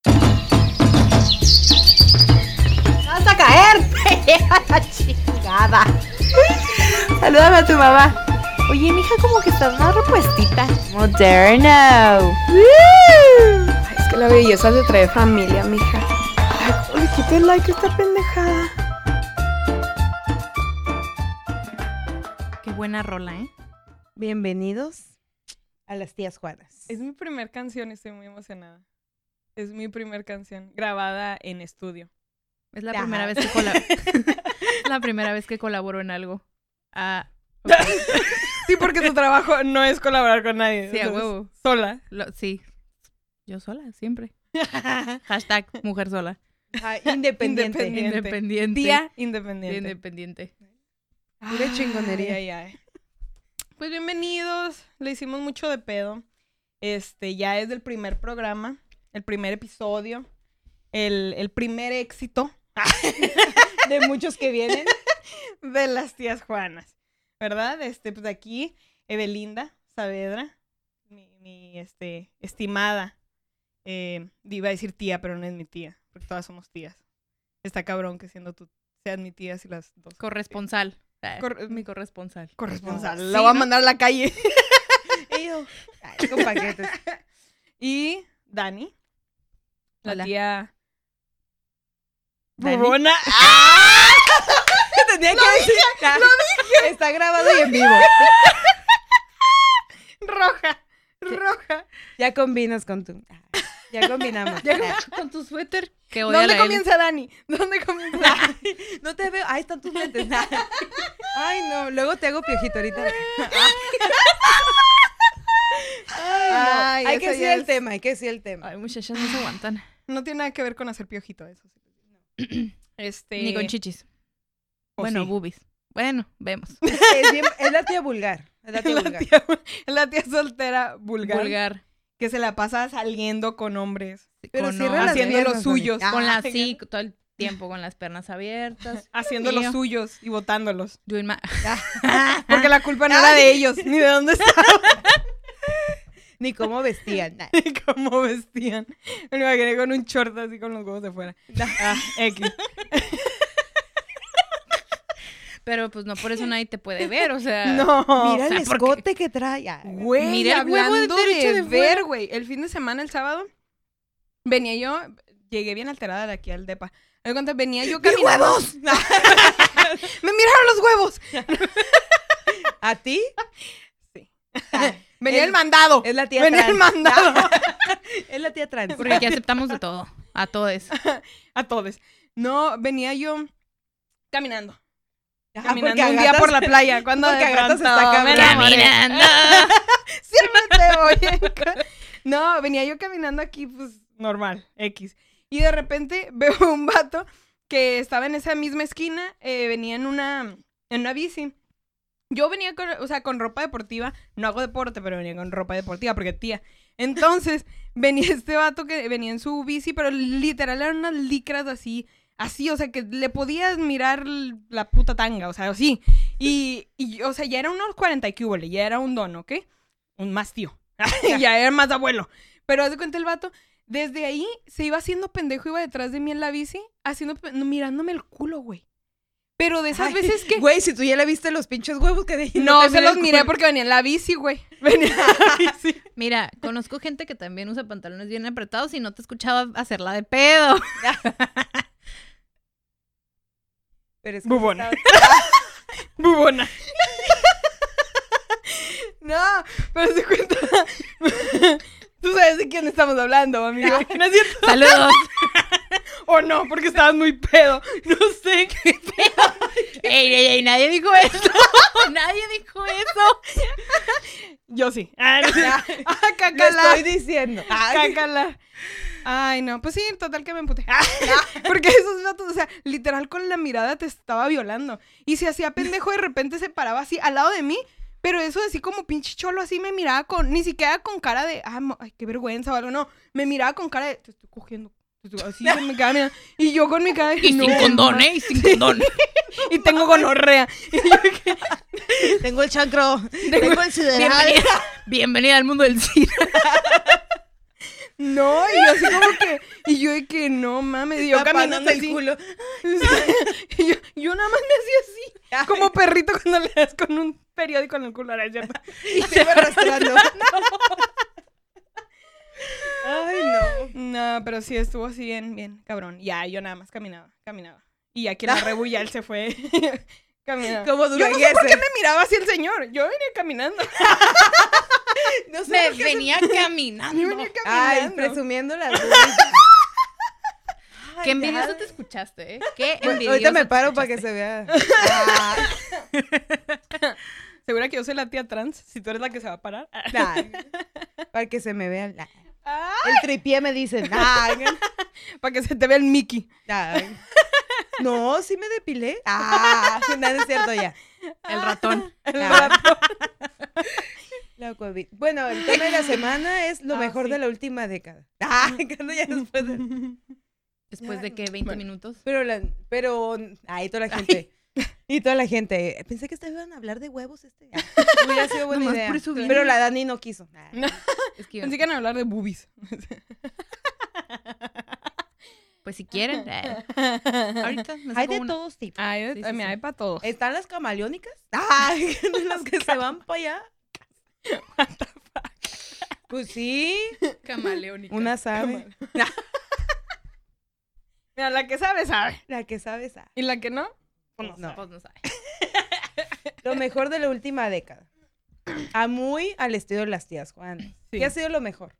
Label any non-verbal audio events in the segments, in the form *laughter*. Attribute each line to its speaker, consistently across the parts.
Speaker 1: *laughs* la chingada. Saludame a tu mamá. Oye, mija, como que estás más repuestita. Moderno. Woo.
Speaker 2: Ay, es que la belleza se trae familia, mija. Ay, le quité el like a esta pendejada.
Speaker 3: Qué buena rola, ¿eh?
Speaker 1: Bienvenidos a las tías Juanas.
Speaker 4: Es mi primer canción, estoy muy emocionada. Es mi primer canción grabada en estudio.
Speaker 3: Es la
Speaker 1: Ajá.
Speaker 3: primera vez que colaboro. *laughs* la primera vez que colaboro en algo. Ah, ok.
Speaker 4: Sí, porque tu trabajo *laughs* no es colaborar con nadie.
Speaker 3: Sí, a
Speaker 4: entonces,
Speaker 3: huevo.
Speaker 4: Sola.
Speaker 3: Lo- sí. Yo
Speaker 4: *laughs*
Speaker 3: sola, siempre. Hashtag mujer sola.
Speaker 1: Ah, *laughs* independiente.
Speaker 4: Independiente.
Speaker 3: Independiente.
Speaker 4: Tía independiente.
Speaker 3: Independiente.
Speaker 2: Pura chingonería.
Speaker 4: Ay, ay, ay. Pues bienvenidos. Le hicimos mucho de pedo. Este, ya es del primer programa, el primer episodio, el, el primer éxito
Speaker 1: De muchos que vienen.
Speaker 4: de las tías Juanas. ¿Verdad? Este, pues aquí, Evelinda Saavedra, mi, mi, este, estimada. eh, iba a decir tía, pero no es mi tía, porque todas somos tías. Está cabrón que siendo tú seas mi tía si las dos.
Speaker 3: Corresponsal. Ah,
Speaker 4: Cor- mm.
Speaker 3: mi corresponsal.
Speaker 4: corresponsal.
Speaker 3: No,
Speaker 4: la
Speaker 3: sí,
Speaker 4: voy a
Speaker 3: ¿no?
Speaker 4: mandar a la calle. *laughs*
Speaker 1: Ay, con paquetes.
Speaker 4: Y Dani, la
Speaker 3: Hola.
Speaker 4: tía *laughs*
Speaker 3: Dani.
Speaker 4: burrona. ¡Ah!
Speaker 1: Tenía que decir. Está grabado y en vivo.
Speaker 4: *laughs* roja, roja.
Speaker 1: Ya combinas con tu. Ya combinamos.
Speaker 3: *laughs* con tu suéter. Que odia
Speaker 4: ¿Dónde
Speaker 3: la Eli.
Speaker 4: comienza Dani? ¿Dónde comienza? Dani?
Speaker 1: No te veo. Ahí están tus lentes. *laughs* Ay, no. Luego te hago piojito ahorita. Ay,
Speaker 4: Ay,
Speaker 1: no. Hay que
Speaker 4: esa
Speaker 1: decir
Speaker 4: ya
Speaker 1: el
Speaker 4: es-
Speaker 1: tema. Hay que decir el tema.
Speaker 3: Ay, muchachas, no se aguantan.
Speaker 4: No tiene nada que ver con hacer piojito, eso sí. Este.
Speaker 3: Ni con chichis.
Speaker 4: o
Speaker 3: Bueno,
Speaker 4: Oh,
Speaker 3: *laughs*
Speaker 4: sí.
Speaker 3: boobies. Bueno, vemos.
Speaker 1: Es, bien- es la tía vulgar. Es la tía
Speaker 4: Es la
Speaker 1: vulgar.
Speaker 4: tía, es la tía soltera *laughs* vulgar,
Speaker 3: Vulgar.
Speaker 4: que se la pasa saliendo con hombres,
Speaker 1: Pero
Speaker 3: con
Speaker 1: cierra
Speaker 3: hombres.
Speaker 1: las
Speaker 4: haciendo
Speaker 1: piernas,
Speaker 4: los
Speaker 1: Dani.
Speaker 4: suyos,
Speaker 1: Ah,
Speaker 3: Con
Speaker 4: las
Speaker 3: la sí, todo el tiempo con las piernas
Speaker 4: *laughs*
Speaker 3: abiertas.
Speaker 4: haciendo los
Speaker 3: Mío.
Speaker 4: suyos y votándolos,
Speaker 3: Doing my-
Speaker 1: Ah,
Speaker 4: porque la culpa no era de ellos, ni de
Speaker 1: *laughs*
Speaker 4: dónde *laughs*
Speaker 1: Ni cómo vestían. Nah.
Speaker 4: y cómo vestían. Me lo imaginé con un short así con los huevos de fuera. Ah, X.
Speaker 3: Pero pues no por eso nadie te puede ver,
Speaker 1: *laughs*
Speaker 3: o sea.
Speaker 4: No.
Speaker 1: Mira
Speaker 3: o sea,
Speaker 1: el
Speaker 3: porque-
Speaker 1: escote que trae. Ah,
Speaker 4: Güey,
Speaker 3: Mira el huevo
Speaker 4: hablando
Speaker 3: de
Speaker 4: de,
Speaker 3: derecho de
Speaker 4: ver,
Speaker 3: fuera.
Speaker 4: güey. El fin de semana, el sábado, venía yo, llegué bien alterada de aquí al depa. Haz de cuenta, venía yo caminando. *laughs*
Speaker 1: huevos!
Speaker 4: ¡Me miraron los huevos!
Speaker 1: ¿A ti?
Speaker 4: Sí.
Speaker 1: Ah,
Speaker 4: Venía el,
Speaker 1: El-
Speaker 4: mandado.
Speaker 1: es la tía
Speaker 4: Venía el
Speaker 1: trans.
Speaker 4: mandado.
Speaker 1: Es la tía trans.
Speaker 3: Porque aquí aceptamos de todo,
Speaker 1: *laughs*
Speaker 3: a todos.
Speaker 4: A todos. No, venía yo caminando.
Speaker 1: Ajá,
Speaker 4: Caminando
Speaker 1: Ah, porque
Speaker 4: un día
Speaker 1: Agata
Speaker 4: por
Speaker 1: se-
Speaker 4: la playa. Cuando
Speaker 1: porque
Speaker 4: de
Speaker 1: Agata
Speaker 4: pronto
Speaker 1: se está
Speaker 4: me
Speaker 1: cabrón. *laughs*
Speaker 4: enamoré.
Speaker 3: Caminando.
Speaker 4: *laughs* Siempre te voy en ca- No, venía yo caminando aquí, pues, normal, X. Y de repente veo un vato que estaba en esa misma esquina, eh, venía en una, en una bici. Yo venía con, o sea, con ropa deportiva, no hago deporte, pero venía con ropa deportiva, porque tía. Entonces, *laughs* venía este vato que venía en su bici, pero literal eran unas licras así, así, o sea, que le podías mirar l- la puta tanga, o sea, así. Y, y o sea, ya era unos 40 y que húbole, ya era un don, ¿ok? un más tío. *laughs* ya era más abuelo. Pero haz de cuenta el vato, desde ahí se iba haciendo pendejo, iba detrás de mí en la bici, haciendo pe- mirándome el culo, güey. Pero de esas
Speaker 1: Ay,
Speaker 4: veces
Speaker 1: *laughs*
Speaker 4: que
Speaker 1: *laughs* Güey, si tú ya le viste los pinches huevos que dijiste.
Speaker 4: no
Speaker 1: te
Speaker 4: se
Speaker 1: mira
Speaker 4: los
Speaker 1: el
Speaker 4: miré
Speaker 1: culo.
Speaker 4: porque venía en la bici, güey. *laughs* Venía en la bici.
Speaker 3: Mira, conozco gente que también usa pantalones bien apretados y no te escuchaba hacerla de pedo. *laughs*
Speaker 1: Pero es que
Speaker 4: Bubón.
Speaker 1: estaba-
Speaker 4: *laughs* Bubona. *laughs* no, pero se cuenta. *laughs* Tú sabes de quién estamos hablando, amigo. *laughs* ¿No es cierto?
Speaker 3: Saludos.
Speaker 4: O no, porque estabas muy pedo. No sé qué.
Speaker 3: Ey, ey, ey, nadie dijo eso. *laughs* nadie dijo eso.
Speaker 4: Yo sí. Ah, *laughs* no es cierto. Ah,
Speaker 1: Lo
Speaker 4: cacala.
Speaker 1: estoy diciendo.
Speaker 4: Ah,
Speaker 1: Ay,
Speaker 4: Cácala. Ay, no. Pues sí, en total que me emputé. *laughs* Porque esos vatos, o sea, literal con la mirada te estaba violando. Y se hacía pendejo, de repente se paraba así al lado de mí. Pero eso así como pinche cholo, así me miraba con, ni siquiera con cara de, "Ah, mo- ay, qué vergüenza o algo, no. Me miraba con cara de, te estoy cogiendo. te estoy-". Así se me quedaba mirando. Y yo con mi cara de,
Speaker 3: Y sin
Speaker 4: "No,
Speaker 3: condón,
Speaker 4: ma".
Speaker 3: ¿eh? Y sin *laughs* condón.
Speaker 4: Y tengo gonorrea.
Speaker 1: Tengo el chancro. Tengo el sideral.
Speaker 3: Bienvenida, bienvenida al mundo del cine.
Speaker 4: No, y yo así como que, y yo de que no mames, y yo caminando
Speaker 3: Tapándose
Speaker 4: así.
Speaker 3: culo.
Speaker 4: *laughs* Y yo, yo nada más me hacía así, como perrito cuando le das con un periódico en el culo, ¿verdad? ¿cierto?
Speaker 1: Y se iba arrastrando.
Speaker 4: Ay, no. No, pero sí estuvo así bien, bien, cabrón. Ya, yo nada más caminaba, caminaba. Y ya que la rebulla, él se fue. *laughs* caminaba.
Speaker 1: Como
Speaker 4: Yo no sé por qué me miraba así el señor. Yo venía caminando. *laughs*
Speaker 1: No sé
Speaker 3: Me
Speaker 1: por qué
Speaker 3: venía
Speaker 4: Yo
Speaker 3: caminando.
Speaker 4: venía caminando.
Speaker 1: Ay, presumiendo las
Speaker 3: Qué envidioso te escuchaste, ¿eh? Qué envidioso.
Speaker 1: Ahorita me
Speaker 3: te
Speaker 1: paro para que
Speaker 3: escuchaste.
Speaker 1: se vea. Ah,
Speaker 4: Segura que yo soy la tía trans, si tú eres la que se va a parar. *laughs*
Speaker 1: Nah, para que se me vea. nah.
Speaker 4: Ah,
Speaker 1: El tripié me dice, nah,
Speaker 4: Para que se te vea el *laughs* Mickey.
Speaker 1: nah. No, sí me depilé. Ah, no es cierto ya.
Speaker 3: El ratón.
Speaker 1: Nah. La COVID. Bueno, el tema de la semana es lo
Speaker 4: Ah,
Speaker 1: mejor
Speaker 4: sí.
Speaker 1: de la última década. Ah, *laughs* que ando ya después de-
Speaker 3: Después de que
Speaker 1: *laughs*
Speaker 3: 20 minutos.
Speaker 1: Pero, la, pero, ay, toda la gente. Y toda la gente. eh, Pensé que ustedes iban a hablar de huevos este. Ah, Hubiera sido buena
Speaker 3: Nomás
Speaker 1: idea.
Speaker 3: por eso vine.
Speaker 1: Pero la Dani no quiso. Ah.
Speaker 3: Es que yo-
Speaker 4: Pensé que iban a hablar de boobies.
Speaker 3: pues si quieren.
Speaker 1: *laughs*
Speaker 3: eh, Ahorita me
Speaker 1: Hay
Speaker 3: saco
Speaker 1: de
Speaker 3: una.
Speaker 1: todos tipos.
Speaker 4: Ay,
Speaker 3: Sí, sí,
Speaker 4: me
Speaker 3: sí.
Speaker 4: hay para todos.
Speaker 1: Están las camaleónicas. *laughs* Ay, las que se van para allá. Pues sí,
Speaker 3: Camaleónica.
Speaker 1: una sabe.
Speaker 4: Mira, la que sabe, sabe.
Speaker 1: La que sabe sabe.
Speaker 4: Y la que no,
Speaker 3: Pues no,
Speaker 1: No.
Speaker 3: pues no sabe.
Speaker 1: Lo mejor de la última década. A muy al estilo de las tías Juan.
Speaker 4: Sí.
Speaker 1: ¿Qué ha sido lo mejor?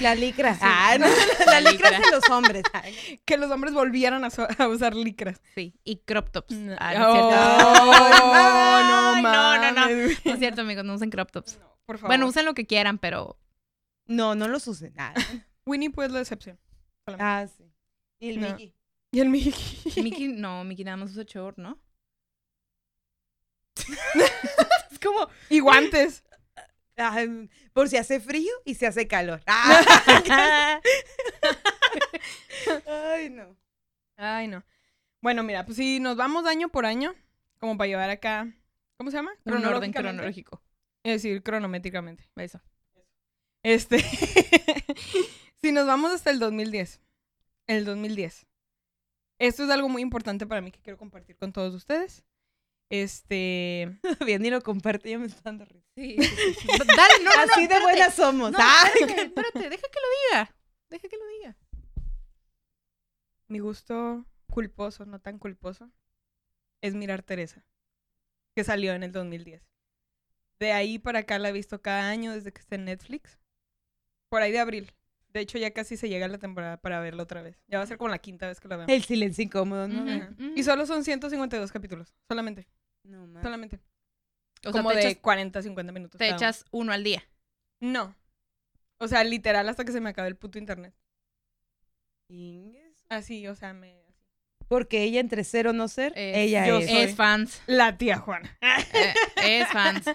Speaker 1: La licra. Ah, no,
Speaker 3: La
Speaker 1: *laughs* la licra
Speaker 3: licra.
Speaker 1: de los hombres. Ay,
Speaker 4: que los hombres volvieran a, so- a usar licras.
Speaker 3: Sí, y crop tops.
Speaker 4: No.
Speaker 3: Ah, no es cierto.
Speaker 4: Oh, no,
Speaker 3: Ay, no, no, no.
Speaker 4: mames, güey.
Speaker 3: *laughs* No es cierto, amigos, no usen crop tops.
Speaker 4: No, por favor.
Speaker 3: Bueno, usen lo que quieran, *laughs* pero
Speaker 1: No, no los usen. Ah,
Speaker 4: Winnie Pooh es la excepción.
Speaker 1: ah, sí. Y el
Speaker 4: No.
Speaker 1: Mickey.
Speaker 4: Y el Mickey. *laughs*
Speaker 3: Mickey, no, Mickey nada más usa short, ¿no? *laughs* es *laughs* como,
Speaker 4: Y guantes.
Speaker 1: Ah, por si hace frío y si hace *laughs* calor. Ah. Ay, no.
Speaker 4: Ay, no. Bueno, mira, pues si nos vamos año por año, como para llevar acá, ¿cómo se llama?
Speaker 3: un orden
Speaker 4: Cronológicamente.
Speaker 3: cronológico.
Speaker 4: Es decir, cronométricamente.
Speaker 3: Eso.
Speaker 4: Este, *laughs* si nos vamos hasta el 2010, el 2010. Esto es algo muy importante para mí que quiero compartir con todos ustedes. Este,
Speaker 1: *laughs* Bien, ni lo comparte, ya me está dando risa.
Speaker 3: Sí. *laughs* Dale, no, no, no,
Speaker 1: Así de
Speaker 3: espérate.
Speaker 1: buenas somos.
Speaker 3: No,
Speaker 1: Ah.
Speaker 3: *laughs* espérate, espérate, deja que lo diga. Deja que lo diga.
Speaker 4: mi gusto culposo, no tan culposo, es mirar Teresa, que salió en el 2010. De ahí para acá la he visto cada año desde que está en Netflix. Por ahí de abril. De hecho, ya casi se llega la temporada para verla otra vez. Ya va a ser como la quinta vez que la veo.
Speaker 1: El silencio incómodo, ¿no?
Speaker 3: Ujú.
Speaker 4: Ajá. Y solo son 152 capítulos. Solamente.
Speaker 1: No mames.
Speaker 4: Solamente.
Speaker 3: O sea,
Speaker 4: como
Speaker 3: te
Speaker 4: de
Speaker 3: echas,
Speaker 4: 40, 50 minutos.
Speaker 3: te
Speaker 4: cada uno.
Speaker 3: echas uno al día.
Speaker 4: No. O sea, literal hasta que se me acabe el puto internet.
Speaker 1: Chingues.
Speaker 4: Así, o sea, me.
Speaker 1: Porque ella entre ser o no ser,
Speaker 3: Es-
Speaker 1: ella
Speaker 4: yo
Speaker 1: es.
Speaker 4: soy.
Speaker 3: Es fans.
Speaker 4: La tía Juana.
Speaker 3: eh, es *laughs* fans.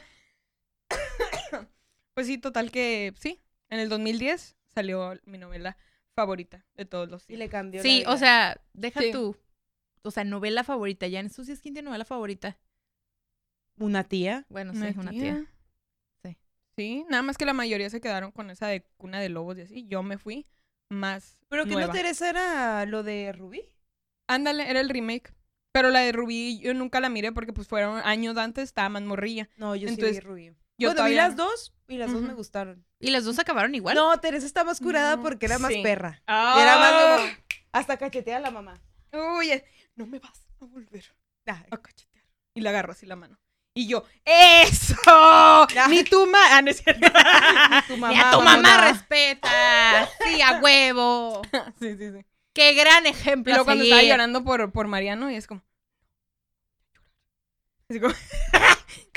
Speaker 4: Pues sí, total que sí. En el 2010 salió mi novela favorita de todos los
Speaker 1: Y
Speaker 4: tiempos.
Speaker 1: le cambió.
Speaker 3: Sí,
Speaker 1: la
Speaker 3: o
Speaker 1: vida.
Speaker 3: sea, deja
Speaker 4: Sí.
Speaker 3: tú. O sea, novela favorita. Ya en Susi Skin tiene novela favorita.
Speaker 1: Una tía.
Speaker 3: Bueno, sí, una tía. Sí.
Speaker 4: Sí, nada más que la mayoría se quedaron con esa de cuna de lobos y así. Yo me fui más.
Speaker 1: Pero que no
Speaker 4: nueva.
Speaker 1: Teresa era lo de Rubí.
Speaker 4: Ándale, era el remake. Pero la de Rubí yo nunca la miré porque pues fueron años antes, estaba más morrilla.
Speaker 1: No, yo sí
Speaker 4: Entonces,
Speaker 1: vi Rubí.
Speaker 4: yo
Speaker 1: bueno,
Speaker 4: todavía
Speaker 1: vi las dos y las dos
Speaker 4: Ujú.
Speaker 1: me gustaron.
Speaker 3: Y las dos acabaron igual.
Speaker 1: No, Teresa está más curada
Speaker 4: No,
Speaker 1: porque era más
Speaker 4: sí.
Speaker 1: perra.
Speaker 4: Ah.
Speaker 1: Era más como- Hasta cachetea a la mamá.
Speaker 4: Uy, eh, no me vas a volver
Speaker 1: Ah,
Speaker 4: a cachetear. Y le agarro así la mano. Y yo, ¡eso! Ni tu ma... Ah, no es
Speaker 3: *laughs*
Speaker 4: cierto.
Speaker 1: tu
Speaker 3: Ni
Speaker 1: mamá.
Speaker 3: a tu mamá
Speaker 1: mamona.
Speaker 3: respeta. Sí, a huevo.
Speaker 4: sí, sí, sí.
Speaker 3: Qué gran
Speaker 4: Y
Speaker 3: ejemplo.
Speaker 4: luego
Speaker 3: a
Speaker 4: cuando estaba
Speaker 3: seguir.
Speaker 4: llorando por, por Mariano y es como... Así como...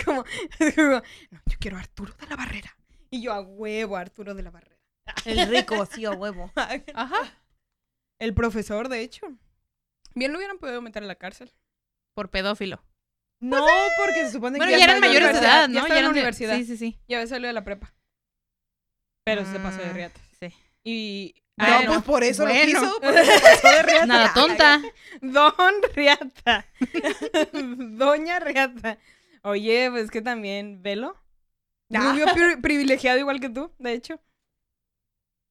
Speaker 4: como, *laughs* así como, No, yo quiero a Arturo de la Barrera. Y yo, a huevo, Arturo de la Barrera.
Speaker 1: El rico, sí, a huevo.
Speaker 4: *laughs* Pues
Speaker 3: Ajá.
Speaker 4: El profesor, de hecho. Bien lo hubieran podido meter a la cárcel.
Speaker 3: Por pedófilo.
Speaker 1: No, porque se supone que.
Speaker 4: ya
Speaker 3: Bueno,
Speaker 4: está
Speaker 3: ya, eran
Speaker 4: en la
Speaker 3: mayores de
Speaker 4: universidad, ya
Speaker 3: edad, ¿no?
Speaker 4: está en la
Speaker 3: eran de-
Speaker 4: universidad.
Speaker 3: Sí, sí, sí.
Speaker 4: Ya había salido de la prepa. Pero se pasó de
Speaker 3: Ah,
Speaker 4: riata.
Speaker 3: Sí.
Speaker 4: Y...
Speaker 1: No,
Speaker 4: Ah,
Speaker 1: pues por eso
Speaker 3: Bueno.
Speaker 1: lo quiso. Por eso pasó
Speaker 3: *laughs*
Speaker 1: de reata.
Speaker 3: Nada tonta.
Speaker 4: Don Riata. *laughs* Doña Riata. Oye, pues que también, velo.
Speaker 1: Ah.
Speaker 4: Rubio pri- privilegiado igual que tú, de hecho.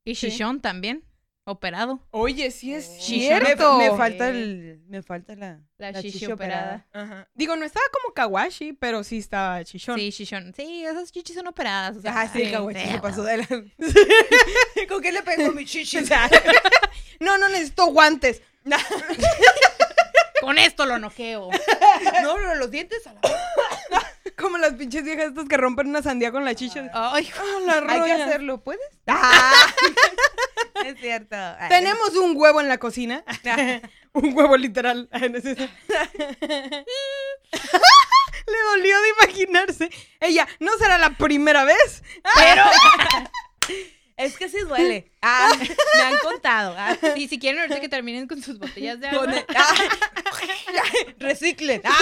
Speaker 3: Y
Speaker 4: Sí.
Speaker 3: Shishon también, operado.
Speaker 4: Oye, sí es
Speaker 3: Oh.
Speaker 4: cierto.
Speaker 1: Me, me
Speaker 3: fa-
Speaker 1: falta el, me falta la,
Speaker 3: La
Speaker 1: chichi
Speaker 3: chichi operada.
Speaker 4: Ajá. Digo, no estaba como Kawashi, pero sí estaba chichón.
Speaker 3: Sí, Shishon. Sí, esas chichis son operadas. o sea,
Speaker 1: Ajá, sí, Kawachi
Speaker 3: sí,
Speaker 1: se
Speaker 3: a
Speaker 1: pasó
Speaker 3: huevo.
Speaker 1: de la... *laughs* ¿Con qué le pegó mi chichi? *laughs*
Speaker 4: O *laughs* sea, no, no necesito guantes.
Speaker 3: Con esto lo noqueo.
Speaker 1: no, pero los dientes a la...
Speaker 4: Como las pinches viejas estas que rompen una sandía con la chicha.
Speaker 3: Ay, Ah,
Speaker 4: la
Speaker 1: Hay que
Speaker 4: roña.
Speaker 1: hacerlo, ¿puedes? es cierto. Ay,
Speaker 4: Tenemos un huevo en la cocina. *laughs* un huevo literal. *laughs* Ay, no es eso. Le dolió de imaginarse. Ella, ¿no será la primera vez?
Speaker 1: Es que sí duele.
Speaker 3: *laughs*
Speaker 1: Ah, me han contado. Ah,
Speaker 3: y si quieren ahorita que terminen con sus botellas de agua.
Speaker 1: con
Speaker 4: *laughs*
Speaker 1: el- ah, *laughs* reciclen. Ah,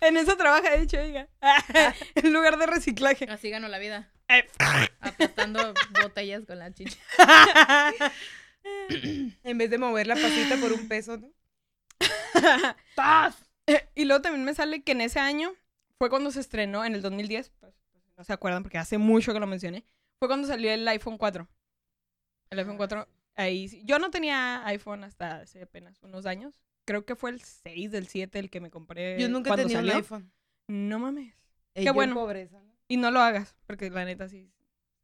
Speaker 4: En eso trabaja, de hecho, ella. *laughs* en lugar de reciclaje.
Speaker 3: Así ganó la vida.
Speaker 4: Eh.
Speaker 3: Aplastando *laughs* botellas con la chicha.
Speaker 1: Ah. *clears throat* en vez de mover la patita por un peso,
Speaker 4: *laughs*
Speaker 1: ¿no?
Speaker 4: Y luego también me sale que en ese año fue cuando se estrenó, en el 2010, pues, no se acuerdan porque hace mucho que lo mencioné, fue cuando salió el iPhone 4. El iPhone 4, ahí sí- Yo no tenía iPhone hasta hace apenas unos años. Creo que fue el 6 del 7 el que me compré.
Speaker 1: Yo nunca he
Speaker 4: Eh, cuando
Speaker 1: tenido un
Speaker 4: salió.
Speaker 1: iPhone.
Speaker 4: No mames.
Speaker 1: Qué
Speaker 4: bueno.
Speaker 1: Pobreza, ¿no?
Speaker 4: Y no lo hagas, porque la neta sí.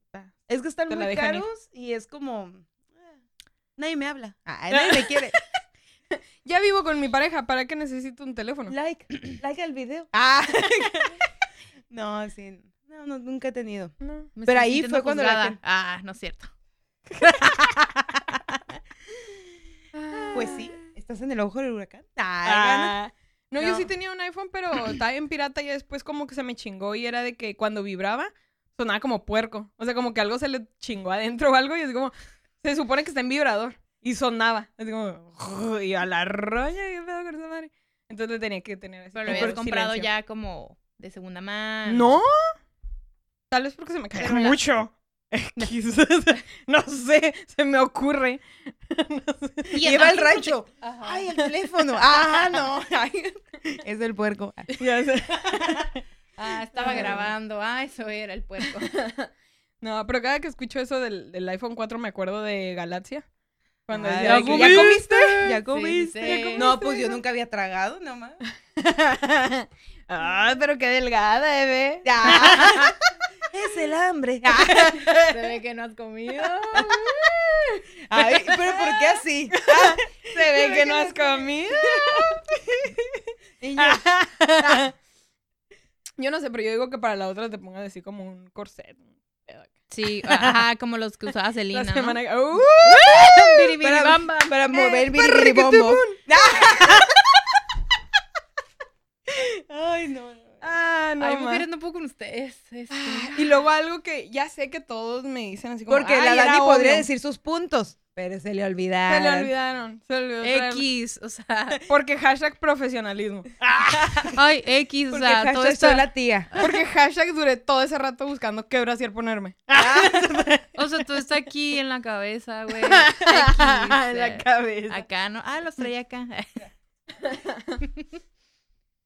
Speaker 4: está.
Speaker 1: Es que están
Speaker 4: Te la
Speaker 1: muy
Speaker 4: dejan ir.
Speaker 1: caros y es como... ah, Nadie me habla. Ah, nadie me quiere.
Speaker 4: Ya vivo con mi pareja, ¿para qué necesito un teléfono?
Speaker 1: Like, *clears throat* like al *laughs* video. No, sí. No, no, nunca he tenido.
Speaker 4: No.
Speaker 3: Me
Speaker 1: Pero
Speaker 3: estoy
Speaker 1: ahí
Speaker 3: sintiendo
Speaker 1: fue cuando la
Speaker 3: juzgada.
Speaker 1: gente-
Speaker 3: Ah, no es cierto. Ah.
Speaker 1: Pues sí, estás en el ojo del huracán. Ah,
Speaker 4: Ah. No, yo
Speaker 1: No.
Speaker 4: sí tenía un iPhone, pero estaba en pirata y después como que se me chingó y era de que cuando vibraba sonaba como puerco. O sea, como que algo se le chingó adentro o algo y es como, se supone que está en vibrador y sonaba. Es como, *laughs* y a la roña, qué pedo con esa madre. Entonces le tenía que tener así.
Speaker 3: Pero lo
Speaker 4: como
Speaker 3: habías
Speaker 4: por
Speaker 3: comprado
Speaker 4: silencio.
Speaker 3: ya como de segunda mano.
Speaker 4: No. Ah. Tal vez porque se me cae
Speaker 3: Pero la-
Speaker 4: *laughs* mucho. Quizás, *laughs* no sé, se me ocurre. No sé.
Speaker 1: Lleva el
Speaker 3: aparte
Speaker 1: rancho. Ay, el *laughs* teléfono. Ah, no. Ay, es del puerco.
Speaker 4: Ya sé.
Speaker 3: porque- Ah, estaba grabando. Ah, eso era el puerco.
Speaker 4: *laughs* No, pero cada que escucho eso del, del iPhone 4 me acuerdo de Galaxia. Cuando
Speaker 1: Ah,
Speaker 4: decía,
Speaker 1: de que,
Speaker 4: "¿Ya
Speaker 1: comiste? ¿Ya
Speaker 3: Sí,
Speaker 1: comiste?
Speaker 3: sí,
Speaker 1: ¿Ya
Speaker 3: sí.
Speaker 1: comiste?" No, pues yo nunca había tragado nomás.
Speaker 4: comiste?" Ay, pero qué delgada, bebé.
Speaker 1: *laughs* Ah, es el hambre. Ah,
Speaker 3: Se ve que no has comido.
Speaker 1: Ay, pero ¿por qué así?
Speaker 4: *laughs* Se ve que no has *laughs* comido.
Speaker 1: Y yo,
Speaker 4: *laughs* Yo no sé, pero yo digo que para la otra te pongas así como un corset.
Speaker 3: Sí, ajá, como los que usaba Selena.
Speaker 4: La
Speaker 3: ¿no?
Speaker 4: semana que- ¡Uh!
Speaker 1: para,
Speaker 3: Biribiribamba.
Speaker 4: Eh.
Speaker 1: para mover mi *laughs* Ay, no. no.
Speaker 4: Ah, no, Ah,
Speaker 3: Ay,
Speaker 4: ma.
Speaker 3: mujeres, no puedo con ustedes. Este,
Speaker 4: Y luego algo que ya sé que todos me dicen así como.
Speaker 1: Porque
Speaker 4: "Ay,
Speaker 1: la
Speaker 4: era
Speaker 1: Dani podría
Speaker 4: obvio".
Speaker 1: decir sus puntos, pero se le
Speaker 4: Se
Speaker 1: olvidaron.
Speaker 4: le olvidaron. Se le olvidó traerlo.
Speaker 3: X, o sea,
Speaker 4: *laughs* Porque hashtag profesionalismo.
Speaker 3: ay, X, o
Speaker 1: Porque
Speaker 3: sea, todo
Speaker 1: hashtag
Speaker 3: esto,
Speaker 1: soy la *laughs* tía.
Speaker 4: Porque hashtag duré todo ese rato buscando qué brasier ponerme.
Speaker 3: o sea, todo está aquí en la cabeza, güey. X,
Speaker 4: en
Speaker 3: eh,
Speaker 4: la cabeza.
Speaker 3: acá, ¿no? Ah, los traía acá. *laughs*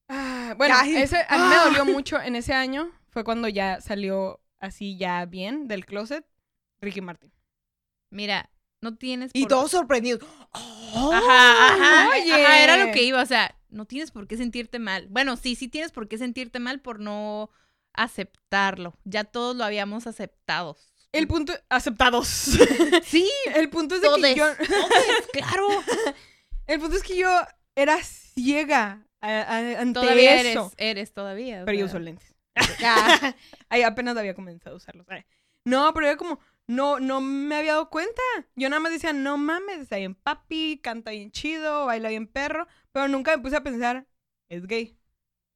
Speaker 4: Ah, Bueno,
Speaker 1: Ay.
Speaker 4: ese, a mí me dolió mucho en ese año. Fue cuando ya salió así ya bien del closet Ricky Martin.
Speaker 3: Mira, no tienes
Speaker 1: Y
Speaker 3: por-
Speaker 1: todos sorprendidos. Oh, *laughs*
Speaker 3: Ajá, ajá,
Speaker 4: oye.
Speaker 3: ajá, era lo que iba, o sea, no tienes por qué sentirte mal. Bueno, sí, sí tienes por qué sentirte mal por no aceptarlo. Ya todos lo habíamos aceptado.
Speaker 4: El punto... *laughs* Aceptados.
Speaker 3: Sí,
Speaker 4: El punto es de
Speaker 3: todes,
Speaker 4: que yo...
Speaker 3: *laughs* todes,
Speaker 4: *laughs*
Speaker 3: claro.
Speaker 4: El punto es que yo era ciega a- a- ante
Speaker 3: Todavía eres,
Speaker 4: eso.
Speaker 3: eres todavía. o
Speaker 4: Pero yo
Speaker 3: sea.
Speaker 4: uso lentes. *laughs* Ahí apenas había comenzado a usarlos. Ay. No, pero era como... No, no me había dado cuenta. Yo nada más decía, no mames, está bien papi, canta bien chido, baila bien perro. Pero nunca me puse a pensar, es gay.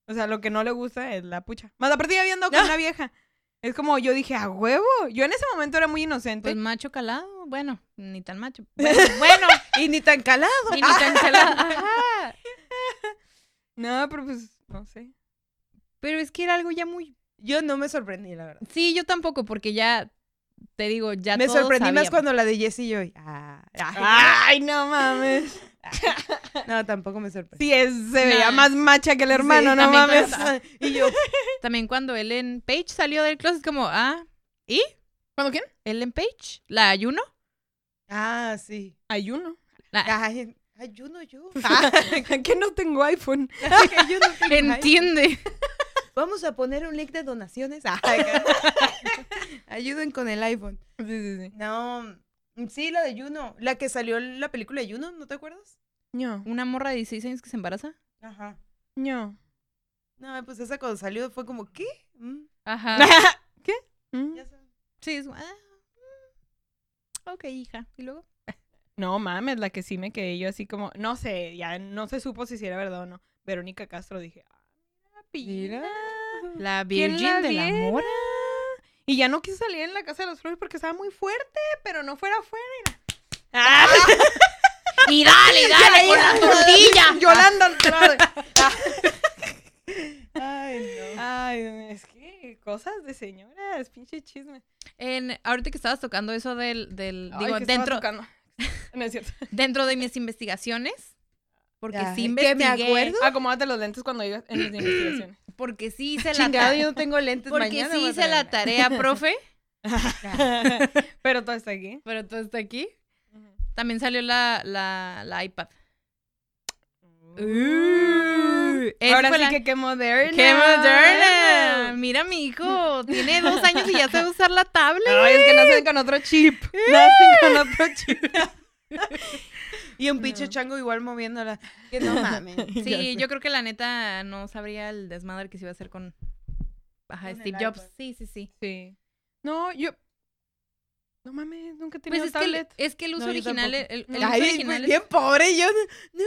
Speaker 4: O sea, lo que no le gusta es la pucha. Más aparte ya había andado con una vieja. Es como yo dije, a huevo. Yo en ese momento era muy inocente.
Speaker 3: Pues macho calado, bueno, ni
Speaker 4: *laughs*
Speaker 3: tan macho. Bueno, bueno,
Speaker 1: y ni tan calado.
Speaker 3: ni, ni tan calado. Ajá.
Speaker 4: no, pero pues, no sé.
Speaker 3: Pero es que era algo ya muy.
Speaker 1: Yo no me sorprendí, la verdad.
Speaker 3: Sí, yo tampoco, porque ya te digo, ya
Speaker 1: me
Speaker 3: todos
Speaker 1: sorprendí más
Speaker 3: sabíamos.
Speaker 1: cuando la de Jessie Joy. Ah, ah.
Speaker 4: Ay, no mames.
Speaker 1: No, tampoco me sorprendí.
Speaker 4: Sí, es, se veía
Speaker 3: Nah.
Speaker 4: más macha que el hermano,
Speaker 1: Pues Sí,
Speaker 4: no
Speaker 3: también
Speaker 4: mames.
Speaker 3: todo
Speaker 1: Y yo,
Speaker 3: También cuando Ellen Page salió del closet, como, ah, ¿y?
Speaker 4: ¿Cuándo quién?
Speaker 3: Ellen Page, la *laughs* ayuno.
Speaker 1: *laughs* Ah, sí.
Speaker 4: Ayuno.
Speaker 3: La-
Speaker 1: Ay, ayuno *laughs* yo.
Speaker 4: *laughs* que no tengo iPhone.
Speaker 1: Ay, que *laughs* yo no tengo iPhone.
Speaker 3: entiende.
Speaker 1: Vamos a poner un link de donaciones. *laughs* Ay, Ayuden con el iPhone.
Speaker 4: Sí, sí, sí.
Speaker 1: No, mm, sí, la de Juno. La que salió en la película de Juno, ¿no te acuerdas?
Speaker 4: No,
Speaker 3: Una morra de 16 años que se embaraza.
Speaker 1: Ajá.
Speaker 4: no.
Speaker 3: *laughs*
Speaker 1: No, pues esa cuando salió fue como, ¿qué? Mm,
Speaker 3: Ajá.
Speaker 4: Mm.
Speaker 1: ya sabes.
Speaker 3: *laughs* Sí, es. ah, mm. Ok, hija. ¿Y luego?
Speaker 4: No mames, la que sí me quedé yo así como, no sé, ya no se supo si sí era verdad o no. Verónica Castro dije, ah, pina.
Speaker 1: *laughs*
Speaker 3: La
Speaker 4: ¿Quién
Speaker 3: Virgin del
Speaker 4: viera?
Speaker 3: *laughs* Amor.
Speaker 4: Y ya no quise salir en la casa de los flores porque estaba muy fuerte, pero no fuera afuera.
Speaker 3: Y dale, y dale, con la tortilla.
Speaker 4: Yolanda Andrade.
Speaker 1: *laughs* Ay, no.
Speaker 4: Ay, es que cosas de señoras, pinche chisme.
Speaker 3: Ah, En, ahorita que estabas tocando eso del. del
Speaker 4: Ay,
Speaker 3: digo,
Speaker 4: que estaba
Speaker 3: dentro,
Speaker 4: tocando. *laughs* No es cierto.
Speaker 3: dentro de mis investigaciones. Porque
Speaker 1: Ay,
Speaker 3: sí
Speaker 1: que
Speaker 3: investigué.
Speaker 1: me acuerdo.
Speaker 4: Acomódate los lentes cuando digas en
Speaker 3: *clears throat*
Speaker 4: las investigaciones.
Speaker 3: Porque sí hice la
Speaker 1: Chingado,
Speaker 3: tarea.
Speaker 1: yo no tengo lentes
Speaker 3: Porque
Speaker 1: mañana.
Speaker 3: sí
Speaker 1: voy a
Speaker 3: hice la
Speaker 1: traerla.
Speaker 3: tarea, profe. Ah.
Speaker 4: *laughs* pero todo está aquí.
Speaker 3: Pero todo está aquí. También salió la, la, la iPad. Esa
Speaker 4: Uh. Ahora
Speaker 3: fue
Speaker 4: sí
Speaker 3: la-
Speaker 4: que qué moderna.
Speaker 3: ¡Qué moderna! Mira, mi hijo, tiene dos años y ya sabe usar la tablet. *laughs*
Speaker 4: Ay, es que nacen con otro chip. *laughs* Nacen con otro chip. *laughs*
Speaker 1: Y un pinche chango igual moviéndola. Que *laughs* no mames.
Speaker 4: Ya sé.
Speaker 3: Sí, yo creo que la neta no sabría el desmadre que se iba a hacer con Ajá,
Speaker 1: Con el
Speaker 3: Steve Jobs.
Speaker 1: iPad.
Speaker 3: Sí, sí, sí.
Speaker 4: Sí. No, yo. No mames, nunca he tenido
Speaker 3: Pues es que, el,
Speaker 4: tablet.
Speaker 3: es que el uso
Speaker 1: yo
Speaker 3: original, el,
Speaker 1: tampoco.
Speaker 3: el uso
Speaker 1: Ay,
Speaker 3: original
Speaker 1: pues,
Speaker 3: es-
Speaker 1: bien pobre. Yo, no,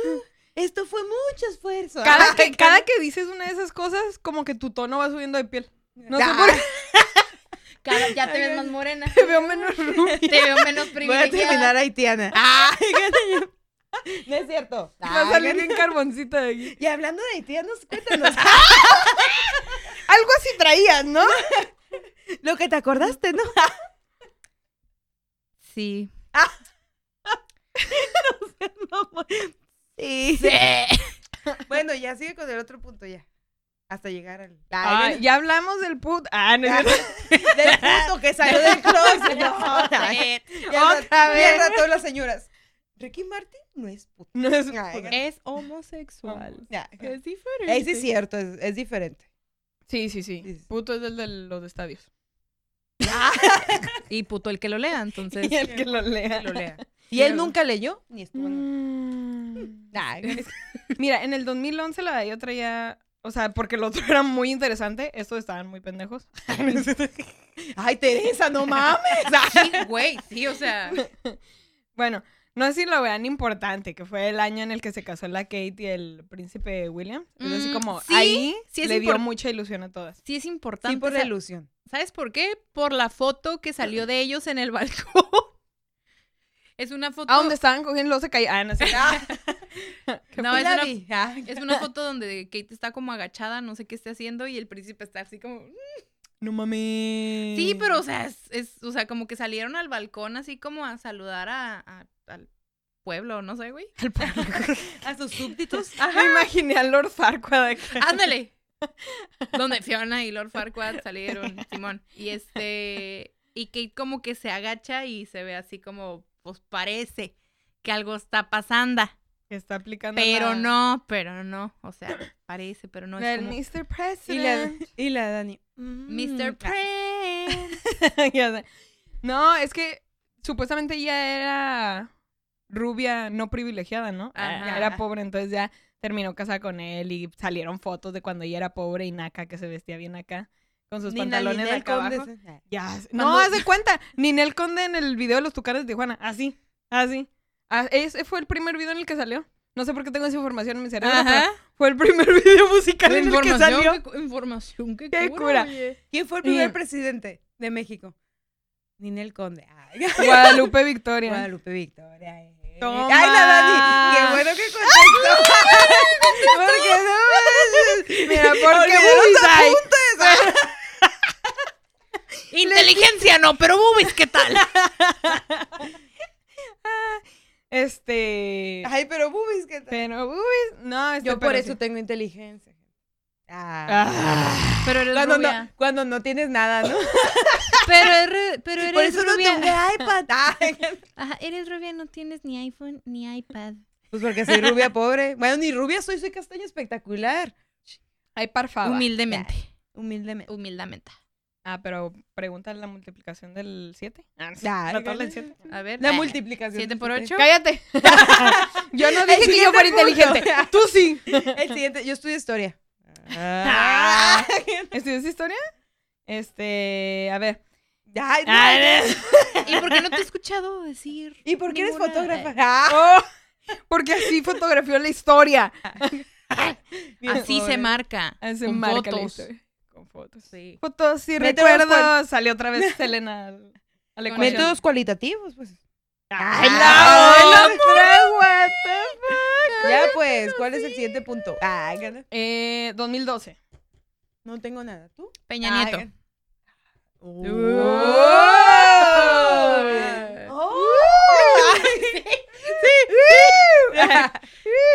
Speaker 1: esto fue mucho esfuerzo.
Speaker 4: Cada que,
Speaker 1: *laughs*
Speaker 4: cada que dices una de esas cosas, como que tu tono va subiendo de piel. No sé por *laughs* qué
Speaker 3: cada- ya te
Speaker 1: Ay,
Speaker 3: ves
Speaker 1: ay.
Speaker 3: más morena.
Speaker 4: te veo *laughs* menos rubia.
Speaker 3: Te veo menos
Speaker 1: Voy a terminar
Speaker 3: privilegiada.
Speaker 1: haitiana. no es cierto.
Speaker 4: *laughs* Va a salir bien carboncita de aquí.
Speaker 1: Y hablando de haitianos, *laughs* cuéntanos.
Speaker 4: Algo así traías, ¿no?
Speaker 1: Lo que te acordaste, ¿no?
Speaker 3: Sí.
Speaker 1: Ah.
Speaker 3: *laughs*
Speaker 1: Sí.
Speaker 3: Sí.
Speaker 1: Bueno, ya sigue con el otro punto ya. Hasta llegar al...
Speaker 4: Ay, ya hablamos del put. Ah, no es
Speaker 1: *laughs*
Speaker 4: cierto.
Speaker 1: Del punto que salió del closet. No, *laughs* ya
Speaker 4: Otra vez.
Speaker 1: Mierda a todas las señoras. Ricky Martin no es puto.
Speaker 4: No es
Speaker 1: Ay,
Speaker 4: puta.
Speaker 3: Es homosexual.
Speaker 1: Ya.
Speaker 3: Es diferente.
Speaker 1: Ese es cierto, es, es diferente.
Speaker 4: Sí, sí, sí.
Speaker 1: Sí, sí.
Speaker 4: Puto es el de los estadios.
Speaker 3: Y puto el que lo
Speaker 1: *laughs*
Speaker 3: lea, entonces.
Speaker 4: *laughs* Y el que lo lea.
Speaker 1: Lo lea. Y él nunca leyó ni estuvo en la-
Speaker 4: Mm.
Speaker 1: Ay, güey, es-
Speaker 4: Mira, en el 2011 la yo traía, o sea, porque el otro *laughs* era muy interesante, estos estaban muy pendejos.
Speaker 1: Ay, Teresa, *laughs* no mames.
Speaker 3: Sí, güey, sí, o sea.
Speaker 4: bueno, no sé si lo vean importante, que fue el año en el que se casó la Kate y el príncipe William. Es así
Speaker 3: Mm,
Speaker 4: como
Speaker 3: sí,
Speaker 4: ahí
Speaker 3: sí es
Speaker 4: le dio
Speaker 3: impor-
Speaker 4: mucha ilusión a todas.
Speaker 3: Sí es importante.
Speaker 1: Sí, por
Speaker 3: o sea,
Speaker 1: la *laughs* ilusión.
Speaker 3: ¿Sabes por qué? Por la foto que salió de ellos en el *laughs* balcón. Es una foto.
Speaker 4: ¿A dónde estaban cogiendo? Luego se caía. Ah, no sé.
Speaker 3: No, es
Speaker 1: la
Speaker 3: una,
Speaker 1: vi. Ah,
Speaker 3: es una foto donde Kate está como agachada, no sé qué esté haciendo, y el príncipe está así como.
Speaker 4: No mames.
Speaker 3: Sí, pero o sea, es, es- o sea, como que salieron al balcón así como a saludar a, a- al pueblo, no sé, güey.
Speaker 1: A sus súbditos.
Speaker 4: Me imaginé a Lord Farquaad acá.
Speaker 3: Ándale. *laughs* Donde Fiona y Lord Farquaad salieron, Simón. Y este. Y Kate como que se agacha y se ve así como, pues parece que algo está pasando.
Speaker 4: Que está aplicando
Speaker 3: Pero
Speaker 4: la-
Speaker 3: no, pero no. O sea, parece, pero no
Speaker 4: la
Speaker 3: es
Speaker 4: del
Speaker 3: como.
Speaker 4: Mr.
Speaker 1: Y la,
Speaker 4: President.
Speaker 1: y la Dani. Mm.
Speaker 3: Mr.
Speaker 1: Pre.
Speaker 3: Pre.
Speaker 4: *laughs* Ya sé. no, es que supuestamente ella era rubia no privilegiada, ¿no?
Speaker 3: Ajá.
Speaker 1: Ah.
Speaker 4: Era pobre, entonces ya terminó casada con él y salieron fotos de cuando ella era pobre y naca, que se vestía bien acá, con sus pantalones
Speaker 1: Ninel
Speaker 4: acá abajo.
Speaker 1: Conde se-
Speaker 4: Ya sé.
Speaker 1: Cuando-
Speaker 4: No, haz de cuenta, Ninel Conde en el video de los tucanes de Tijuana, así, así. Ah, Ese fue el primer video en el que salió. No sé por qué tengo esa información en mi cerebro, pero
Speaker 3: Ajá.
Speaker 4: fue el primer *laughs* video musical en el que salió.
Speaker 3: Información que, información que
Speaker 4: ¡Qué
Speaker 3: cura.
Speaker 4: cura!
Speaker 1: ¿Quién fue el
Speaker 4: Mm.
Speaker 1: primer presidente de México? Ninel Conde. Ay,
Speaker 4: Guadalupe Victoria.
Speaker 1: Guadalupe Victoria. eh.
Speaker 4: Toma.
Speaker 1: Ay, la Dani. Qué bueno que contestó. Porque no manches.
Speaker 4: Mira, porque
Speaker 1: Olvidé los
Speaker 4: Bullseye.
Speaker 3: Inteligencia no, pero boobies, ¿qué tal?
Speaker 4: Este.
Speaker 1: Ay, pero boobies, ¿qué tal?
Speaker 4: Pero, uy, no, este,
Speaker 1: Yo por
Speaker 4: pero
Speaker 1: eso
Speaker 4: sí.
Speaker 1: tengo inteligencia. Ah.
Speaker 4: Ah,
Speaker 3: Pero eres
Speaker 1: Cuando no,
Speaker 3: rubia.
Speaker 1: cuando no tienes nada, ¿no?
Speaker 3: Pero, es ru- pero eres
Speaker 1: Por eso no
Speaker 3: rubia.
Speaker 1: tengo iPad. Ay,
Speaker 3: Ajá, eres rubia, no tienes ni iPhone ni iPad.
Speaker 1: *laughs* Pues porque soy rubia pobre. Bueno, ni rubia soy, soy castaña espectacular.
Speaker 4: Ay, parfaba.
Speaker 3: Humildemente.
Speaker 1: Humildemente.
Speaker 3: Humildamente.
Speaker 4: Ah, pero pregunta la multiplicación del 7. Ah, sí.
Speaker 1: Ay,
Speaker 4: La tabla del 7.
Speaker 3: A ver.
Speaker 1: La Eh,
Speaker 3: eh,
Speaker 1: multiplicación.
Speaker 3: 7 por
Speaker 1: del
Speaker 3: 8.
Speaker 4: Cállate. yo *laughs* no dije que yo fuera inteligente. *laughs*
Speaker 1: *laughs* Tú sí. El siguiente, yo estudio historia. Ah. *laughs*
Speaker 4: ¿Estudias historia? Este, a *laughs* ver. Ah,
Speaker 1: Ay, no.
Speaker 3: ¿Y por qué no te he escuchado decir?
Speaker 1: ¿Y por qué eres
Speaker 3: ninguna-
Speaker 1: fotógrafa?
Speaker 3: eh,
Speaker 1: Ah.
Speaker 4: *laughs* Oh, porque así fotografió la historia.
Speaker 1: Ah, Bien,
Speaker 3: Así
Speaker 1: pobre.
Speaker 3: se marca.
Speaker 4: Así
Speaker 3: con
Speaker 4: marca Ah, la
Speaker 3: fotos.
Speaker 4: historia. Con fotos.
Speaker 3: Sí.
Speaker 4: Fotos y
Speaker 1: Métodos cual-
Speaker 4: recuerdos. Salió otra *laughs* vez Selena al- a la
Speaker 3: Con
Speaker 4: ecuación.
Speaker 1: Métodos cualitativos, pues.
Speaker 4: ¡Ay,
Speaker 1: Ah,
Speaker 4: la-
Speaker 1: la Ya pues, ¿cuál es el siguiente punto? Ah, gana.
Speaker 4: Eh, 2012.
Speaker 1: no tengo nada. ¿Tú?
Speaker 3: Peña
Speaker 1: Ah,
Speaker 3: Nieto.
Speaker 1: gana.
Speaker 4: Oh.
Speaker 3: *laughs*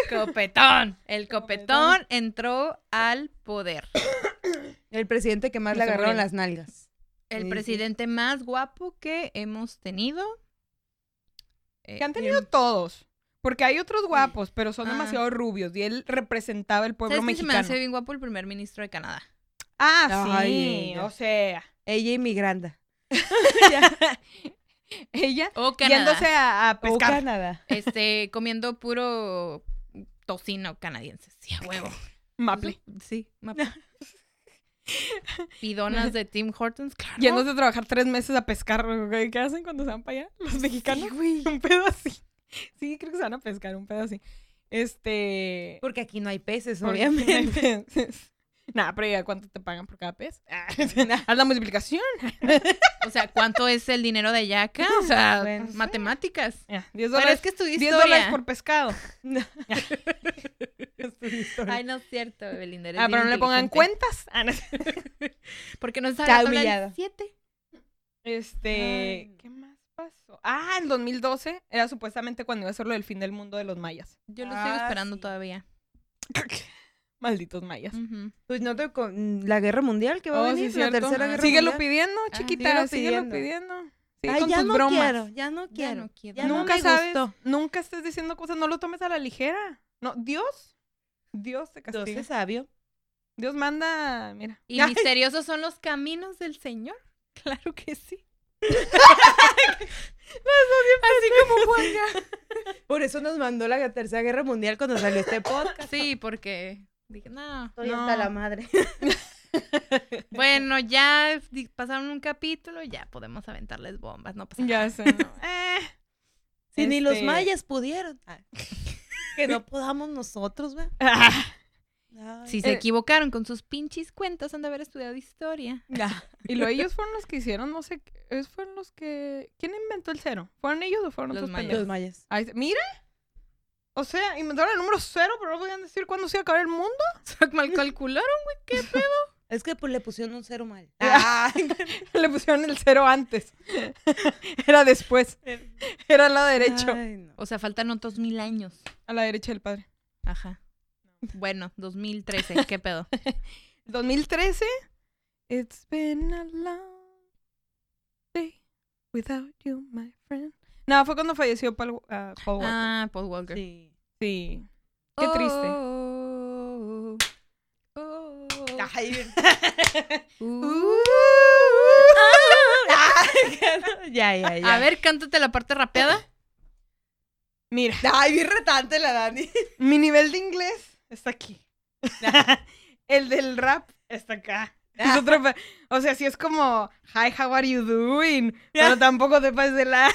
Speaker 3: Copetón. El copetón entró al poder.
Speaker 1: El presidente que más le
Speaker 4: No se
Speaker 1: agarraron
Speaker 4: puede.
Speaker 1: las nalgas. Sí,
Speaker 3: El
Speaker 1: sí.
Speaker 3: presidente más guapo que hemos tenido. Eh, em,
Speaker 4: Que han tenido todos. Porque hay otros guapos, pero son
Speaker 3: Ah.
Speaker 4: demasiado rubios. Y él representaba el pueblo
Speaker 3: ¿Sabes que se me
Speaker 4: mexicano.
Speaker 3: hace bien guapo el primer ministro de Canadá?
Speaker 4: Ah,
Speaker 1: Ay,
Speaker 4: sí.
Speaker 1: ya.
Speaker 4: o sea,
Speaker 1: Ella y mi granda.
Speaker 4: ella
Speaker 3: O Canadá.
Speaker 4: yéndose a, a
Speaker 1: O
Speaker 4: pescar.
Speaker 1: Canadá.
Speaker 3: Este, comiendo puro tocino canadiense. Sí, a huevo.
Speaker 4: Maple.
Speaker 3: Sí, mapa. *laughs* Pidonas de Tim Hortons, claro.
Speaker 4: Yéndose a trabajar tres meses a pescar. güey, ¿Qué hacen cuando se van para allá? Los mexicanos. *laughs* Un pedo así. Sí, creo que se van a pescar un pedo así. Este.
Speaker 1: Porque aquí no hay peces,
Speaker 4: porque
Speaker 1: obviamente.
Speaker 4: no hay peces. *laughs* Nah, pero ya, ¿cuánto te pagan por cada pez? Ah, *laughs* Haz la multiplicación.
Speaker 3: O sea, ¿cuánto es el dinero de allá acá? O *laughs* sea,
Speaker 1: Bueno, sí.
Speaker 3: matemáticas.
Speaker 4: Ah, 10
Speaker 3: Pero
Speaker 4: dólares.
Speaker 3: es que estudié
Speaker 4: 10 dólares
Speaker 3: historia.
Speaker 4: por
Speaker 3: *laughs*
Speaker 4: pescado. *laughs*
Speaker 3: Ay, no es cierto, Belinda. eres
Speaker 4: Ah,
Speaker 3: bien
Speaker 4: pero no le pongan
Speaker 3: inteligente.
Speaker 4: cuentas.
Speaker 1: *laughs*
Speaker 4: Ah, no.
Speaker 3: Porque no
Speaker 1: Está
Speaker 3: está hablando
Speaker 1: humillada.
Speaker 3: 7.
Speaker 4: Este, ¿qué más pasó? Ah, el 2012 era supuestamente cuando iba a ser lo del fin del mundo de los mayas.
Speaker 3: Yo lo
Speaker 1: Ah,
Speaker 3: sigo esperando
Speaker 1: sí.
Speaker 3: todavía.
Speaker 4: *laughs* Malditos mayas.
Speaker 3: Ujú.
Speaker 1: Pues no te con- la guerra mundial que va
Speaker 4: Oh,
Speaker 1: a
Speaker 4: sí,
Speaker 1: venir, la
Speaker 4: cierto.
Speaker 1: tercera guerra
Speaker 4: Síguelo
Speaker 1: mundial.
Speaker 4: pidiendo,
Speaker 3: Ah,
Speaker 1: síguelo
Speaker 4: chiquita, síguelo
Speaker 1: pidiendo.
Speaker 4: pidiendo. Sí,
Speaker 1: Ay,
Speaker 4: con
Speaker 1: ya
Speaker 4: tus
Speaker 1: no
Speaker 4: bromas.
Speaker 1: quiero, ya no
Speaker 3: Ya
Speaker 1: quiero.
Speaker 3: no quiero.
Speaker 1: ya no
Speaker 4: Nunca
Speaker 1: me
Speaker 4: sabes,
Speaker 1: gustó.
Speaker 4: nunca estés diciendo cosas, no lo tomes a la ligera. No, Dios, Dios te castiga.
Speaker 1: Entonces, sabio.
Speaker 4: Dios manda, mira.
Speaker 3: ¿Y misteriosos son los caminos del Señor? *laughs* Claro que sí.
Speaker 1: Por eso nos mandó la tercera guerra mundial cuando salió este podcast.
Speaker 3: Sí, porque dije, *laughs*
Speaker 1: *laughs*
Speaker 3: no.
Speaker 1: Estoy
Speaker 4: No.
Speaker 1: hasta la *laughs* madre.
Speaker 3: Bueno, ya di- pasaron un capítulo, ya podemos aventarles bombas, no pasa nada.
Speaker 4: *laughs* Ya sé.
Speaker 1: *laughs*
Speaker 4: ¿no? Eh,
Speaker 1: Si ni los
Speaker 4: este,
Speaker 1: mayas pudieron. Ah, *laughs* Que no podamos nosotros, ¿verdad? Ay.
Speaker 3: Si se
Speaker 4: Eh.
Speaker 3: equivocaron con sus pinches cuentas, han de haber estudiado historia. *laughs*
Speaker 4: Y luego ellos fueron los que hicieron, no sé, qué- ellos fueron los que... ¿Quién inventó el cero? ¿Fueron ellos o fueron
Speaker 3: Los
Speaker 4: tus
Speaker 3: mayas.
Speaker 4: pendejos?
Speaker 1: Los mayas.
Speaker 4: Ahí está. Mira. O sea, inventaron el número cero, pero no podían decir cuándo se iba a acabar el mundo. *laughs*
Speaker 3: *laughs* Mal calcularon.
Speaker 1: Es que pues le pusieron un cero *laughs* mal.
Speaker 4: Le pusieron el cero antes. *laughs* Era después. Era al lado derecho.
Speaker 1: Ay, no.
Speaker 3: O sea, faltan otros mil años.
Speaker 4: A la derecha del padre.
Speaker 3: Ajá. Bueno, 2013, ¿qué pedo?
Speaker 4: 2013. It's been a long day without you, my friend. No, fue cuando falleció Paul, ah, Paul Walker.
Speaker 3: Ah, *laughs* Paul Walker.
Speaker 1: Sí.
Speaker 4: Sí. Qué triste.
Speaker 3: Oh, oh, oh, oh,
Speaker 1: Ay, bien.
Speaker 3: uh.
Speaker 1: Uh. *laughs* Ay, *laughs* ya, ya, ya.
Speaker 3: A ver, cántate la parte rapeada.
Speaker 4: Mira,
Speaker 1: Ay, bien retante la Dani.
Speaker 4: mi nivel de inglés está aquí. el del rap está acá. Es otro pa- o sea, sí es como, hi, how are you doing? Pero tampoco te pases de la...
Speaker 3: *laughs*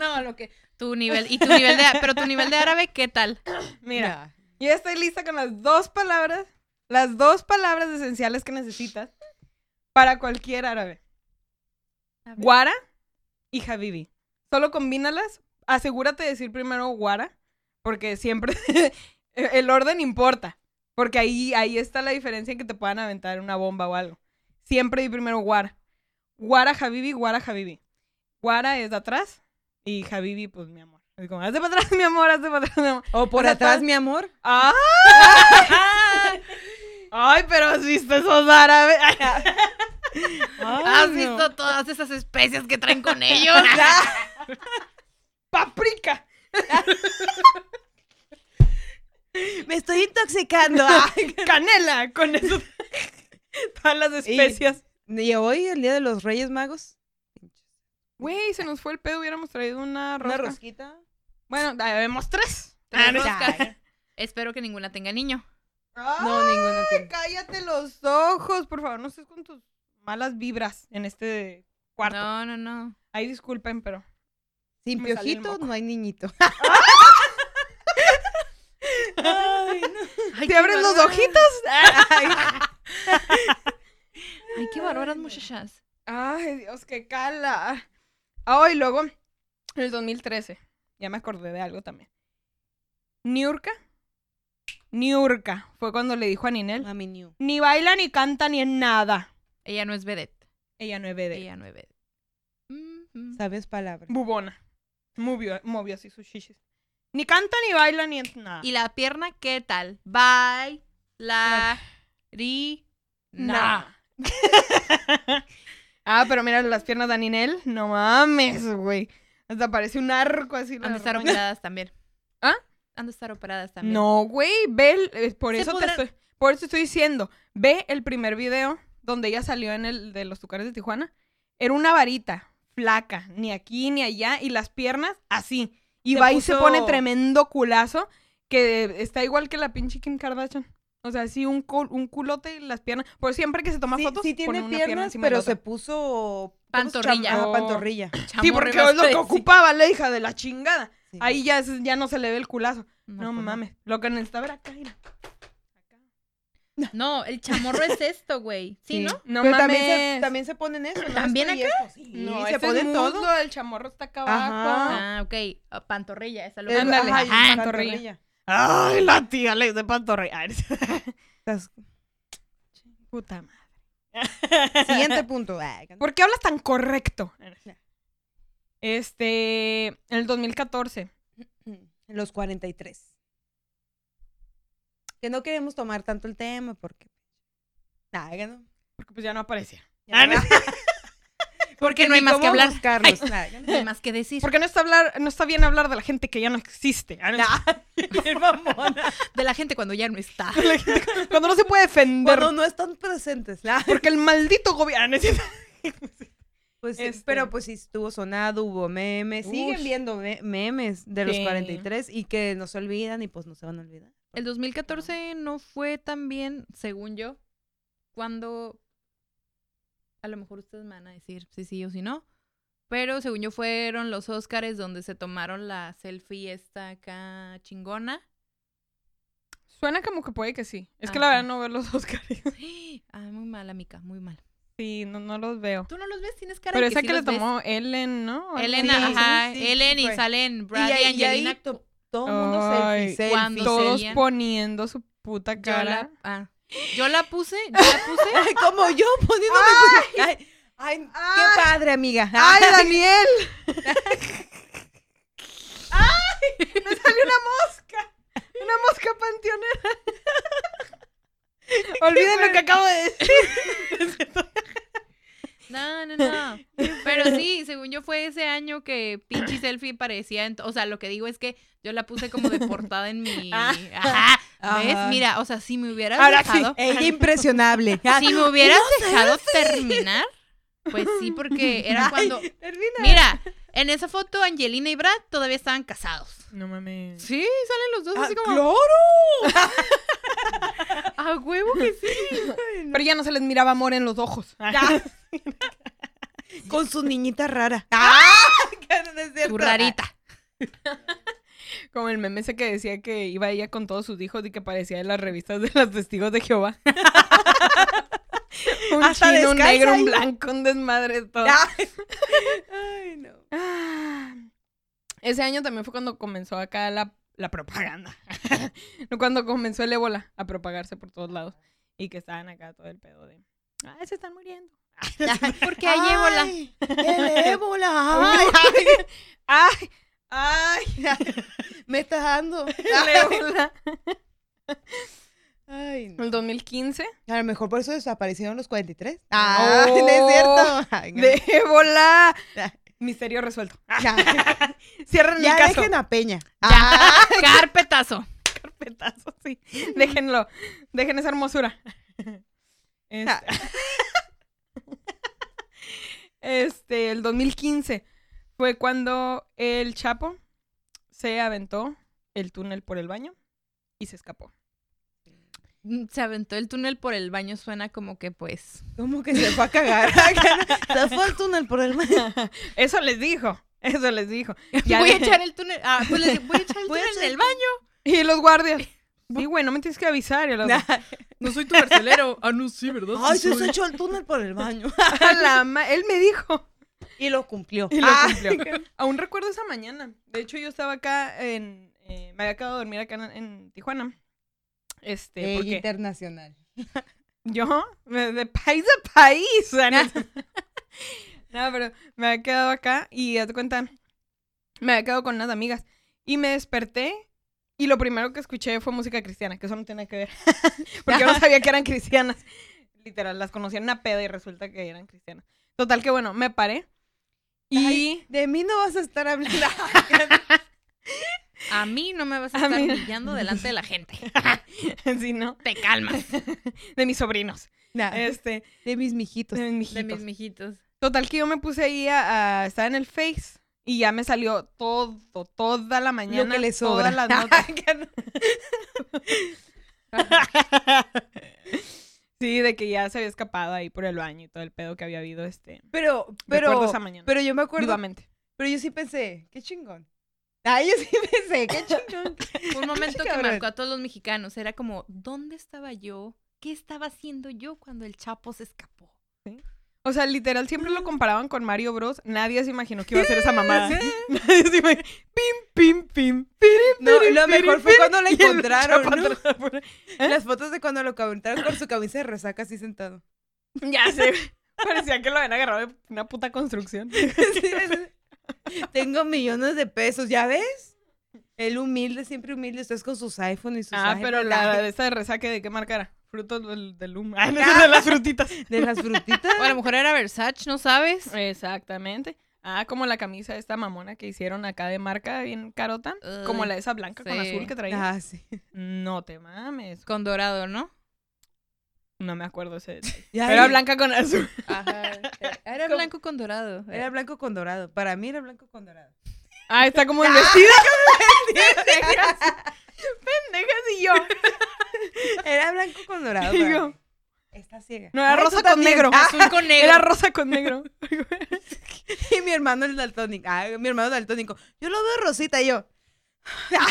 Speaker 3: No, lo que. Tu nivel. Y tu nivel de. Pero tu nivel de árabe, ¿qué tal?
Speaker 4: Mira,
Speaker 1: *laughs*
Speaker 4: yo estoy lista con las dos palabras, las dos palabras esenciales que necesitas para cualquier árabe.
Speaker 3: A ver.
Speaker 4: Guara y Habibi. Solo combínalas. Asegúrate de decir primero guara, porque siempre *laughs* el orden importa. Porque ahí, ahí está la diferencia en que te puedan aventar una bomba o algo. Siempre di primero guara. Guara Habibi, guara Habibi. Guara es de atrás y Habibi, pues mi amor. Es como, hazte para atrás, mi amor, hazte para atrás, mi amor.
Speaker 1: O por
Speaker 4: O sea,
Speaker 1: atrás,
Speaker 4: todo-
Speaker 1: mi amor.
Speaker 4: ¡Ah! *laughs* *laughs* Ay, pero has visto esos árabes.
Speaker 3: ¿Has visto todas esas especias que traen *laughs* con ellos?
Speaker 4: ¡Paprika!
Speaker 1: Me estoy *laughs* intoxicando.
Speaker 4: *laughs* ¡Canela! Con eso. *laughs* Todas las especias.
Speaker 1: Y hoy, el día de los Reyes Magos,
Speaker 4: Güey, se nos fue el pedo. Hubiéramos traído una rosca. Ah,
Speaker 1: una rosquita.
Speaker 4: Bueno, ya vemos tres.
Speaker 3: Tres roscas. Espero que ninguna tenga niño.
Speaker 4: No, ninguna. Cállate los ojos, por favor. No estés con tus malas vibras en este cuarto.
Speaker 3: No, no, no.
Speaker 4: Ahí disculpen, pero.
Speaker 1: Sin
Speaker 4: Me sale el
Speaker 1: piojito
Speaker 4: moco.
Speaker 1: no hay niñito. *laughs*
Speaker 3: Ay,
Speaker 4: ¿Te
Speaker 3: qué
Speaker 4: abren los
Speaker 3: bárbaras.
Speaker 4: ojitos?
Speaker 3: Ay, qué bárbaras, muchachas.
Speaker 4: Ay, Dios, qué cala. Ah, y luego, en el 2013. Ya me acordé de algo también. Niurka. Niurka. Fue cuando le dijo a Ninel.
Speaker 1: *laughs* Mami new.
Speaker 4: Ni baila, ni canta, ni en nada.
Speaker 3: Ella no es vedette.
Speaker 4: Ella no es BD.
Speaker 3: Ella no es vedette. Mm, mm.
Speaker 1: Sabes palabras.
Speaker 4: Bubona. Movió, movió así sus chichis. Ni canta, ni baila, ni en nada.
Speaker 3: ¿Y la pierna qué tal? Bye. La. Ri.
Speaker 4: Nah. *laughs* ah, pero mira las piernas de Aninel. No mames, güey. Hasta parece un arco así. la
Speaker 3: Han de estar
Speaker 4: roña.
Speaker 3: operadas también.
Speaker 4: ¿Ah?
Speaker 3: Han de estar operadas también.
Speaker 4: No, güey. Ve, el- eh, por
Speaker 1: Se
Speaker 4: eso
Speaker 1: podrá-
Speaker 4: te estoy, por eso estoy diciendo. Ve el primer video donde ella salió en el de los Tucanes de Tijuana. Era una varita, flaca, ni aquí ni allá, y las piernas así. Y
Speaker 1: Se
Speaker 4: va y se pone
Speaker 1: puso-
Speaker 4: tremendo culazo que está igual que la pinche Kim Kardashian. O sea, así un, cul- un culote y las piernas. Por siempre que se toma
Speaker 1: Sí,
Speaker 4: fotos,
Speaker 1: sí
Speaker 4: pone
Speaker 1: tiene
Speaker 4: una pierna
Speaker 1: piernas,
Speaker 4: encima de la
Speaker 1: pero
Speaker 4: otra.
Speaker 1: se puso... ¿cómo se
Speaker 3: Pantorrilla.
Speaker 1: llama?
Speaker 4: Oh.
Speaker 1: Ah, pantorrilla.
Speaker 4: *laughs* Sí,
Speaker 3: Chamorro
Speaker 4: porque
Speaker 3: y
Speaker 4: es lo que
Speaker 3: bastante.
Speaker 4: ocupaba la hija de la chingada.
Speaker 1: Sí.
Speaker 4: Ahí ya, es- ya no se le ve el culazo. No,
Speaker 3: pues
Speaker 4: mames. Lo que necesitaba era acá, mira.
Speaker 3: No, el chamorro es esto, güey. ¿Sí, no?
Speaker 4: No
Speaker 1: Pero
Speaker 4: mames.
Speaker 1: también se, también se ponen eso, ¿no?
Speaker 3: ¿También
Speaker 1: Esto y esto. Sí,
Speaker 4: No,
Speaker 1: se
Speaker 4: este
Speaker 1: ponen
Speaker 4: es
Speaker 1: todo.
Speaker 4: muslo, el chamorro está acá abajo.
Speaker 1: Ajá.
Speaker 3: Ah, ok. Ah, Pantorrilla, esa es lo Ah,
Speaker 1: Eh,
Speaker 3: que-
Speaker 4: Ándale.
Speaker 1: ajá,
Speaker 3: Ajá,
Speaker 1: y
Speaker 4: pantorrilla. Ay, la tía le de pantorrilla.
Speaker 1: Estás-
Speaker 4: *laughs* Puta madre.
Speaker 1: Siguiente punto. Ay,
Speaker 4: ¿Por qué hablas tan correcto? Este, en el 2014.
Speaker 1: Mm, Los 43. Que no queremos tomar tanto el tema porque... Ay, que no.
Speaker 4: Porque pues ya no aparecía.
Speaker 1: Ya
Speaker 4: Ah,
Speaker 1: no.
Speaker 4: no.
Speaker 3: Porque no hay más que hablar.
Speaker 1: Carlos. Ay, que no.
Speaker 4: *laughs*
Speaker 3: *laughs* No hay más que decir.
Speaker 4: Porque no está, hablar, no está bien hablar de la gente que ya no existe. Ah, no.
Speaker 3: *laughs*
Speaker 4: *laughs*
Speaker 3: De la gente cuando ya no está.
Speaker 4: Cuando no se puede defender.
Speaker 1: Cuando no están presentes. *laughs* la-
Speaker 4: Porque el maldito gobierno. ah,
Speaker 1: Pues sí,
Speaker 4: Este.
Speaker 1: pero pues sí estuvo sonado, hubo memes, siguen
Speaker 4: Ush.
Speaker 1: viendo me- memes de los
Speaker 4: Sí.
Speaker 1: 43 y que no se olvidan y pues no se van a olvidar.
Speaker 3: El 2014 no fue tan bien, según yo, cuando... A lo mejor ustedes me van a decir si sí o si no. Pero según yo fueron los Óscares donde se tomaron la selfie esta acá
Speaker 1: *laughs*
Speaker 3: chingona. *gasps*
Speaker 4: Suena como que puede que sí. Es que
Speaker 3: Ajá.
Speaker 4: la verdad no veo los Oscars.
Speaker 3: Ay, Ah, muy mal, amica, muy mal.
Speaker 4: *laughs* Sí, no, no los veo.
Speaker 3: Tú no los ves, tienes cara
Speaker 4: Pero
Speaker 3: de que
Speaker 4: esa
Speaker 3: sí
Speaker 4: que le
Speaker 3: los ves.
Speaker 4: tomó Ellen, ¿no?
Speaker 3: Elena,
Speaker 1: Sí,
Speaker 3: ajá,
Speaker 1: sí, sí,
Speaker 3: Ellen y
Speaker 1: fue.
Speaker 3: salen
Speaker 1: Pues, Y
Speaker 3: Brad y,
Speaker 1: ahí- y ahí
Speaker 3: Angelina.
Speaker 1: to- todo el mundo
Speaker 4: Ay,
Speaker 1: selfie, selfie.
Speaker 3: cuando se-
Speaker 4: Todos
Speaker 3: Celia.
Speaker 4: poniendo su puta
Speaker 3: yo, la,
Speaker 4: cara.
Speaker 3: ah, yo la puse, yo la puse.
Speaker 1: Ay, como yo poniéndome. Ay, ay, qué padre, amiga.
Speaker 4: ¡Ay, Daniel! ¡Ay! ¡Me salió una mosca! ¡Una mosca
Speaker 3: *laughs*
Speaker 4: panteonera! Olviden lo que acabo de decir.
Speaker 3: No, no, *laughs* no. Pero sí, según yo fue ese año que pinche selfie parecía. en to- O sea, lo que digo es que yo la puse como de portada en *laughs* mi. Ah, Ajá. ¿Ves?
Speaker 1: Ajá.
Speaker 3: Mira, o sea, si me hubieras
Speaker 1: Ahora sí,
Speaker 3: *laughs* dejado.
Speaker 1: ella impresionable. Ah,
Speaker 3: Si me hubieras dejado terminar, pues sí, porque era cuando.
Speaker 1: Termina.
Speaker 3: Mira, en esa foto Angelina y Brad todavía estaban casados.
Speaker 4: No mames.
Speaker 3: Sí, salen los dos
Speaker 1: Ah,
Speaker 3: así como.
Speaker 1: ¡Claro!
Speaker 3: A huevo que sí. *laughs*
Speaker 4: Pero ya no se les miraba amor en los ojos.
Speaker 1: Con su niñita rara. *laughs*
Speaker 3: Tú rarita.
Speaker 4: Como el meme ese que decía que iba ella con todos sus hijos y que parecía de las revistas de los testigos de
Speaker 1: *laughs*
Speaker 4: Jehová. un
Speaker 1: Hasta
Speaker 4: chino, un
Speaker 1: descalza
Speaker 4: negro, un
Speaker 1: iba.
Speaker 4: blanco, un desmadre, todo.
Speaker 1: Ay, ay, no.
Speaker 4: Ah. Ese año también fue cuando comenzó acá la, la propaganda. *laughs* No, cuando comenzó el ébola a propagarse por todos lados. Y que estaban acá todo el pedo de... Ah, se están muriendo.
Speaker 3: *laughs* Porque hay ébola.
Speaker 1: Ay, El ébola.
Speaker 4: *laughs*
Speaker 1: Ay,
Speaker 4: ¡Ay! ¡Ay!
Speaker 1: *laughs* me estás dando.
Speaker 4: El ébola.
Speaker 1: Ay, Ay, no.
Speaker 4: el 2015
Speaker 1: A lo mejor por eso desaparecieron los 43. Ah, *laughs* no es cierto. Ay, no.
Speaker 4: de ébola.
Speaker 1: Ya.
Speaker 4: Misterio resuelto.
Speaker 1: *laughs* Ya,
Speaker 4: Cierren el
Speaker 1: ya
Speaker 4: caso.
Speaker 1: dejen a Peña. Ah,
Speaker 3: Carpetazo.
Speaker 4: Petazo, sí. Déjenlo. Dejen esa hermosura. Este, Este, el 2015 fue cuando el Chapo se aventó el túnel por el baño y se escapó.
Speaker 3: Se aventó el túnel por el baño, suena como que pues.
Speaker 1: como que se fue a cagar. *laughs* se fue al túnel por el mar.
Speaker 4: Eso les dijo. Eso les dijo. Ya
Speaker 3: voy a
Speaker 4: le-
Speaker 3: echar el túnel. Ah, pues le- *laughs* voy a echar el
Speaker 1: Voy a echar
Speaker 3: túnel en
Speaker 1: el
Speaker 3: el baño.
Speaker 4: *laughs* Y los guardias. Sí, güey, no me tienes que avisar.
Speaker 3: *laughs*
Speaker 4: Y los- *laughs*
Speaker 3: No soy tu carcelero. Ah, no, sí, ¿verdad?
Speaker 1: Ay, se se echó el túnel por el baño.
Speaker 4: A la ma- Él me dijo.
Speaker 1: *laughs* Y lo cumplió.
Speaker 4: Y lo
Speaker 1: Ah, *laughs*
Speaker 4: cumplió. Aún recuerdo esa mañana. De hecho, yo estaba acá en. eh, me había acabado de dormir acá en, en Tijuana. Este,
Speaker 1: eh,
Speaker 4: porque
Speaker 1: internacional.
Speaker 4: yo, me- de país a país. *laughs* o sea, no,
Speaker 1: *laughs*
Speaker 4: No, pero me había quedado acá y date cuenta, me había quedado con unas amigas. Y me desperté y lo primero que escuché fue música cristiana, que eso no tiene que ver. *laughs* porque yo no sabía que eran cristianas. Literal, las conocí en una peda y resulta que eran cristianas. Total que bueno, me paré. Y.
Speaker 1: Ay, de mí no vas a estar hablando. *laughs*
Speaker 3: A mí no me vas a,
Speaker 4: A
Speaker 3: estar
Speaker 4: mí-
Speaker 3: humillando delante de la *laughs* gente.
Speaker 4: *laughs* sí, ¿no?
Speaker 3: Te calmas.
Speaker 4: De mis sobrinos.
Speaker 1: Nah,
Speaker 4: Este,
Speaker 1: de mis mijitos.
Speaker 4: de mis
Speaker 3: De mis
Speaker 4: hijitos.
Speaker 3: mijitos. *laughs*
Speaker 4: Total que yo me puse ahí a, a estar en el Face y ya me salió todo, toda la mañana.
Speaker 1: Lo que le sobra.
Speaker 4: Todas las *laughs* notas. sí, de que ya se había escapado ahí por el baño y todo el pedo que había habido, este,
Speaker 1: Pero,
Speaker 4: Recuerdo
Speaker 1: pero,
Speaker 4: esa mañana.
Speaker 1: pero yo me acuerdo.
Speaker 4: vivamente.
Speaker 1: Pero yo sí pensé, qué chingón. Ah, yo sí *laughs* pensé, qué chingón.
Speaker 3: Fue un momento que
Speaker 1: Cabrón.
Speaker 3: marcó a todos los mexicanos. Era como, ¿dónde estaba yo? ¿Qué estaba haciendo yo cuando el Chapo se escapó?
Speaker 4: O sea, literal, siempre lo comparaban con Mario Bros. Nadie se imaginó que iba a ser esa mamada. *laughs* Nadie se imaginó. Pim, pim, pim, pim.
Speaker 1: No, lo mejor fue cuando lo
Speaker 4: Y el
Speaker 1: encontraron,
Speaker 4: chapa
Speaker 1: ¿no?
Speaker 4: atrás por-
Speaker 1: *laughs* Las fotos de cuando lo encontraron con su camisa de resaca así sentado. *laughs*
Speaker 4: *laughs* Ya sé. Parecía que lo habían agarrado de una puta construcción.
Speaker 1: Sí, sí. Tengo millones de pesos, ¿ya ves? El humilde, siempre humilde, ustedes con sus iPhone y sus
Speaker 4: Ah, pero
Speaker 1: iPad,
Speaker 4: la
Speaker 1: ay,
Speaker 4: de esa de resaque, ¿de qué marca era? Frutos del, del humo. Ah, no, esa es de las frutitas.
Speaker 1: de las frutitas.
Speaker 3: O a lo mejor era Versace, ¿no sabes?
Speaker 4: *laughs* Exactamente. Ah, como la camisa esta mamona que hicieron acá de marca, bien carota. como
Speaker 3: Ay,
Speaker 4: la de esa blanca con
Speaker 3: sí.
Speaker 4: azul que traía.
Speaker 1: Ah, sí.
Speaker 4: No te mames.
Speaker 3: Con dorado, ¿no?
Speaker 4: No me acuerdo ese. detalle.
Speaker 1: Ya,
Speaker 4: Era
Speaker 1: y-
Speaker 4: blanca con azul.
Speaker 1: Ajá, Era
Speaker 3: Era
Speaker 1: blanco.
Speaker 3: blanco con dorado. *laughs*
Speaker 1: Era blanco con dorado. Para mí era blanco con dorado.
Speaker 4: *laughs* Ah, está como el vestido. *laughs* Pendejas. Pendejas y yo.
Speaker 1: Era blanco con
Speaker 4: *laughs*
Speaker 1: dorado.
Speaker 4: Y
Speaker 1: para
Speaker 4: yo-
Speaker 1: mí. Está ciega.
Speaker 4: No, era
Speaker 1: Ay, tú
Speaker 4: rosa con
Speaker 1: también. *laughs*
Speaker 4: negro.
Speaker 1: Ah,
Speaker 3: Azul con negro.
Speaker 4: Era rosa con negro.
Speaker 1: Y mi hermano el daltónico. Ah, mi hermano daltónico. Yo lo veo rosita y yo. *laughs*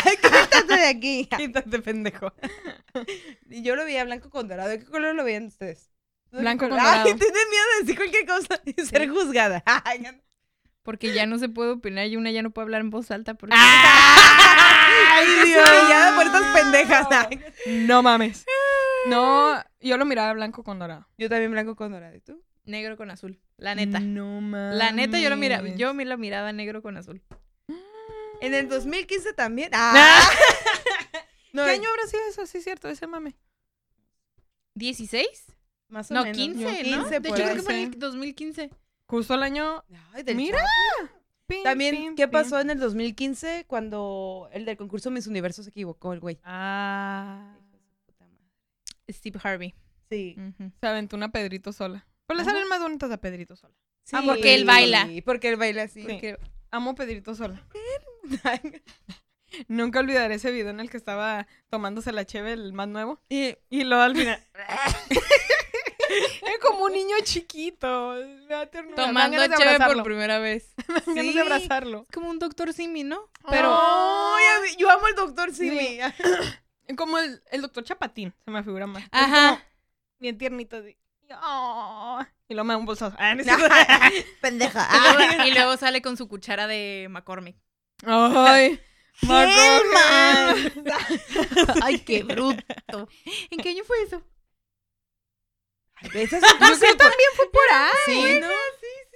Speaker 1: Ay, quítate de aquí.
Speaker 4: *laughs* Quítate, pendejo.
Speaker 1: Y yo lo veía blanco con dorado. ¿De qué color lo veían ustedes? ¿De qué
Speaker 4: Blanco
Speaker 1: color?
Speaker 4: con dorado.
Speaker 1: Ay, tienes miedo de decir cualquier cosa y ser juzgada. *laughs* Ay, ya no.
Speaker 3: Porque ya no se puede opinar y una ya no puede hablar en voz alta. Porque...
Speaker 1: *laughs* Ay, Dios, ya por estas pendejas. Ay.
Speaker 4: No mames. No,
Speaker 3: Ah.
Speaker 4: yo lo miraba blanco con dorado.
Speaker 1: Yo también blanco con dorado. ¿Y tú?
Speaker 3: Negro con azul. La neta.
Speaker 4: No mames.
Speaker 3: La neta, yo lo miraba. Yo me lo miraba negro con azul.
Speaker 1: En el 2015 también. Ah. No,
Speaker 4: ¿Qué año habrá sido eso? Sí, cierto, ese mame.
Speaker 3: ¿16?
Speaker 1: Más o
Speaker 3: No,
Speaker 1: menos. pues.
Speaker 3: 15, ¿no?
Speaker 1: 15
Speaker 3: De
Speaker 1: por
Speaker 3: hecho, creo
Speaker 1: ahí.
Speaker 3: que fue en
Speaker 4: Sí.
Speaker 3: el 2015.
Speaker 4: Justo el año.
Speaker 1: Ay, del
Speaker 4: Mira.
Speaker 1: chavo.
Speaker 4: Pin,
Speaker 1: También,
Speaker 4: pin,
Speaker 1: ¿qué
Speaker 4: pin.
Speaker 1: pasó en el 2015 cuando el del concurso Miss Universo se equivocó, el güey?
Speaker 4: Ah.
Speaker 3: Steve Harvey.
Speaker 1: Sí.
Speaker 3: Ujú.
Speaker 4: Se aventó una Pedrito sola. Pues le
Speaker 1: Ajá.
Speaker 4: salen más bonitas a Pedrito sola.
Speaker 1: sí.
Speaker 3: Ah, porque él baila.
Speaker 1: Porque él baila así.
Speaker 4: Sí. Amo Pedrito sola. *laughs* Nunca olvidaré ese video en el que estaba tomándose la cheve, el más nuevo. Y, y luego al
Speaker 3: *laughs*
Speaker 4: final. es como un niño chiquito. Me da ternura. Me dan
Speaker 3: Tomando
Speaker 4: ganas de
Speaker 3: cheve por
Speaker 4: abrazarlo.
Speaker 3: primera vez. Es
Speaker 4: Me dan ganas
Speaker 1: Sí.
Speaker 4: de abrazarlo.
Speaker 3: como un doctor Simi, ¿no?
Speaker 1: Pero.
Speaker 4: Pero.
Speaker 1: Ay, a mí- ¡Oh! yo amo al doctor Simi.
Speaker 4: Sí. Como el, el doctor Chapatín, se me figura más.
Speaker 3: Ajá.
Speaker 4: Bien tiernito.
Speaker 1: *laughs*
Speaker 4: así. Oh. Y luego me da un bolsazo. Ah, no es cierto.
Speaker 1: *laughs* Pendeja. Ah,
Speaker 3: Y luego- Y luego sale con su cuchara de McCormick.
Speaker 4: Ay,
Speaker 1: man.
Speaker 4: Marco.
Speaker 3: Ay, *laughs* qué bruto. ¿En qué año fue eso?
Speaker 1: Esa es otra
Speaker 4: Yo creo que también fue por ahí.
Speaker 1: Sí, ¿no?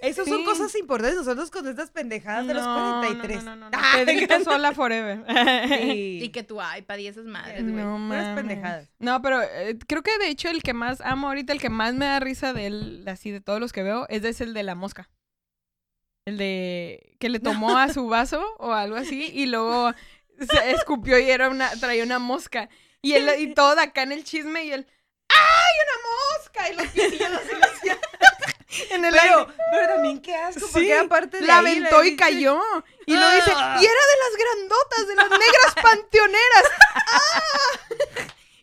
Speaker 1: Esas
Speaker 4: Sí.
Speaker 1: son cosas importantes. Nosotros con estas pendejadas de los
Speaker 4: Ah, No,
Speaker 1: 43.
Speaker 4: No, *laughs* no, no, no.
Speaker 1: Ah, *laughs*
Speaker 4: Pedrito sola forever. *laughs*
Speaker 1: sí.
Speaker 3: Y que tu iPad y esas madres, güey.
Speaker 4: No
Speaker 1: Puras
Speaker 4: mames.
Speaker 1: pendejadas.
Speaker 4: No, pero eh, creo que de hecho el que más amo ahorita, el que más me da risa de él, así de todos los que veo, es, de- es el de la mosca. El de que le tomó a su vaso o algo así y luego se escupió y era una, traía una mosca. Y él y todo acá en el chisme y él ¡Ay, una mosca! Y los pitillos así le hacían en el aire.
Speaker 1: Pero, pero también qué asco,
Speaker 4: Sí,
Speaker 1: porque aparte de
Speaker 4: La
Speaker 1: ahí,
Speaker 4: aventó y
Speaker 1: dice-
Speaker 4: cayó. Y luego dice,
Speaker 1: Ah. *laughs*
Speaker 4: y era de las grandotas, de las negras panteoneras.
Speaker 3: *laughs*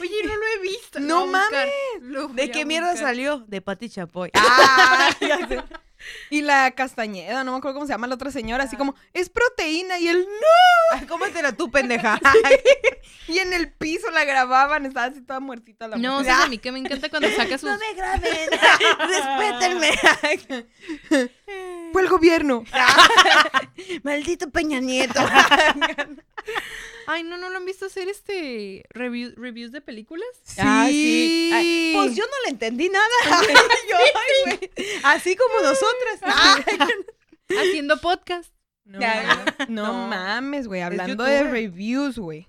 Speaker 3: Oye, no lo he visto.
Speaker 4: No
Speaker 3: mames.
Speaker 1: ¿De qué mierda salió? De Pati
Speaker 4: *laughs*
Speaker 1: Chapoy. Ah,
Speaker 4: Y la castañeda, no me acuerdo cómo se llama la otra señora, así como, es proteína y él
Speaker 1: Ah, cómetela tú, *laughs* pendeja.
Speaker 4: no. Y en el piso la grababan, estaba así toda muertita la
Speaker 3: No,
Speaker 4: mujer.
Speaker 3: ¿sabes a mí que me encanta cuando saca sus...
Speaker 1: me graben.
Speaker 4: *laughs*
Speaker 1: Respétenme. *laughs*
Speaker 4: Ah, Fue el gobierno.
Speaker 1: Ah, Maldito Peña
Speaker 4: *laughs*
Speaker 1: Nieto.
Speaker 3: Ay, no, no lo han visto hacer este... review- ¿Reviews de películas?
Speaker 1: Ah, sí. Ay, pues yo no le entendí nada.
Speaker 4: *laughs*
Speaker 1: *laughs* Yo, ay, güey. Así como
Speaker 4: *laughs*
Speaker 1: nosotras. *laughs*
Speaker 3: Haciendo podcast.
Speaker 4: Ah. No,
Speaker 1: Ya,
Speaker 4: mames. no
Speaker 1: no.
Speaker 4: mames, güey. Hablando de
Speaker 1: youtuber.
Speaker 4: reviews, güey.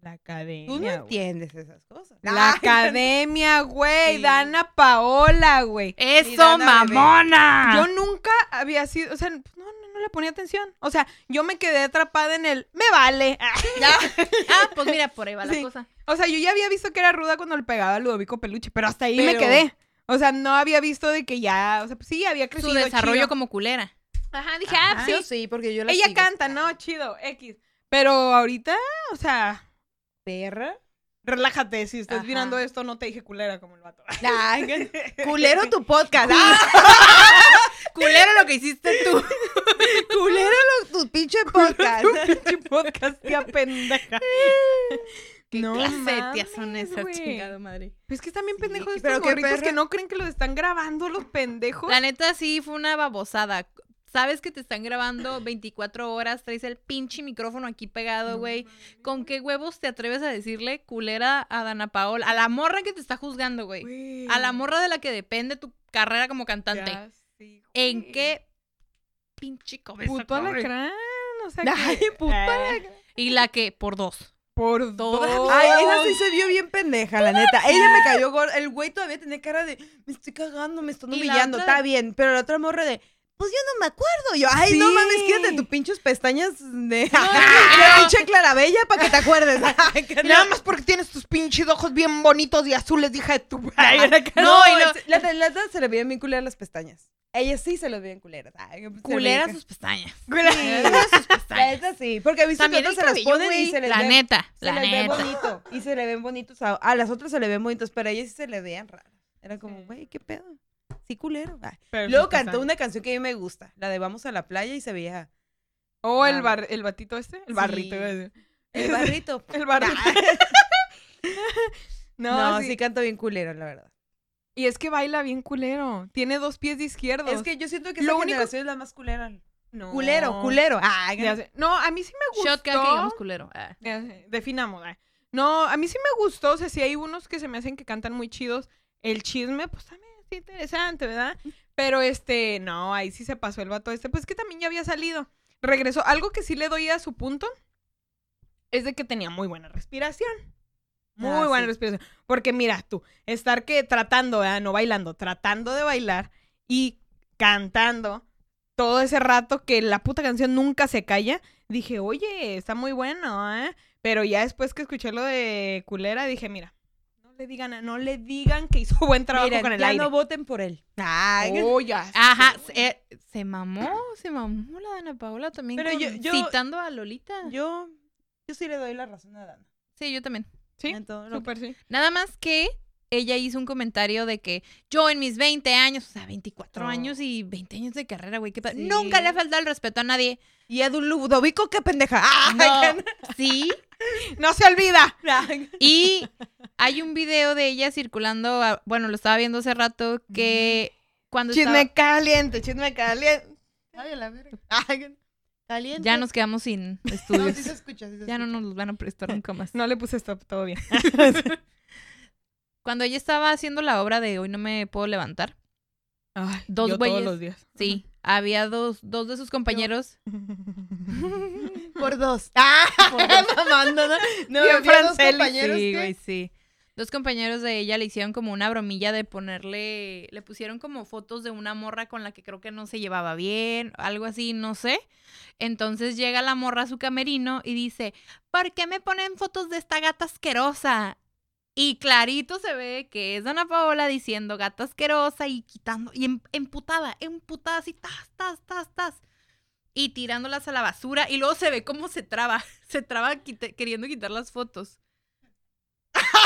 Speaker 4: La academia.
Speaker 1: Tú no
Speaker 4: güey.
Speaker 1: entiendes esas cosas. Ah,
Speaker 4: La academia, güey.
Speaker 1: Sí.
Speaker 4: Dana Paola, güey.
Speaker 3: ¡Eso,
Speaker 1: Miranda Bebé.
Speaker 3: mamona!
Speaker 4: Yo nunca había sido, o sea, no, no, no le ponía atención. O sea, yo me quedé atrapada en el, me vale.
Speaker 3: *laughs* Ah, pues mira, por ahí va
Speaker 4: Sí.
Speaker 3: la cosa.
Speaker 4: O sea, yo ya había visto que era ruda cuando le pegaba a Ludovico Peluche, pero hasta ahí me
Speaker 1: Pero-
Speaker 4: quedé. O sea, no había visto de que ya, o sea, pues sí, había
Speaker 3: Su
Speaker 4: crecido.
Speaker 3: desarrollo
Speaker 4: chido.
Speaker 3: como culera. Ajá, dije, ah,
Speaker 1: Ah,
Speaker 3: sí.
Speaker 1: yo sí, porque yo la
Speaker 4: Ella
Speaker 1: sigo.
Speaker 4: canta, ¿no? Chido, X. Pero ahorita, o sea,
Speaker 1: Perra.
Speaker 4: relájate. Si estás
Speaker 1: Ajá.
Speaker 4: mirando esto, no te dije culera como el vato.
Speaker 1: *laughs* Ay, culero tu podcast. Ah,
Speaker 3: Culero lo que hiciste *laughs* tú.
Speaker 1: culero lo- tu
Speaker 3: *laughs*
Speaker 1: pinche podcast.
Speaker 4: Pinche podcast, tía pendeja.
Speaker 3: ¿Qué
Speaker 4: No
Speaker 3: clase de tías
Speaker 4: mames,
Speaker 3: son esas,
Speaker 4: güey.
Speaker 3: chingada madre?
Speaker 4: Pues que están bien
Speaker 1: Sí,
Speaker 4: pendejos estos
Speaker 1: pero qué
Speaker 4: gorritos
Speaker 1: perra.
Speaker 4: que no creen que los están grabando los pendejos.
Speaker 3: La neta sí fue una babosada. Sabes que te están grabando 24 horas, traes el pinche micrófono aquí pegado, güey. ¿Con qué huevos te atreves a decirle culera a Dana Paola? A la morra que te está juzgando, güey.
Speaker 4: Güey.
Speaker 3: A la morra de la que depende tu carrera como cantante.
Speaker 4: Ya, sí,
Speaker 3: ¿En
Speaker 4: güey. Pues,
Speaker 3: qué pinche cabeza
Speaker 4: Puto
Speaker 3: corre?
Speaker 4: alacrán. O sea,
Speaker 1: Ay,
Speaker 4: *laughs* que-
Speaker 1: puto
Speaker 4: Ah,
Speaker 3: Y la que por dos.
Speaker 4: Por dos.
Speaker 1: Ay, esa sí se vio bien pendeja, la neta. Ella me cayó gorda. El güey todavía tenía cara de, me estoy cagando, me están
Speaker 3: Y la
Speaker 1: humillando,
Speaker 3: otra-
Speaker 1: está bien. Pero la otra morra de, pues yo no me acuerdo. Yo, ay, no
Speaker 4: Sí.
Speaker 1: mames, quítate tus pinches pestañas *laughs* de
Speaker 3: No,
Speaker 1: la pinche clarabella para que te
Speaker 3: *laughs*
Speaker 1: acuerdes. Ay, que
Speaker 4: Nada
Speaker 1: no.
Speaker 4: más porque tienes tus pinches ojos bien bonitos y azules, hija de
Speaker 1: *laughs*
Speaker 4: tu.
Speaker 1: No, y
Speaker 3: lo-
Speaker 1: la- la de- la otra se le veían bien culeras las pestañas. Ella sí se las veían culeras. Ay, se le-
Speaker 3: Culera sus pestañas.
Speaker 4: *laughs*
Speaker 1: Sí.
Speaker 3: Culera sus
Speaker 1: *laughs* La
Speaker 3: pestañas.
Speaker 1: neta sí, porque a mí
Speaker 3: También el
Speaker 1: se las
Speaker 3: cabello,
Speaker 1: ponen
Speaker 3: güey.
Speaker 1: y se les
Speaker 3: La
Speaker 1: ve-
Speaker 3: neta,
Speaker 1: se
Speaker 3: la
Speaker 1: les ve
Speaker 3: neta.
Speaker 1: bonito. Y se le ven bonitos a, a las otras se le ven bonitos, pero a ellas sí se le veían raras. Era como, güey, qué pedo. Sí, culero. Ay. Luego cantó una canción que a mí me gusta, la de Vamos a la playa y se veía
Speaker 4: O el, bar, el batito este. El barrito.
Speaker 1: Sí.
Speaker 4: iba a decir. *laughs*
Speaker 1: el barrito. *laughs*
Speaker 4: El barrito. No, *laughs*
Speaker 1: No, sí.
Speaker 4: sí.
Speaker 1: canto bien culero, la verdad.
Speaker 4: Y es que baila bien culero. Tiene dos pies de izquierdos.
Speaker 1: Es que yo siento que
Speaker 4: Lo
Speaker 1: esa
Speaker 4: único-
Speaker 1: generación es la más culera.
Speaker 4: No.
Speaker 1: Culero, culero. Ah, Ay,
Speaker 4: Ya sé. No, a mí sí me gustó.
Speaker 3: Shotgun que digamos culero. Ah.
Speaker 4: Ya sé, Definamos. ay. No, a mí sí me gustó. O sea, sí hay unos que se me hacen que cantan muy chidos. El chisme, pues también es interesante, ¿verdad? Pero este, no, ahí sí se pasó el vato este. Pues que también ya había salido. Regresó. Algo que sí le doy a su punto es de que tenía muy buena respiración. Muy
Speaker 1: Ah,
Speaker 4: buena
Speaker 1: sí.
Speaker 4: respiración. Porque mira tú, estar que tratando, ¿verdad? no bailando, tratando de bailar y cantando todo ese rato que la puta canción nunca se calla, dije, oye, está muy bueno, ¿eh? Pero ya después que escuché lo de culera, dije, mira, no le digan, a- no le digan que hizo buen trabajo
Speaker 1: Miren,
Speaker 4: con el
Speaker 1: ya
Speaker 4: aire.
Speaker 1: no voten por él. Ay,
Speaker 4: Oh, ya.
Speaker 3: Ajá,
Speaker 4: sé.
Speaker 3: se, eh, se mamó, se mamó la Dana Paola también
Speaker 1: Pero
Speaker 3: con-
Speaker 1: yo- yo-
Speaker 3: citando a Lolita.
Speaker 1: *laughs* yo, yo sí le doy la razón a Dana.
Speaker 3: sí, yo también.
Speaker 4: Sí,
Speaker 1: En todo lo que-
Speaker 4: súper sí.
Speaker 3: Nada más que ella hizo un comentario de que yo en mis 20 años, o sea, 24
Speaker 1: No.
Speaker 3: años y 20 años de carrera, güey, qué pa-
Speaker 1: Sí.
Speaker 3: Nunca le ha faltado el respeto a nadie.
Speaker 1: Y a *laughs* Ludovico, qué pendeja. Ay,
Speaker 3: No, sí.
Speaker 4: No se olvida.
Speaker 3: Y hay un video de ella circulando, a- bueno, lo estaba viendo hace rato, que cuando
Speaker 4: Chisme
Speaker 3: estaba-
Speaker 4: caliente, chisme caliente.
Speaker 1: Caliente.
Speaker 3: ya nos quedamos sin
Speaker 1: *laughs* No, sí
Speaker 3: estudios.
Speaker 1: se escucha, sí se
Speaker 3: ya no
Speaker 1: escucha.
Speaker 3: nos los van a prestar nunca más.
Speaker 4: No le puse stop, todo bien.
Speaker 3: Cuando ella estaba haciendo la obra de Hoy no me puedo levantar,
Speaker 4: Ay,
Speaker 3: Dos
Speaker 4: yo
Speaker 3: güeyes.
Speaker 4: todos los días.
Speaker 3: Sí, había dos, dos de sus compañeros.
Speaker 1: *laughs* Por dos. Ah, mamando, *laughs* ¿no? No,
Speaker 3: Bien
Speaker 1: había dos
Speaker 3: Franceli.
Speaker 1: compañeros
Speaker 3: Sí,
Speaker 1: que-
Speaker 3: güey, sí. Dos compañeros de ella le hicieron como una bromilla de ponerle, le pusieron como fotos de una morra con la que creo que no se llevaba bien, algo así, no sé. Entonces llega la morra a su camerino y dice, ¿por qué me ponen fotos de esta gata asquerosa? Y clarito se ve que es Ana Paola diciendo gata asquerosa y quitando, y em- emputada, emputada así, tas, tas, tas, tas. Y tirándolas a la basura. Y luego se ve cómo se traba. *laughs* Se traba quite- queriendo quitar las fotos.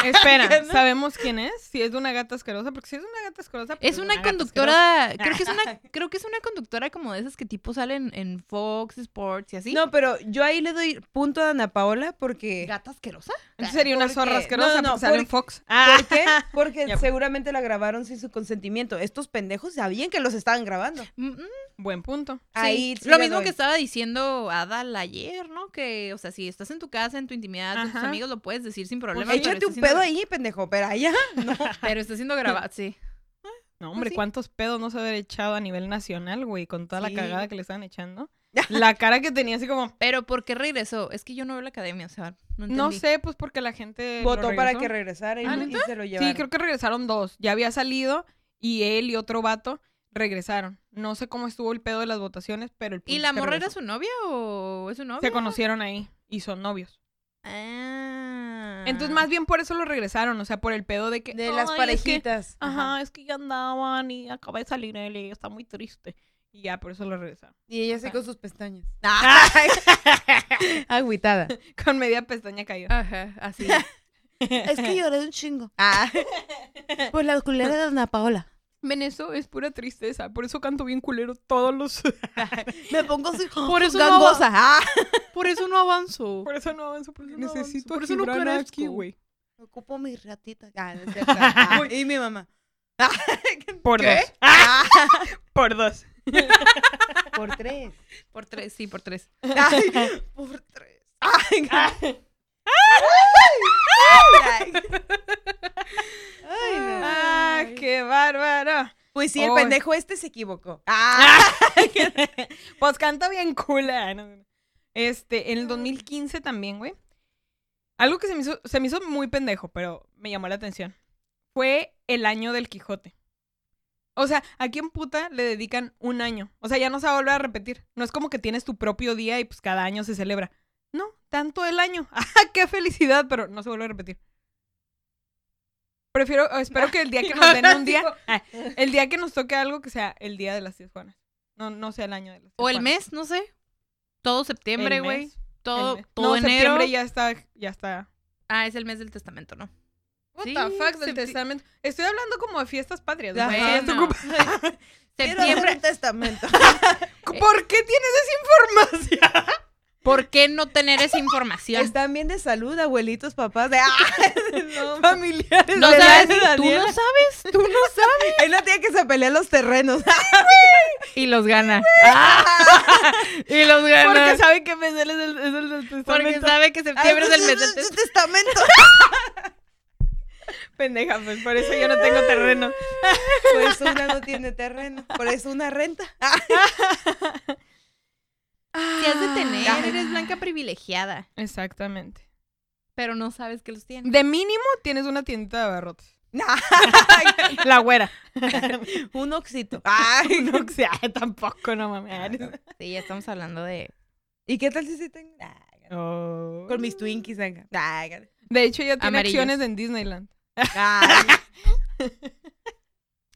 Speaker 4: Espera, ¿sabemos quién es? Si es de una gata asquerosa, porque si es de una gata asquerosa. pues
Speaker 3: Es una
Speaker 4: gata
Speaker 3: conductora, creo que es una, creo que es una conductora como de esas que tipo salen en Fox Sports y así.
Speaker 1: No, eh. pero yo ahí le doy punto a Ana Paola porque...
Speaker 3: ¿Gata asquerosa? Ah,
Speaker 4: asquerosa. Sería una
Speaker 1: Porque-
Speaker 4: zorra
Speaker 1: no,
Speaker 4: asquerosa
Speaker 1: no,
Speaker 4: porque sale en
Speaker 1: porque-
Speaker 4: Fox. Ah,
Speaker 1: ¿Por qué? Porque
Speaker 4: Ya.
Speaker 1: seguramente la grabaron sin su consentimiento. Estos pendejos sabían que los estaban grabando.
Speaker 3: Mm, mm,
Speaker 4: Buen punto.
Speaker 1: Ahí
Speaker 3: sí.
Speaker 1: sí
Speaker 3: Lo
Speaker 1: le
Speaker 3: mismo
Speaker 1: doy.
Speaker 3: que estaba diciendo Adal ayer, ¿no? Que, o sea, si estás en tu casa, en tu intimidad, con tus
Speaker 4: Ajá.
Speaker 3: amigos, lo puedes decir sin problema. pero
Speaker 1: Échate
Speaker 3: está
Speaker 1: un
Speaker 3: siendo-
Speaker 1: pedo ahí, pendejo, pero allá.
Speaker 3: Pero está siendo grabado, sí.
Speaker 4: No, hombre,
Speaker 3: Pues sí.
Speaker 4: ¿cuántos pedos no se haber echado a nivel nacional, güey? Con toda
Speaker 1: Sí.
Speaker 4: la cagada que le estaban
Speaker 3: *laughs*
Speaker 4: echando. La cara que tenía así como...
Speaker 3: Pero ¿por qué regresó? Es que yo no veo la academia, o sea, no entendí.
Speaker 4: No sé, pues porque la gente... lo
Speaker 1: Votó para
Speaker 4: regresó.
Speaker 1: que regresara y,
Speaker 4: Ah,
Speaker 1: y
Speaker 4: ¿neta?
Speaker 1: se lo llevaron.
Speaker 4: Sí, creo que regresaron dos. Ya había salido y él y otro vato regresaron. No sé cómo estuvo el pedo de las votaciones, pero el punto
Speaker 3: ¿Y
Speaker 4: es
Speaker 3: la
Speaker 4: que
Speaker 3: morra era
Speaker 4: regresó.
Speaker 3: su novia o es su novia?
Speaker 4: Se conocieron ahí y son novios.
Speaker 3: Ah.
Speaker 4: Entonces, más bien por eso lo regresaron, o sea, por el pedo de que...
Speaker 1: De las
Speaker 4: "Ay, es que-
Speaker 1: parejitas.
Speaker 4: Ajá, es que ya andaban y acaba de salir él y está muy triste. Y ya, por eso lo regresaron. *laughs*
Speaker 1: Y ella así con sus pestañas. *laughs* Agüitada.
Speaker 4: Con media pestaña cayó.
Speaker 3: Ajá, así.
Speaker 1: Es que lloré de un chingo. Por la culera de Ana Paola.
Speaker 4: Ven, eso es pura tristeza. Por eso canto bien culero todos los...
Speaker 1: *laughs* Me pongo así.
Speaker 3: Por eso no
Speaker 1: gangosa. Ah.
Speaker 3: Por eso no avanzó.
Speaker 4: por eso no avanzo, por eso no
Speaker 1: Necesito
Speaker 4: avanzo,
Speaker 1: a
Speaker 4: por eso no
Speaker 1: Gibran
Speaker 4: crezco.
Speaker 1: aquí, güey. Ocupo mis ratitas. Ah, no es cierto. Uy, y mi mamá.
Speaker 4: Por
Speaker 1: ¿Qué?
Speaker 4: dos.
Speaker 1: Ah.
Speaker 4: *laughs* Por dos.
Speaker 1: Por tres.
Speaker 3: Por tres, sí, por tres.
Speaker 1: Ay, por tres. Ay, *laughs* ay, ay. Ay, no.
Speaker 4: ¡Ah,
Speaker 1: *laughs*
Speaker 4: qué bárbaro!
Speaker 1: Pues sí, el
Speaker 4: Ay.
Speaker 1: pendejo este se equivocó. Ah,
Speaker 4: Pues canta bien cool. ah, no, no. Este, en el 2015 también, güey. Algo que se me, hizo, se me hizo muy pendejo, pero me llamó la atención. Fue el año del Quijote. O sea, ¿a quién puta le dedican un año? O sea, ya no se va a volver a repetir. No es como que tienes tu propio día y pues cada año se celebra. No, tanto el año. *laughs* ¡Ah, qué felicidad! Pero no se vuelve a repetir. Prefiero, o espero que el
Speaker 3: *laughs*
Speaker 4: día que nos den un día, ah, el día que nos toque algo que sea el día de las Tías Juanas. No, no sea el año de las Tías
Speaker 3: O el
Speaker 4: Juanas.
Speaker 3: mes, no sé. Todo septiembre,
Speaker 4: El
Speaker 3: güey.
Speaker 4: mes, el
Speaker 3: Todo,
Speaker 4: mes.
Speaker 3: todo
Speaker 4: no,
Speaker 3: enero.
Speaker 4: septiembre ya está, ya está.
Speaker 3: Ah, es el mes del testamento, ¿no?
Speaker 4: What
Speaker 3: Sí,
Speaker 4: the fuck del
Speaker 3: septi-
Speaker 4: testamento. Estoy hablando como de fiestas patrias.
Speaker 1: Ajá.
Speaker 4: güey. Estoy
Speaker 3: Bueno.
Speaker 4: ocup-
Speaker 1: quiero hacer
Speaker 4: *laughs*
Speaker 3: Septiembre.
Speaker 1: un testamento.
Speaker 4: ¿Por qué tienes esa *laughs* información?
Speaker 3: ¿Por qué no tener esa información?
Speaker 1: Están bien de salud, abuelitos, papás. De, ah, no,
Speaker 4: Familiares.
Speaker 3: No
Speaker 1: ¿verdad,
Speaker 3: sabes, tú
Speaker 1: Daniela?
Speaker 3: no sabes, tú no sabes.
Speaker 1: *laughs* Hay una tía que se pelea los terrenos.
Speaker 3: Y los gana. *laughs* Ah, Y los
Speaker 4: *laughs* Porque
Speaker 3: gana.
Speaker 4: sabe que mes es el, es el del
Speaker 3: Porque
Speaker 4: testamento.
Speaker 3: sabe que septiembre es el
Speaker 1: *laughs*
Speaker 3: mes del
Speaker 1: Es
Speaker 3: testamento.
Speaker 1: un testamento.
Speaker 4: Pendeja, pues por eso yo no tengo terreno.
Speaker 1: Por eso Pues una no tiene terreno. Por eso una renta. *laughs* Ah,
Speaker 3: Si has de
Speaker 1: Ah.
Speaker 3: tener, eres blanca privilegiada.
Speaker 4: Exactamente.
Speaker 3: Pero no sabes que los tienes.
Speaker 4: De mínimo tienes una tiendita de abarrotes.
Speaker 1: nah,
Speaker 4: La güera.
Speaker 1: *laughs* un oxito.
Speaker 4: Ay,
Speaker 1: *laughs*
Speaker 4: no, o sea, *laughs* tampoco, Ah, no mames.
Speaker 3: Sí, ya estamos hablando de.
Speaker 1: ¿Y qué tal si sí tengo? Ah,
Speaker 4: Oh.
Speaker 1: con mis Twinkies, venga. Ah, *laughs*
Speaker 4: De hecho, ya tiene
Speaker 3: Amarillos.
Speaker 4: acciones en Disneyland.
Speaker 1: ah,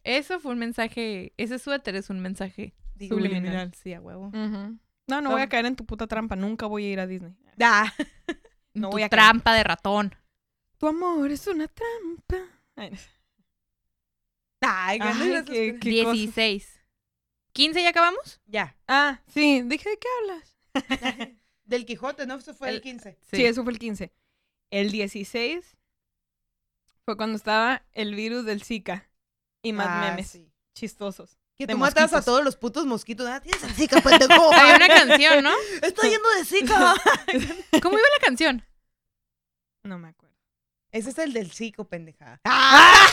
Speaker 3: Eso fue un mensaje. Ese suéter es un mensaje
Speaker 1: digo,
Speaker 3: subliminal. Sí, a huevo.
Speaker 4: Ujú. No, no voy a caer en tu puta trampa. Nunca voy a ir a Disney.
Speaker 1: *laughs* ah.
Speaker 4: No
Speaker 3: tu
Speaker 4: voy a caer.
Speaker 3: trampa de ratón.
Speaker 4: Tu amor es una trampa. Ay, no.
Speaker 1: Ay,
Speaker 4: Ay,
Speaker 1: ganas
Speaker 4: qué-
Speaker 1: de-
Speaker 4: qué-
Speaker 3: 16. ¿15 ya acabamos?
Speaker 1: Ya.
Speaker 4: Ah, sí, dije, ¿de qué hablas?
Speaker 1: Del Quijote, ¿no? Eso fue el,
Speaker 3: El-
Speaker 1: 15.
Speaker 4: Sí. eso fue el 15. El 16 fue cuando estaba el virus del Zika y más
Speaker 1: Ah,
Speaker 4: memes
Speaker 1: sí.
Speaker 4: chistosos.
Speaker 1: Que
Speaker 4: De
Speaker 1: tú matas a
Speaker 4: mosquitos.
Speaker 1: todos los putos mosquitos. Ah, tienes *laughs* el Zika, pendejo. *laughs*
Speaker 3: Había una canción, ¿no?
Speaker 1: Está lleno de Zika.
Speaker 3: ¿Cómo iba la canción?
Speaker 4: No me acuerdo.
Speaker 1: *laughs* Ese es el del psico, *laughs* pendejada.
Speaker 4: Ah,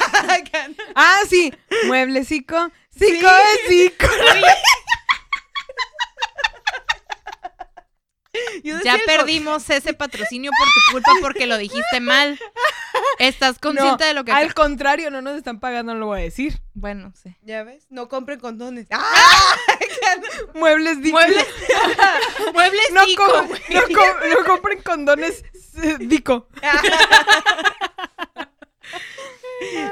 Speaker 4: sí. Mueblecico. Cico es cico.
Speaker 1: Yo decía
Speaker 3: Ya
Speaker 1: el co-
Speaker 3: perdimos ese patrocinio por tu culpa porque lo dijiste mal. ¿Estás consciente
Speaker 4: No,
Speaker 3: de lo que...
Speaker 4: Al contrario, no nos están pagando, no lo voy a decir.
Speaker 3: Bueno, sí.
Speaker 1: *laughs* Ya ves, no compren condones. *laughs* ¡Ah!
Speaker 4: Muebles dico.
Speaker 3: Muebles. Muebles
Speaker 4: No,
Speaker 3: Ico,
Speaker 4: com-
Speaker 3: güey.
Speaker 4: no com- no compren condones eh, dico.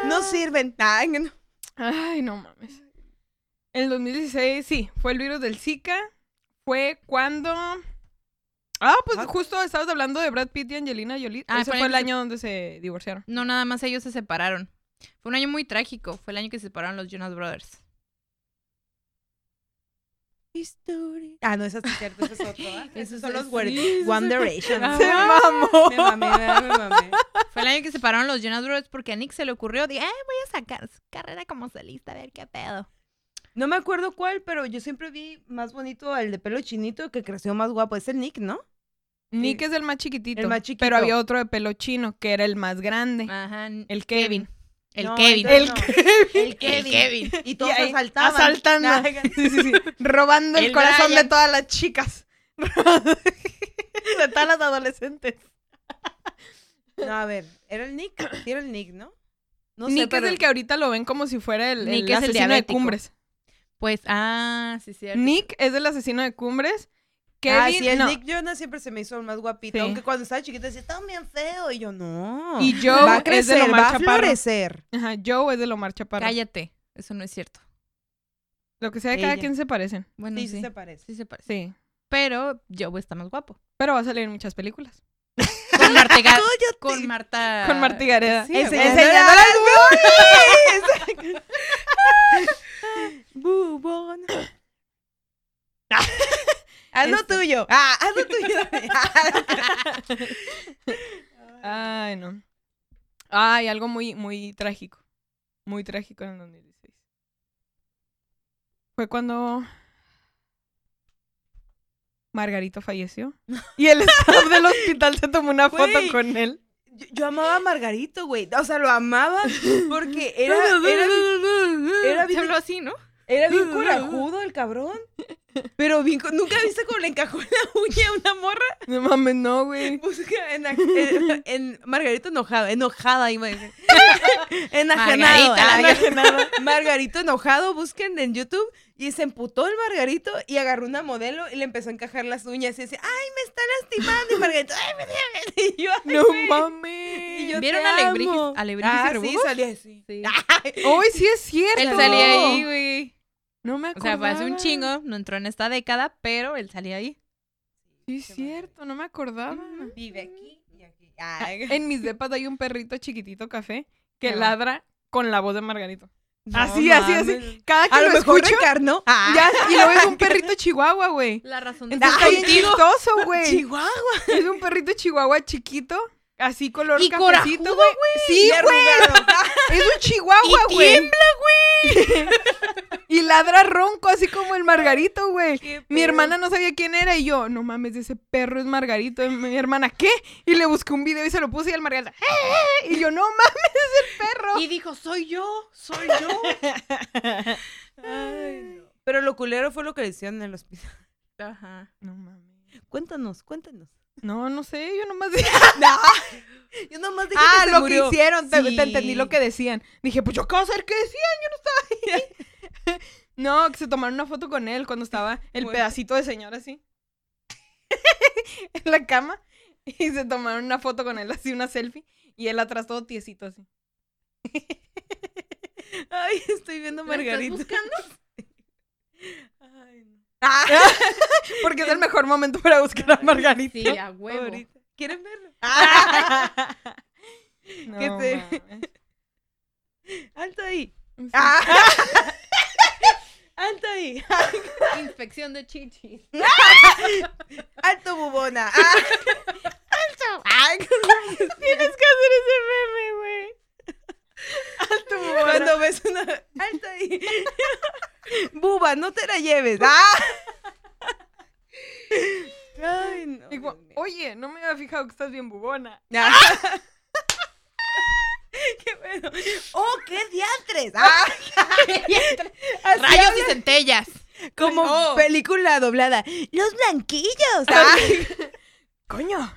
Speaker 1: No sirven. Ah, no.
Speaker 4: Ay, no mames. El 2016, sí, fue el virus del Zika. Fue cuando. Ah, pues
Speaker 1: Ah.
Speaker 4: justo estabas hablando de Brad Pitt y Angelina Jolie.
Speaker 3: Ah,
Speaker 4: Ese
Speaker 3: fue
Speaker 4: fue el
Speaker 3: el-
Speaker 4: año donde se divorciaron.
Speaker 3: No, nada más ellos se separaron. Fue un año muy trágico. Fue el año que se separaron los Jonas Brothers.
Speaker 1: Ah, no, esa es cierta, esa es otra. *laughs* ¿ah?
Speaker 3: Eso
Speaker 1: Esos
Speaker 3: es
Speaker 1: son los
Speaker 3: así,
Speaker 1: güer-
Speaker 3: eso es-
Speaker 1: One Direction.
Speaker 3: Ah,
Speaker 1: Me
Speaker 4: Se mamó.
Speaker 1: mamé, ¿verdad? me mamé.
Speaker 3: Fue el año que se separaron los Jonas Brothers porque a Nick se le ocurrió, dije, "Eh, voy a sacar carrera como solista, a ver qué pedo.
Speaker 1: No me acuerdo cuál, pero yo siempre vi más bonito al de pelo chinito que creció más guapo. Es el Nick, ¿no?
Speaker 4: *laughs* Nick es el más chiquitito.
Speaker 1: El más chiquito. Ah,
Speaker 4: Pero había otro de pelo chino que era el más grande.
Speaker 3: Ajá.
Speaker 4: el Kevin.
Speaker 3: El
Speaker 1: No,
Speaker 3: Kevin.
Speaker 1: entonces no.
Speaker 3: El
Speaker 1: Kevin.
Speaker 3: Kevin.
Speaker 1: Y todos
Speaker 4: ahí,
Speaker 1: asaltaban.
Speaker 4: asaltando.
Speaker 1: Nah, *laughs*
Speaker 4: Sí, sí, sí. Robando el,
Speaker 3: El
Speaker 4: corazón
Speaker 3: Brian.
Speaker 4: de todas las chicas. de todas las adolescentes.
Speaker 1: no, a ver, ¿era el Nick? Sí, era el Nick, ¿no? No
Speaker 4: Nick
Speaker 1: pero-
Speaker 4: es el que ahorita lo ven como si fuera el,
Speaker 3: Nick
Speaker 4: el
Speaker 3: es el
Speaker 4: asesino de
Speaker 3: diabético.
Speaker 4: cumbres.
Speaker 3: Pues, ah, sí, cierto.
Speaker 4: Nick es el asesino de cumbres. Kevin,
Speaker 1: ah, sí, el
Speaker 4: no.
Speaker 1: Nick Jonas siempre se me hizo el más guapito.
Speaker 4: Sí.
Speaker 1: Aunque cuando estaba chiquito decía, está bien feo. Y yo, no.
Speaker 4: Y Joe
Speaker 1: va a
Speaker 4: es de
Speaker 1: crecer,
Speaker 4: Omar
Speaker 1: va a
Speaker 4: Chaparro.
Speaker 1: florecer.
Speaker 4: Ajá, Joe es de Omar Chaparro.
Speaker 3: Cállate. Eso no es cierto.
Speaker 4: Lo que sea de cada
Speaker 1: Ella.
Speaker 4: quien se parecen.
Speaker 3: Bueno,
Speaker 1: Sí,
Speaker 3: sí.
Speaker 1: sí, se parece.
Speaker 3: Sí se parece.
Speaker 4: Sí.
Speaker 3: Pero Joe está más guapo.
Speaker 4: Pero va a salir en muchas películas.
Speaker 3: Con Marta. *laughs* Ga- con Marta.
Speaker 4: Con Marta y Gareda.
Speaker 1: Ah, Sí,
Speaker 4: Ese-
Speaker 1: güey.
Speaker 4: ese-
Speaker 1: Enseñándole al *laughs* Bubón. Haz
Speaker 4: este.
Speaker 1: lo tuyo. Ah, haz lo tuyo.
Speaker 4: Ay, no. Ay, algo muy, muy trágico. Muy trágico en el 2016. Fue cuando
Speaker 1: *laughs*
Speaker 4: Margarito falleció. Y el staff del hospital se tomó una foto
Speaker 1: Güey.
Speaker 4: con él.
Speaker 1: *laughs* Yo, yo amaba a Margarito, güey. O sea, lo amaba porque *laughs* era, era, era
Speaker 3: Se
Speaker 1: bien-
Speaker 3: habló así, ¿no?
Speaker 1: era *laughs* bien corajudo el *laughs* cabrón. Pero bien, co- ¿nunca viste cómo le encajó en la uña a una morra?
Speaker 4: *laughs* No mames,
Speaker 1: *laughs*
Speaker 4: no, güey.
Speaker 1: Busca Pues en, ac- en, *laughs* en Margarito enojado, enojada iba a *laughs* decir. Enajenado.
Speaker 3: Margarita,
Speaker 1: ah,
Speaker 3: la-
Speaker 1: enajenado. Margarito enojado, busquen en YouTube y se emputó el Margarito y agarró una modelo y le empezó a encajar las uñas y decía, "Ay, me está lastimando." Y Margarito, "Ay, me está *laughs* y yo,
Speaker 4: No mames.
Speaker 1: y yo
Speaker 3: ¿Vieron
Speaker 1: te
Speaker 3: Alebrije-
Speaker 1: amo".
Speaker 3: Alebrije y
Speaker 1: ah, sí,
Speaker 3: Rebujos?
Speaker 1: salía así.
Speaker 3: *laughs* Sí.
Speaker 4: Hoy sí es cierto.
Speaker 3: Él salía ahí, güey.
Speaker 4: No me
Speaker 3: O
Speaker 4: acordaba.
Speaker 3: sea, fue hace un chingo. No entró en esta década, pero él salía ahí.
Speaker 4: Sí, es cierto, no me acordaba. Ah,
Speaker 1: Vive aquí y aquí. Ay. *laughs*
Speaker 4: En mis depas hay un perrito chiquitito café que
Speaker 3: Ah.
Speaker 4: ladra con la voz de Margarito.
Speaker 1: No
Speaker 4: así, así,
Speaker 1: mames.
Speaker 4: así. Cada que
Speaker 1: A
Speaker 4: lo,
Speaker 1: lo mejor
Speaker 4: escucho,
Speaker 1: reencarnó. Ah,
Speaker 4: *laughs* ya, y luego
Speaker 3: *laughs*
Speaker 4: es un perrito chihuahua, güey.
Speaker 3: La razón
Speaker 4: Entonces está bien chistoso, güey.
Speaker 1: Chihuahua.
Speaker 4: Es un perrito chihuahua chiquito, así color
Speaker 3: Y
Speaker 4: cafecito,
Speaker 3: corajudo,
Speaker 4: güey. Sí,
Speaker 1: Y
Speaker 4: güey.
Speaker 1: arrugado.
Speaker 4: Es un chihuahua,
Speaker 3: *laughs* Y
Speaker 4: güey. tiembla, güey. y ladra ronco, así como el Margarito, güey. Mi hermana no sabía quién era y yo, no mames, ese perro es Margarito. Y Mi hermana, ¿qué? Y le busqué un video y se lo puse y el Margarito, "Eh, eh". Y yo, no mames, es el perro.
Speaker 1: Y dijo, soy yo, soy yo. Ay, no. Pero lo culero fue lo que le hicieron en el hospital. *laughs*
Speaker 3: Ajá.
Speaker 4: No mames.
Speaker 1: Cuéntanos, cuéntanos.
Speaker 4: No, no sé, yo nomás *laughs* dije.
Speaker 1: Yo nomás dije
Speaker 4: ah,
Speaker 1: que se
Speaker 4: lo
Speaker 1: murió.
Speaker 4: que hicieron, te, te
Speaker 1: Sí.
Speaker 4: entendí lo que decían. Dije, pues yo acabo de saber qué decían, yo no estaba ahí. *laughs* no, que se tomaron una foto con él cuando estaba el
Speaker 1: Muerto.
Speaker 4: pedacito de señor así. *laughs* en la cama. Y se tomaron una foto con él así, una selfie. Y él atrás todo tiesito así.
Speaker 1: Ay, estoy viendo a
Speaker 3: ¿Lo estás
Speaker 1: Margarita. *laughs*
Speaker 3: buscando?
Speaker 1: Ay, no. Ah,
Speaker 4: Porque es el mejor momento para buscar a Margarita.
Speaker 3: Sí, a huevo.
Speaker 1: ahorita. ¿Quieren verlo? Ah.
Speaker 4: No,
Speaker 1: ¿Qué te-
Speaker 4: mames.
Speaker 1: *laughs* Alto ahí.
Speaker 4: Sí.
Speaker 1: Ah. *laughs* Alto ahí.
Speaker 3: Inspección de chichis.
Speaker 1: Alto *laughs* bubona. Ah. Alto. Tienes que hacer ese meme, güey. Alto bubona. Cuando ves una. Alto ahí. *laughs* Buba, no te la lleves. Ah. Ay, no.
Speaker 4: Digo,
Speaker 1: Dios mío. *laughs*
Speaker 4: oye, no me había fijado que estás bien bubona.
Speaker 1: Ah. ¡Oh, qué diantres! ¡Ah! Así
Speaker 3: Rayos y
Speaker 1: hablan,
Speaker 3: centellas.
Speaker 1: como
Speaker 3: Oh.
Speaker 1: película doblada. ¡Los blanquillos! *laughs* ¡Ah! ¡Coño!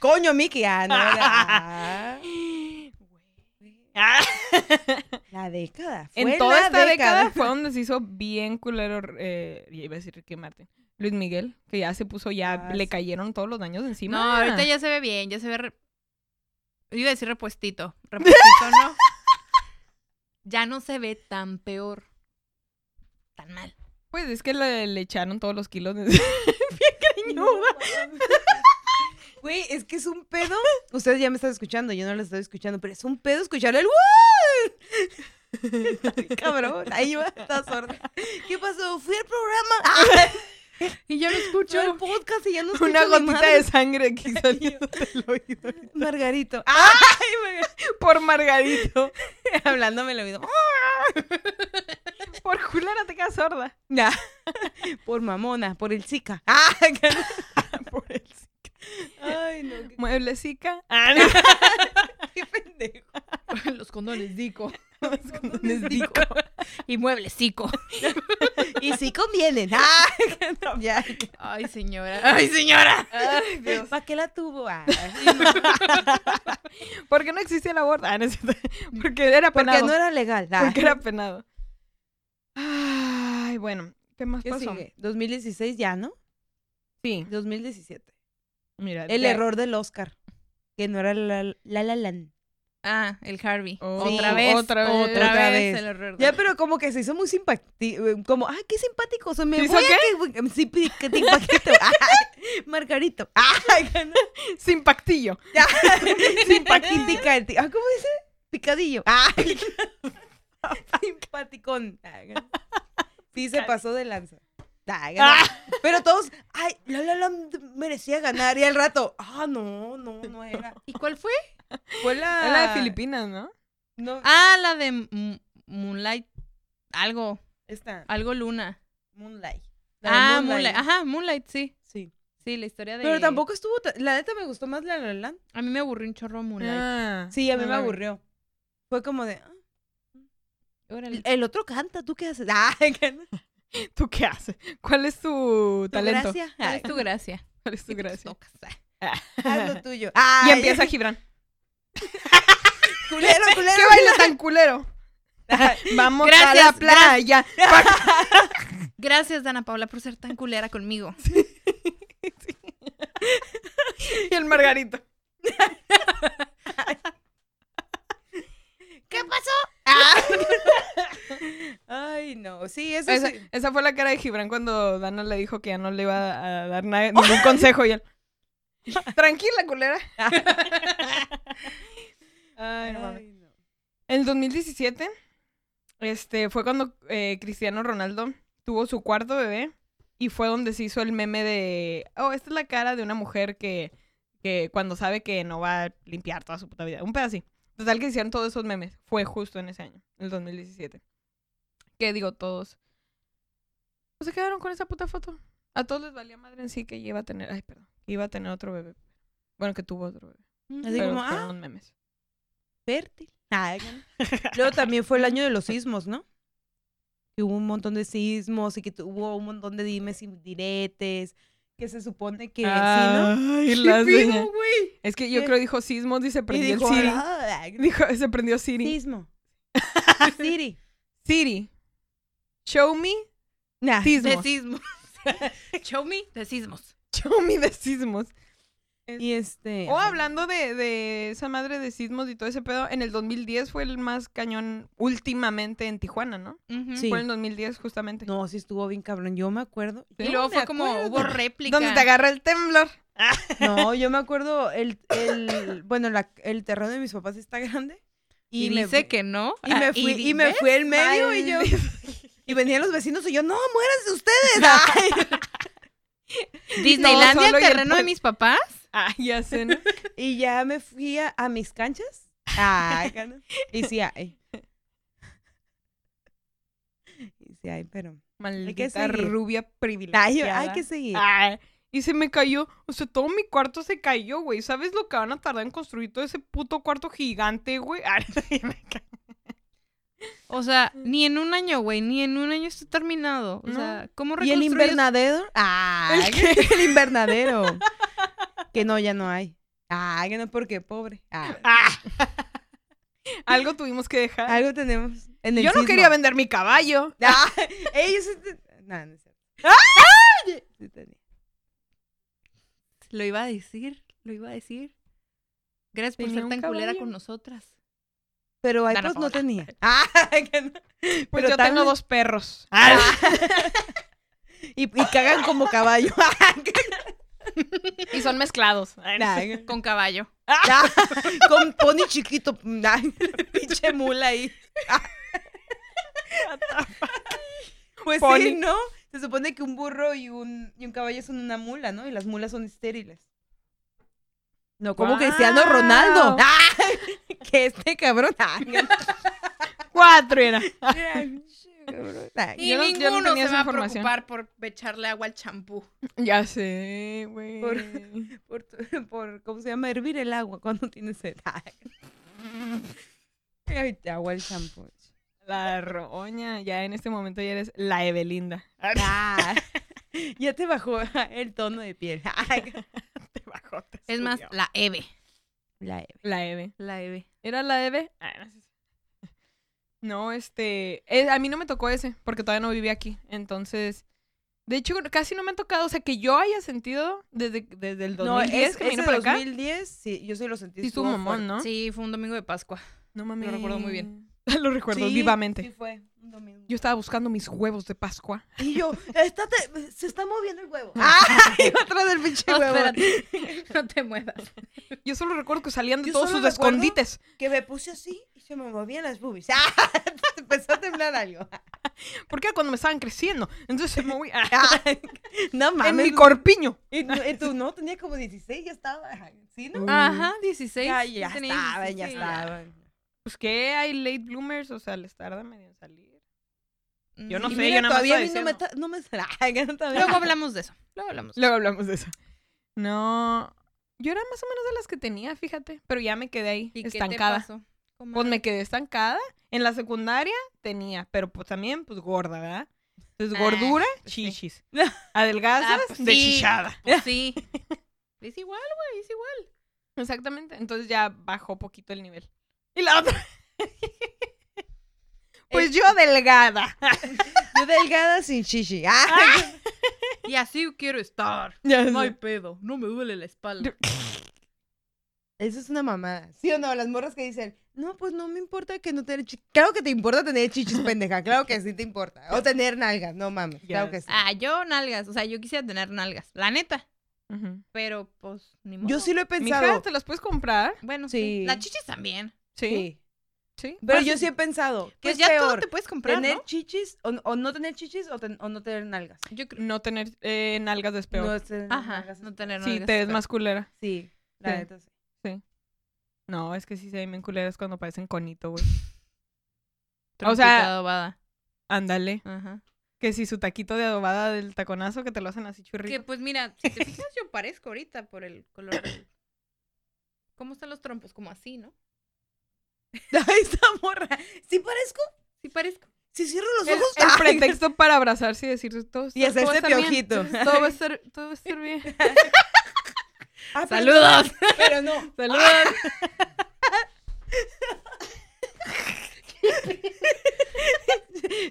Speaker 1: ¡Coño, Mickey! Ah, no, *laughs* ah. La década. Fue
Speaker 4: *laughs* En toda
Speaker 1: la
Speaker 4: esta década.
Speaker 1: *laughs*
Speaker 4: fue donde se hizo bien culero, eh, ya iba a decir Ricky Martin, Luis Miguel, que ya se puso, ya
Speaker 1: Ah,
Speaker 4: le
Speaker 1: sí.
Speaker 4: cayeron todos los daños encima.
Speaker 3: No, ahorita ya se ve bien, ya se ve. re- Iba a decir repuestito. Repuestito *laughs* no. Ya no se ve tan peor. Tan mal.
Speaker 4: Pues es que le, le echaron todos los kilos. de- *laughs*
Speaker 1: Ñuda. Güey, es que es un pedo. Ustedes ya me están escuchando, yo no les estoy escuchando, pero es un pedo escuchar el *laughs* ¡Woo! Cabrón, ahí va, está sorda. ¿Qué pasó? Fui al programa. ¡Ah!
Speaker 4: *laughs*
Speaker 3: Y yo lo
Speaker 1: Yo al
Speaker 3: escucho.
Speaker 1: podcast y ya no escucho
Speaker 4: Una
Speaker 1: ni
Speaker 4: gotita
Speaker 1: madre.
Speaker 4: de sangre que salió del oído.
Speaker 1: *laughs* Margarito. Ah,
Speaker 4: Por Margarito.
Speaker 1: Hablándome el oído. *laughs*
Speaker 4: Por culera te quedas sorda.
Speaker 1: Ah, *laughs* Por mamona, por el
Speaker 4: *laughs*
Speaker 1: Zika. *laughs* ¡Ah!
Speaker 4: Por el
Speaker 1: Ay, no, qué,
Speaker 4: mueblecica. *laughs*
Speaker 1: qué pendejo.
Speaker 3: *laughs* Los condones dico. *laughs*
Speaker 1: Les digo.
Speaker 3: Y muebles dico.
Speaker 1: Y sí *laughs* convienen. ¡Ah! Ya.
Speaker 3: Ay, señora. Ay, señora.
Speaker 1: ¿Para qué la tuvo? *laughs* Ah.
Speaker 4: ¿Por qué no existía el aborto? Ah, no es cierto. Porque era
Speaker 1: Porque
Speaker 4: penado.
Speaker 1: no era legal. Ah.
Speaker 4: Porque era penado. Ay, bueno. ¿Qué más
Speaker 1: ¿Qué
Speaker 4: pasó?
Speaker 1: sigue? 2016 ya, ¿no?
Speaker 4: Sí.
Speaker 1: 2017.
Speaker 4: Mira.
Speaker 1: El
Speaker 4: de-
Speaker 1: error del Oscar. Que no era la la, la Land.
Speaker 3: Ah, el Harvey.
Speaker 4: Oh,
Speaker 3: otra
Speaker 1: sí,
Speaker 3: vez.
Speaker 4: otra
Speaker 3: Otra
Speaker 4: vez.
Speaker 3: vez. Otra
Speaker 1: Otra
Speaker 3: vez.
Speaker 1: vez.
Speaker 3: el error de-
Speaker 1: Ya, pero como que se hizo muy simpático. Como, ay, qué simpático. Se me
Speaker 4: ¿Se hizo
Speaker 1: voy a que- Sí, pi- que te impactito. *laughs* Ay, *laughs* Margarito. Ay, gana-
Speaker 4: Sin pactillo.
Speaker 1: ya.
Speaker 4: Simpático.
Speaker 1: Picanti- ah, ¿Cómo dice? Picadillo. Ah. *laughs* Ay, Simpaticón. Ay, gana. Sí, se pasó de lanza. Ay, gana. Pero todos, ay, la la Land merecía ganar. Y al rato, ah, no, no, no era.
Speaker 3: ¿Y cuál fue?
Speaker 1: Fue la.
Speaker 4: Es la de Filipinas, ¿no?
Speaker 1: No,
Speaker 3: Ah, la de M- Moonlight. Algo.
Speaker 1: esta.
Speaker 3: Algo luna.
Speaker 1: Moonlight. La de
Speaker 3: Ah, Moonlight. Ajá, Moonlight, sí.
Speaker 1: Sí.
Speaker 3: Sí, la historia de.
Speaker 1: Pero tampoco estuvo. ta- La neta me gustó más La La Land.
Speaker 3: A mí me aburrió un chorro Moonlight.
Speaker 4: Ah,
Speaker 1: Sí, a mí
Speaker 4: no
Speaker 1: me
Speaker 4: la vi.
Speaker 1: aburrió. Fue como de. ah,
Speaker 3: Órale.
Speaker 1: El, el otro canta, ¿tú qué haces? Ah, *laughs* gana.
Speaker 4: ¿Tú qué haces? ¿Cuál es tu talento?
Speaker 1: Gracias.
Speaker 3: ¿Cuál es tu gracia?
Speaker 4: ¿Cuál es tu gracia?
Speaker 3: Tocas. ah.
Speaker 1: Haz
Speaker 4: *laughs*
Speaker 1: lo tuyo.
Speaker 4: Y
Speaker 1: Ay, *laughs*
Speaker 4: empieza Gibran.
Speaker 1: Culero, culero.
Speaker 4: *laughs* ¿Qué baile tan culero? Vamos a la
Speaker 3: Gracias,
Speaker 4: playa.
Speaker 3: Gracias, Dana Paula, por ser tan culera *laughs* conmigo.
Speaker 4: Y el margarito.
Speaker 1: Ay, no. Sí, eso
Speaker 4: Esa,
Speaker 1: sí.
Speaker 4: esa fue la cara de Gibran cuando Dana le dijo que ya no le iba a dar nada- ningún consejo y él. Tranquila, culera. Ay, no mames.
Speaker 1: Ay, no.
Speaker 4: En el 2017, este, fue cuando eh, Cristiano Ronaldo tuvo su cuarto bebé y fue donde se hizo el meme de, oh, esta es la cara de una mujer que, que cuando sabe que no va a limpiar toda su puta vida. Un pedazo así. Total que hicieron todos esos memes. Fue justo en ese año, el 2017. Que digo, todos. pues, se quedaron con esa puta foto. A todos les valía madre en sí que iba a tener, ay, perdón, que iba a tener otro bebé. Bueno, que tuvo otro bebé.
Speaker 1: Así
Speaker 4: pero
Speaker 1: como, ah,
Speaker 4: fueron memes.
Speaker 1: fértil. Ay, gana.
Speaker 4: *laughs*
Speaker 1: Luego también fue el año de los sismos, ¿no? Que hubo un montón de sismos y que tu- hubo un montón de dimes y diretes. Que se supone que sí,
Speaker 4: Ay,
Speaker 1: ¿no?
Speaker 4: la
Speaker 1: ¿Qué pedo,
Speaker 4: señal.
Speaker 1: güey?
Speaker 4: Es que yo
Speaker 1: ¿Qué?
Speaker 4: creo dijo sismos, dice
Speaker 1: Y
Speaker 4: prendió
Speaker 1: dijo,
Speaker 4: el Siri.
Speaker 1: "Ah, ay,
Speaker 4: Dijo, se prendió Siri. *laughs*
Speaker 1: sismo. Siri.
Speaker 4: Siri. Show me
Speaker 1: Nah.
Speaker 4: sismos.
Speaker 3: De *laughs* sismos. Show me de sismos.
Speaker 4: Show me de sismos.
Speaker 1: Y este.
Speaker 4: O hablando de, de esa madre de sismos y todo ese pedo, en el 2010 fue el más cañón últimamente en Tijuana, ¿no?
Speaker 3: Ujú.
Speaker 1: Sí.
Speaker 4: Fue en el 2010 justamente.
Speaker 1: No, sí estuvo bien cabrón. Yo me acuerdo.
Speaker 3: Y
Speaker 1: yo
Speaker 3: luego
Speaker 1: me
Speaker 3: fue como
Speaker 1: acuerdo.
Speaker 3: hubo réplica.
Speaker 4: Donde te agarra el temblor.
Speaker 1: No, yo me acuerdo. El, el, bueno, la- el terreno de mis papás está grande.
Speaker 3: y, Ah,
Speaker 1: Y, me
Speaker 3: dice
Speaker 1: fui-
Speaker 3: que no.
Speaker 1: Y me fui, y me fui al medio y yo. Y venían los vecinos y yo, no, muéranse ustedes. Ay.
Speaker 4: No,
Speaker 3: Disneylandia,
Speaker 4: solo y
Speaker 3: el
Speaker 4: el
Speaker 3: terreno de
Speaker 4: puer-
Speaker 3: mis papás.
Speaker 4: Ah, *laughs* ya
Speaker 1: *laughs*
Speaker 4: sé, ¿no?
Speaker 1: Y ya me fui a, a mis canchas. Ay, cana. y sí hay. Y sí hay, pero.
Speaker 4: Maldita
Speaker 1: seguir.
Speaker 4: rubia
Speaker 1: Ay, yo-
Speaker 4: privilegiada.
Speaker 1: hay que seguir.
Speaker 4: Ah, Y se me cayó, o sea, todo mi cuarto se cayó, güey. ¿Sabes lo que van a tardar en construir todo ese puto cuarto gigante, güey? *laughs* Ah, me ca-
Speaker 3: O sea, ni en un año, güey, ni en un año está terminado. O sea,
Speaker 1: ¿Y
Speaker 3: ¿cómo
Speaker 1: el
Speaker 3: reconstruyes?
Speaker 1: invernadero? Ah, *laughs* el invernadero. que no, ya no hay. Ah, que no, porque pobre. Ah,
Speaker 4: *laughs* Algo tuvimos que dejar.
Speaker 1: algo tenemos. En el
Speaker 4: Yo no
Speaker 1: sismo.
Speaker 4: quería vender mi caballo.
Speaker 1: *laughs* Ah, ellos. No, no es cierto. Sí tenía.
Speaker 3: Lo iba a decir, lo iba a decir. Gracias por
Speaker 4: Tenía
Speaker 3: ser
Speaker 4: un
Speaker 3: tan culera
Speaker 4: caballo.
Speaker 3: con nosotras.
Speaker 1: Pero ahí
Speaker 3: No, no,
Speaker 1: pues no
Speaker 3: por
Speaker 1: *laughs*
Speaker 3: favor.
Speaker 1: tenía. Ah, que no.
Speaker 4: Pues
Speaker 1: Pero
Speaker 4: yo
Speaker 1: tal
Speaker 4: tengo
Speaker 1: vez-
Speaker 4: dos perros.
Speaker 1: *laughs* Y, y cagan como caballo. *laughs*
Speaker 4: Y son mezclados.
Speaker 3: *laughs*
Speaker 1: Nah,
Speaker 3: Con caballo.
Speaker 1: nah, con pony chiquito. nah, *laughs* pinche mula ahí. pues sí,
Speaker 4: Pony.
Speaker 1: ¿no? Se supone que un burro y un, y un caballo son una mula, ¿no? Y las mulas son estériles. No, como
Speaker 4: Guau.
Speaker 1: Cristiano *laughs* Ronaldo. Ah, que este cabrón. ah, *laughs*
Speaker 4: Cuatro era.
Speaker 1: nah,
Speaker 3: Y
Speaker 4: Yo no- yo no
Speaker 3: ninguno
Speaker 4: tenía
Speaker 3: se
Speaker 4: esa
Speaker 3: va a
Speaker 4: información.
Speaker 3: preocupar por echarle agua al champú.
Speaker 4: *laughs* Ya sé, güey.
Speaker 1: Por- por, tu- *laughs* por- ¿cómo se llama? Hervir el agua cuando tienes sed. *laughs* Ay, te agua el champú.
Speaker 4: La roña. Ya en este momento ya eres la Evelinda. *laughs*
Speaker 1: Ah, ya te bajó *laughs* el tono de piel. Ay,
Speaker 4: Te bajó, te
Speaker 3: Es más,
Speaker 4: subió.
Speaker 3: la Eve.
Speaker 1: La Eve.
Speaker 4: la Eve.
Speaker 3: La Eve.
Speaker 4: ¿Era la Eve? Ah, no sé. No, este. eh, a mí no me tocó ese, porque todavía no vivía aquí. Entonces. De hecho, casi no me ha tocado. O sea, que yo haya sentido desde, desde el 2010
Speaker 1: es
Speaker 4: que me vine
Speaker 1: ese
Speaker 4: para acá.
Speaker 1: 2010, sí, yo soy lo sentí.
Speaker 4: Sí, estuvo
Speaker 1: estuvo
Speaker 4: mamón,
Speaker 1: fuerte.
Speaker 4: ¿no?
Speaker 3: Sí, fue un domingo de Pascua.
Speaker 4: No mames.
Speaker 3: Lo recuerdo muy bien.
Speaker 4: *laughs* Lo recuerdo
Speaker 1: Sí,
Speaker 4: vivamente.
Speaker 1: Sí, fue un domingo.
Speaker 4: Yo estaba buscando mis huevos de Pascua.
Speaker 1: Y yo, estate- se está moviendo el huevo.
Speaker 4: Ah.
Speaker 1: ¡Ay! *laughs* Otra del pinche
Speaker 3: No,
Speaker 1: huevo.
Speaker 3: *laughs* espérate. No te muevas.
Speaker 4: Yo solo recuerdo que salían de
Speaker 1: Yo
Speaker 4: todos
Speaker 1: solo
Speaker 4: sus
Speaker 1: recuerdo-
Speaker 4: escondites.
Speaker 1: Que me puse así y se me movían las boobies. *laughs* ¡Ah! Empezó a temblar algo.
Speaker 4: Porque era cuando me estaban creciendo. Entonces *laughs* se movía.
Speaker 1: Ay, *laughs* no mames.
Speaker 4: Ah. en mi *laughs* corpiño.
Speaker 1: *laughs* Y, no- y tú no, tenía como 16, ya estaba. ¿Sí, no?
Speaker 3: Ajá, 16.
Speaker 1: Ya, ya
Speaker 3: Ah, tenía
Speaker 1: estaba, ya
Speaker 3: 16,
Speaker 1: estaba.
Speaker 4: Pues que hay late bloomers, o sea, les tarda medio en salir. Yo no
Speaker 1: Y
Speaker 4: sé,
Speaker 1: mira,
Speaker 4: yo nada más
Speaker 1: todavía a
Speaker 4: estoy
Speaker 1: mí no me,
Speaker 4: diciendo.
Speaker 1: ta- no me *laughs* Ay, que no te-
Speaker 3: Mm. Luego hablamos de eso. Luego hablamos.
Speaker 4: Luego hablamos de eso. No. Yo era más o menos de las que tenía, fíjate. Pero ya me quedé ahí,
Speaker 3: ¿Y qué te
Speaker 4: estancada.
Speaker 3: pasó, comadre?
Speaker 4: Pues me quedé estancada. En la secundaria tenía, pero pues también, pues gorda, ¿verdad? Entonces,
Speaker 3: Ah,
Speaker 4: gordura,
Speaker 3: pues sí.
Speaker 4: *laughs* chichis. Adelgazas,
Speaker 3: Ah, pues
Speaker 4: de
Speaker 3: sí,
Speaker 4: chichada.
Speaker 3: pues sí. Es igual, güey, es igual.
Speaker 4: Exactamente. Entonces ya bajó poquito el nivel. Y la otra. *laughs* pues yo delgada.
Speaker 1: *laughs* Yo delgada sin *laughs* chichi. Ah,
Speaker 3: Y así quiero estar. No hay pedo, no me duele la espalda.
Speaker 1: Eso es una mamada. ¿Sí o no? Las morras que dicen, no, pues no me importa que no tener chichis. Claro que te importa tener chichis, pendeja. Claro que sí te importa. O tener nalgas, no mames. Claro que sí.
Speaker 3: Ah, yo nalgas, o sea, yo quisiera tener nalgas, la neta,
Speaker 4: Ujú.
Speaker 3: pero pues ni modo.
Speaker 1: Yo sí lo he
Speaker 4: Mija,
Speaker 1: pensado.
Speaker 4: ¿te las puedes comprar?
Speaker 3: Bueno,
Speaker 1: Sí.
Speaker 3: sí. Las chichis también.
Speaker 4: Sí.
Speaker 1: Sí.
Speaker 4: Sí.
Speaker 1: Pero yo sí he pensado. ¿Qué
Speaker 3: Pues
Speaker 1: es
Speaker 3: ya todo
Speaker 1: peor?
Speaker 3: te puedes comprar,
Speaker 1: ¿Tener
Speaker 3: ¿no?
Speaker 1: chichis o, o no tener chichis o, ten- o no tener nalgas?
Speaker 3: Yo creo...
Speaker 4: No tener eh, nalgas de espejo.
Speaker 1: No tener
Speaker 3: Ajá,
Speaker 1: nalgas.
Speaker 3: no tener
Speaker 4: sí,
Speaker 3: nalgas.
Speaker 4: te ves más culera.
Speaker 1: Sí, la
Speaker 4: Sí.
Speaker 1: neta sí.
Speaker 4: No, es que sí se ven bien culeras cuando parecen conito, güey.
Speaker 3: pero
Speaker 4: o sea-
Speaker 3: trompita adobada.
Speaker 4: Ándale.
Speaker 3: Ajá.
Speaker 4: Que si su taquito de adobada del taconazo que te lo hacen así
Speaker 3: Que
Speaker 4: churrito.
Speaker 3: pues mira, si te fijas yo parezco ahorita por el color del- ¿Cómo están los trompos? Como así, ¿no?
Speaker 1: *laughs* Ay, esta morra. Sí parezco.
Speaker 3: Sí parezco.
Speaker 1: Si cierro los
Speaker 4: El,
Speaker 1: ojos.
Speaker 4: *laughs* el
Speaker 1: ay,
Speaker 4: pretexto para abrazarse y decir todo.
Speaker 1: *laughs* Y
Speaker 4: todo va a
Speaker 1: hacerse
Speaker 4: estar bien,
Speaker 1: piojito.
Speaker 3: *laughs*
Speaker 4: Todo va a estar, todo va a estar bien.
Speaker 1: ah, pero-
Speaker 3: ¡Saludos!
Speaker 1: Pero *laughs* no.
Speaker 4: Saludos.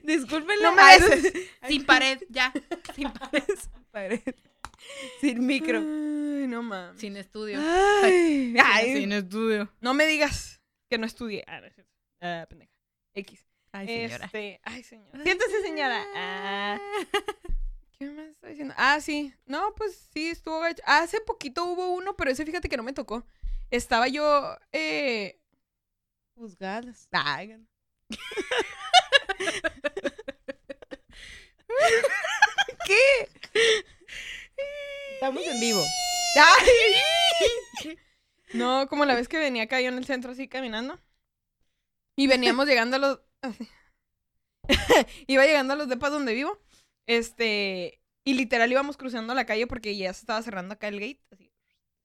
Speaker 1: Disculpen
Speaker 4: No
Speaker 1: me
Speaker 4: mereces.
Speaker 3: *laughs*
Speaker 1: *laughs*
Speaker 3: Sin pared, ya. *laughs* Sin pared.
Speaker 1: Sin micro.
Speaker 4: Ay, no mames.
Speaker 3: Sin estudio.
Speaker 1: Ay, ay.
Speaker 3: Sin estudio.
Speaker 4: No me digas que no estudié. Ah, no es cierto. Ah, pendeja. X.
Speaker 3: Ay, señora.
Speaker 4: Este, ay, señora. Siéntese, señora. Ah. *laughs* ¿Qué me está diciendo? Ah, sí. No, pues sí, estuvo gacho. Hace poquito hubo uno, pero ese fíjate que no me tocó. Estaba yo, eh,
Speaker 1: Juzgadas. Ay, gan- ¿Qué? Estamos en vivo.
Speaker 4: no,
Speaker 1: Eh.
Speaker 4: como la vez que venía acá yo en el centro así caminando. Y
Speaker 1: *laughs*
Speaker 4: veníamos llegando a *laughs* los... Iba llegando a los depas donde vivo. Este... Y literal íbamos cruzando la calle porque ya se estaba cerrando acá el gate. Así,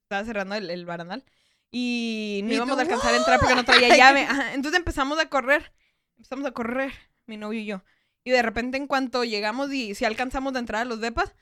Speaker 4: estaba cerrando el, el barandal. Y no
Speaker 1: Y
Speaker 4: íbamos
Speaker 1: tú,
Speaker 4: a alcanzar a entrar porque
Speaker 1: *laughs*
Speaker 4: no traía llave. Ajá, Entonces empezamos a correr. Empezamos a correr, mi novio y yo. Y de repente, en cuanto llegamos y si alcanzamos de entrar a los depas,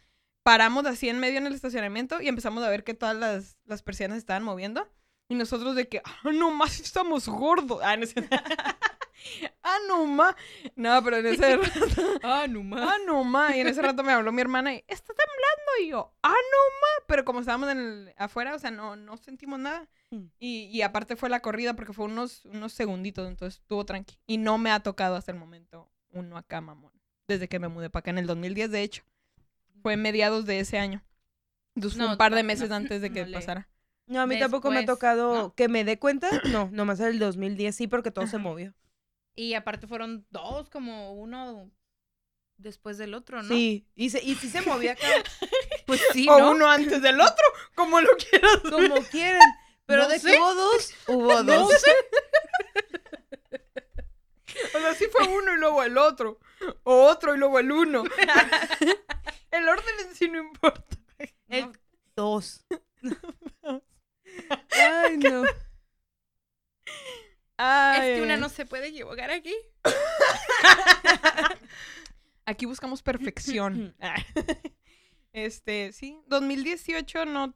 Speaker 4: paramos así en medio en el estacionamiento y empezamos a ver que todas las, las persianas estaban moviendo. Y nosotros de que, ah, no más estamos gordos. Ah, no sé. *laughs* ah, no más. No, pero en ese rato,
Speaker 3: Ah, no más.
Speaker 4: ah, no más. Y en ese rato me habló mi hermana y, está temblando. Y yo, ah, no más. Pero como estábamos en el- afuera, o sea, no, no sentimos nada.
Speaker 3: Mm.
Speaker 4: Y, y aparte fue la corrida porque fue unos, unos segunditos, entonces estuvo tranqui. Y no me ha tocado hasta el momento uno acá, mamón. Desde que me mudé para acá en el 2010, de hecho. Fue en mediados de ese año. Entonces fue
Speaker 3: No,
Speaker 4: un par de
Speaker 3: no,
Speaker 4: meses
Speaker 3: no,
Speaker 4: antes de que
Speaker 3: no le-
Speaker 4: pasara.
Speaker 1: No, a mí tampoco me ha
Speaker 3: Después,
Speaker 1: tocado
Speaker 3: ¿no?
Speaker 1: que me dé cuenta. No, nomás en el 2010 sí, porque todo se movió.
Speaker 3: Y aparte fueron dos, como uno después del otro, ¿no?
Speaker 1: Sí, y, se, y sí se movió acá.
Speaker 3: Pues *laughs* sí,
Speaker 4: o
Speaker 3: ¿no?
Speaker 4: uno antes del otro, como lo quieras.
Speaker 3: *laughs*
Speaker 1: Como quieran. Pero
Speaker 3: No
Speaker 1: de
Speaker 3: sé.
Speaker 1: que hubo dos,
Speaker 3: *laughs*
Speaker 1: hubo dos.
Speaker 4: O sea, sí fue uno y luego el otro. O otro y luego el
Speaker 3: *laughs*
Speaker 4: uno. el orden en sí no importa.
Speaker 1: El-
Speaker 3: *laughs*
Speaker 1: Dos. Ay, no.
Speaker 3: Es que una no se puede equivocar aquí.
Speaker 4: Aquí *laughs* buscamos perfección. Ah. *laughs* este, sí, 2018 no.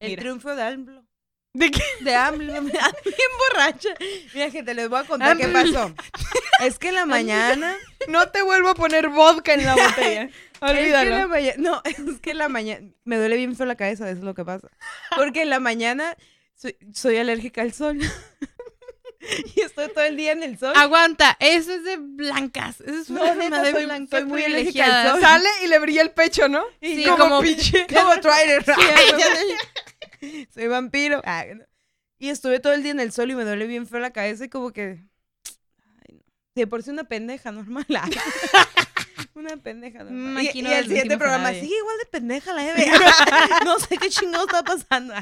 Speaker 1: El
Speaker 4: Mira.
Speaker 1: triunfo de AMLO.
Speaker 4: ¿De qué?
Speaker 1: De AMLO. *laughs* Bien borracha. Mira, gente, les voy a contar qué pasó. Es
Speaker 3: *laughs*
Speaker 1: que en la mañana...
Speaker 4: No te vuelvo a poner vodka *laughs* en la botella.
Speaker 1: Es que en la
Speaker 4: Olvídalo.
Speaker 1: maña- No, *laughs* es que en la mañana. Me duele bien feo la cabeza, eso es lo que pasa. Porque en la mañana soy, soy alérgica al sol. *laughs* y estoy todo el día en el sol.
Speaker 3: Aguanta, eso es de blancas. Eso es
Speaker 1: No,
Speaker 3: una
Speaker 1: neta,
Speaker 3: forma de
Speaker 1: soy-
Speaker 3: blancas
Speaker 1: soy muy alérgica al
Speaker 3: privilegiadas.
Speaker 1: sol.
Speaker 4: Sale y le brilla el pecho, ¿no?
Speaker 1: Y
Speaker 3: sí,
Speaker 1: como,
Speaker 3: como-
Speaker 4: pinche.
Speaker 1: *laughs* como Twilight. *laughs* soy vampiro. Ah, no. Y estuve todo el día en el sol y me duele bien feo la cabeza y como que. Ay, no. De por sí una pendeja normal. Ah. *laughs* Una pendeja normal. Y,
Speaker 3: Aquí no
Speaker 1: y el
Speaker 3: desmentimos
Speaker 1: siguiente
Speaker 3: a
Speaker 1: programa
Speaker 3: nadie.
Speaker 1: sigue igual de pendeja la *laughs* Eve. no sé qué chingado está pasando.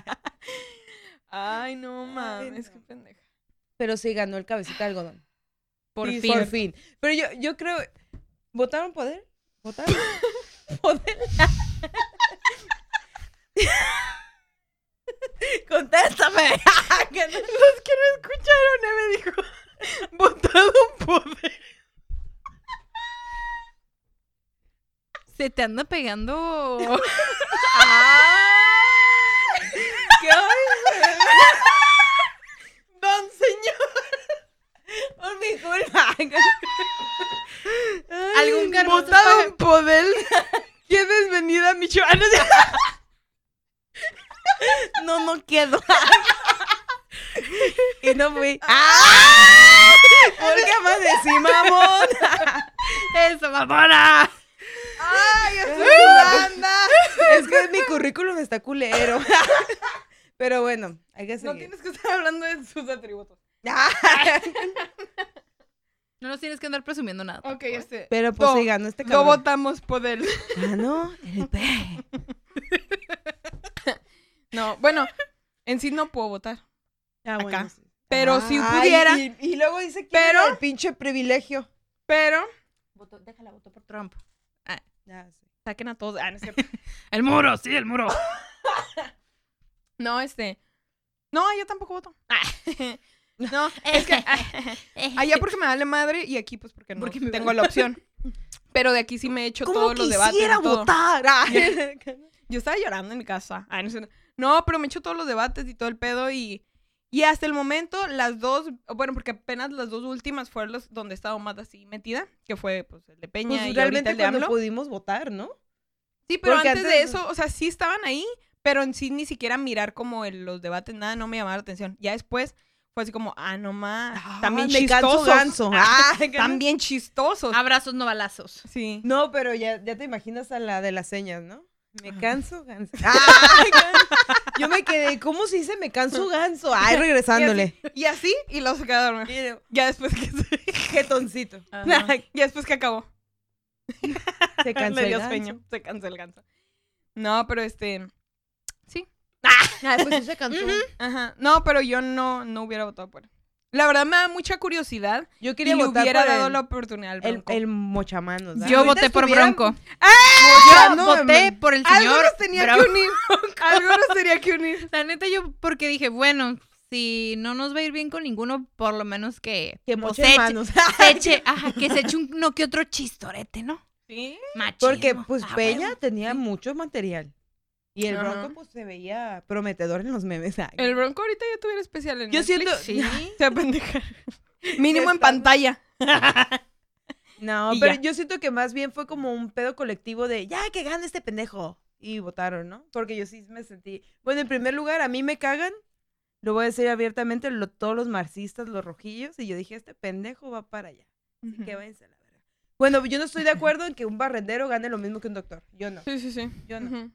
Speaker 4: Ay, no mames,
Speaker 1: no.
Speaker 4: qué pendeja.
Speaker 1: Pero sí ganó el cabecita de algodón.
Speaker 3: Por
Speaker 1: Sí,
Speaker 3: fin.
Speaker 1: Por fin. Pero yo, yo creo. ¿Votaron poder?
Speaker 4: *laughs*
Speaker 1: ¿Votaron? ¿Poder? Contéstame.
Speaker 4: Los *laughs* que no escucharon, Eve dijo, *laughs* votado un poder.
Speaker 3: Se te anda pegando. *laughs*
Speaker 1: ¿Qué hoy?
Speaker 4: Don señor.
Speaker 1: Por mi
Speaker 4: *laughs*
Speaker 1: culpa.
Speaker 3: Algún cargo.
Speaker 4: Votado un poder. Qué desvenida, Michoacán. *laughs*
Speaker 1: No, no quedo. y no fui.
Speaker 4: Ah.
Speaker 1: ¡Ah! ¿Por qué más decimos, mamón?
Speaker 3: Eso, mamona.
Speaker 4: *laughs* Ay, es
Speaker 1: Es que mi currículum está culero. Pero bueno, hay que seguir.
Speaker 4: No tienes que estar hablando de sus atributos.
Speaker 3: No nos tienes que andar presumiendo nada.
Speaker 4: Ok, este.
Speaker 1: Pero pues
Speaker 4: No,
Speaker 1: sí ganó este
Speaker 4: No
Speaker 1: cabrón.
Speaker 4: votamos poder. *laughs*
Speaker 1: Ganó el P.
Speaker 4: No, bueno, en sí no puedo votar.
Speaker 1: Ah,
Speaker 4: bueno,
Speaker 1: Acá.
Speaker 4: sí. Pero
Speaker 1: Ah,
Speaker 4: si
Speaker 1: ay,
Speaker 4: pudiera,
Speaker 1: Y, y luego dice que
Speaker 4: Pero-
Speaker 1: era el pinche privilegio.
Speaker 4: pero.
Speaker 3: Votó- déjala, votó por Trump.
Speaker 1: Ya, sí.
Speaker 4: Saquen a todos. Ah, no, es cierto.
Speaker 3: El muro, sí, el muro.
Speaker 4: *laughs* No, este. No, yo tampoco voto. *laughs* No, es
Speaker 1: *laughs*
Speaker 4: que *laughs* ah, allá porque me vale madre y aquí pues porque no
Speaker 3: Porque me
Speaker 4: tengo
Speaker 3: vale
Speaker 4: la
Speaker 1: *laughs*
Speaker 4: opción. Pero de aquí sí me he hecho todos los debates. y todo.
Speaker 1: votar? Ah.
Speaker 4: *laughs* Yo estaba llorando en mi casa. Ah, no, sé. No, pero me echo todos los debates y todo el pedo y... Y hasta el momento, las dos, bueno, porque apenas las dos últimas fueron los donde he estado más así metida, que fue pues el de Peña
Speaker 1: Pues
Speaker 4: y ahorita
Speaker 1: realmente
Speaker 4: el de
Speaker 1: cuando
Speaker 4: AMLO.
Speaker 1: pudimos votar, ¿no?
Speaker 4: Sí, pero
Speaker 1: porque
Speaker 4: antes, de
Speaker 1: antes-
Speaker 4: eso, o sea, sí estaban ahí, pero en sí ni siquiera mirar como el- los debates, nada, no me llamaba la atención. Ya después fue así como, ah, no más, también
Speaker 1: me canso
Speaker 4: chistosos.
Speaker 1: ganso.
Speaker 4: *laughs* Ah,
Speaker 1: *laughs* Ah, que no.
Speaker 4: también chistosos.
Speaker 1: pues.
Speaker 3: Abrazos, no balazos.
Speaker 4: Sí.
Speaker 1: No, pero ya, ya te imaginas a la de las señas, ¿no? Me
Speaker 4: Ajá.
Speaker 1: canso ganso. Ah, ganso. Yo me quedé, ¿cómo se dice me canso ganso? Ay, regresándole.
Speaker 4: Y así, y los quedaron.
Speaker 1: Mire,
Speaker 4: Ya después que,
Speaker 1: Jetoncito. *laughs*
Speaker 4: *laughs* ya después que acabó.
Speaker 1: Se cansó
Speaker 4: Le
Speaker 1: el
Speaker 4: dio
Speaker 1: ganso.
Speaker 4: sueño. Se cansó el ganso. No, pero este.
Speaker 1: Ah, pues sí se cansó.
Speaker 4: Ajá. No, pero yo no, no hubiera votado por él. La verdad me da mucha curiosidad.
Speaker 1: Yo
Speaker 4: Y
Speaker 1: quería
Speaker 4: le
Speaker 1: votar
Speaker 4: hubiera
Speaker 1: por
Speaker 4: dado
Speaker 1: el,
Speaker 4: la oportunidad al
Speaker 1: el,
Speaker 4: Bronco.
Speaker 1: el mochamanos. ¿ah?
Speaker 3: Yo
Speaker 1: Ahorita
Speaker 3: voté por
Speaker 1: estuvieran-
Speaker 3: Bronco.
Speaker 4: Ah,
Speaker 3: Yo
Speaker 4: no,
Speaker 3: voté
Speaker 4: man.
Speaker 3: por el
Speaker 4: Algo
Speaker 3: señor.
Speaker 4: nos tenía
Speaker 3: Bravo.
Speaker 4: que unir. Algo nos tenía que unir.
Speaker 3: La neta, yo porque dije, bueno, si no nos va a ir bien con ninguno, por lo menos que,
Speaker 1: Que
Speaker 3: pues, se, eche,
Speaker 1: mochamanos.
Speaker 3: se eche- ajá, que se eche un no que otro chistorete, ¿no?
Speaker 1: *laughs* Sí.
Speaker 3: Machismo.
Speaker 1: Porque pues
Speaker 3: Ah,
Speaker 1: Peña
Speaker 3: huevo.
Speaker 1: tenía mucho material. Y el
Speaker 4: Ajá.
Speaker 1: Bronco pues se veía prometedor en los memes. Ay.
Speaker 4: El Bronco ahorita ya tuviera especial en
Speaker 1: Yo
Speaker 4: Netflix.
Speaker 1: siento...
Speaker 3: Sí.
Speaker 1: *laughs*
Speaker 4: *laughs* Se pendeja. Mínimo en
Speaker 1: Está-
Speaker 4: pantalla.
Speaker 1: No,
Speaker 4: Y
Speaker 1: pero
Speaker 4: ya.
Speaker 1: yo siento que más bien fue como un pedo colectivo de ya que gane este pendejo. Y votaron, ¿no? Porque yo sí me sentí. Bueno, en primer lugar, a mí me cagan. Lo voy a decir abiertamente, lo- todos los marxistas, los rojillos. Y yo dije, este pendejo va para allá. Así que váyanse a la verga. Bueno, yo no estoy de acuerdo en que un barrendero gane lo mismo que un doctor. Yo no.
Speaker 4: Sí, sí, sí.
Speaker 1: Yo no.
Speaker 4: Ujú.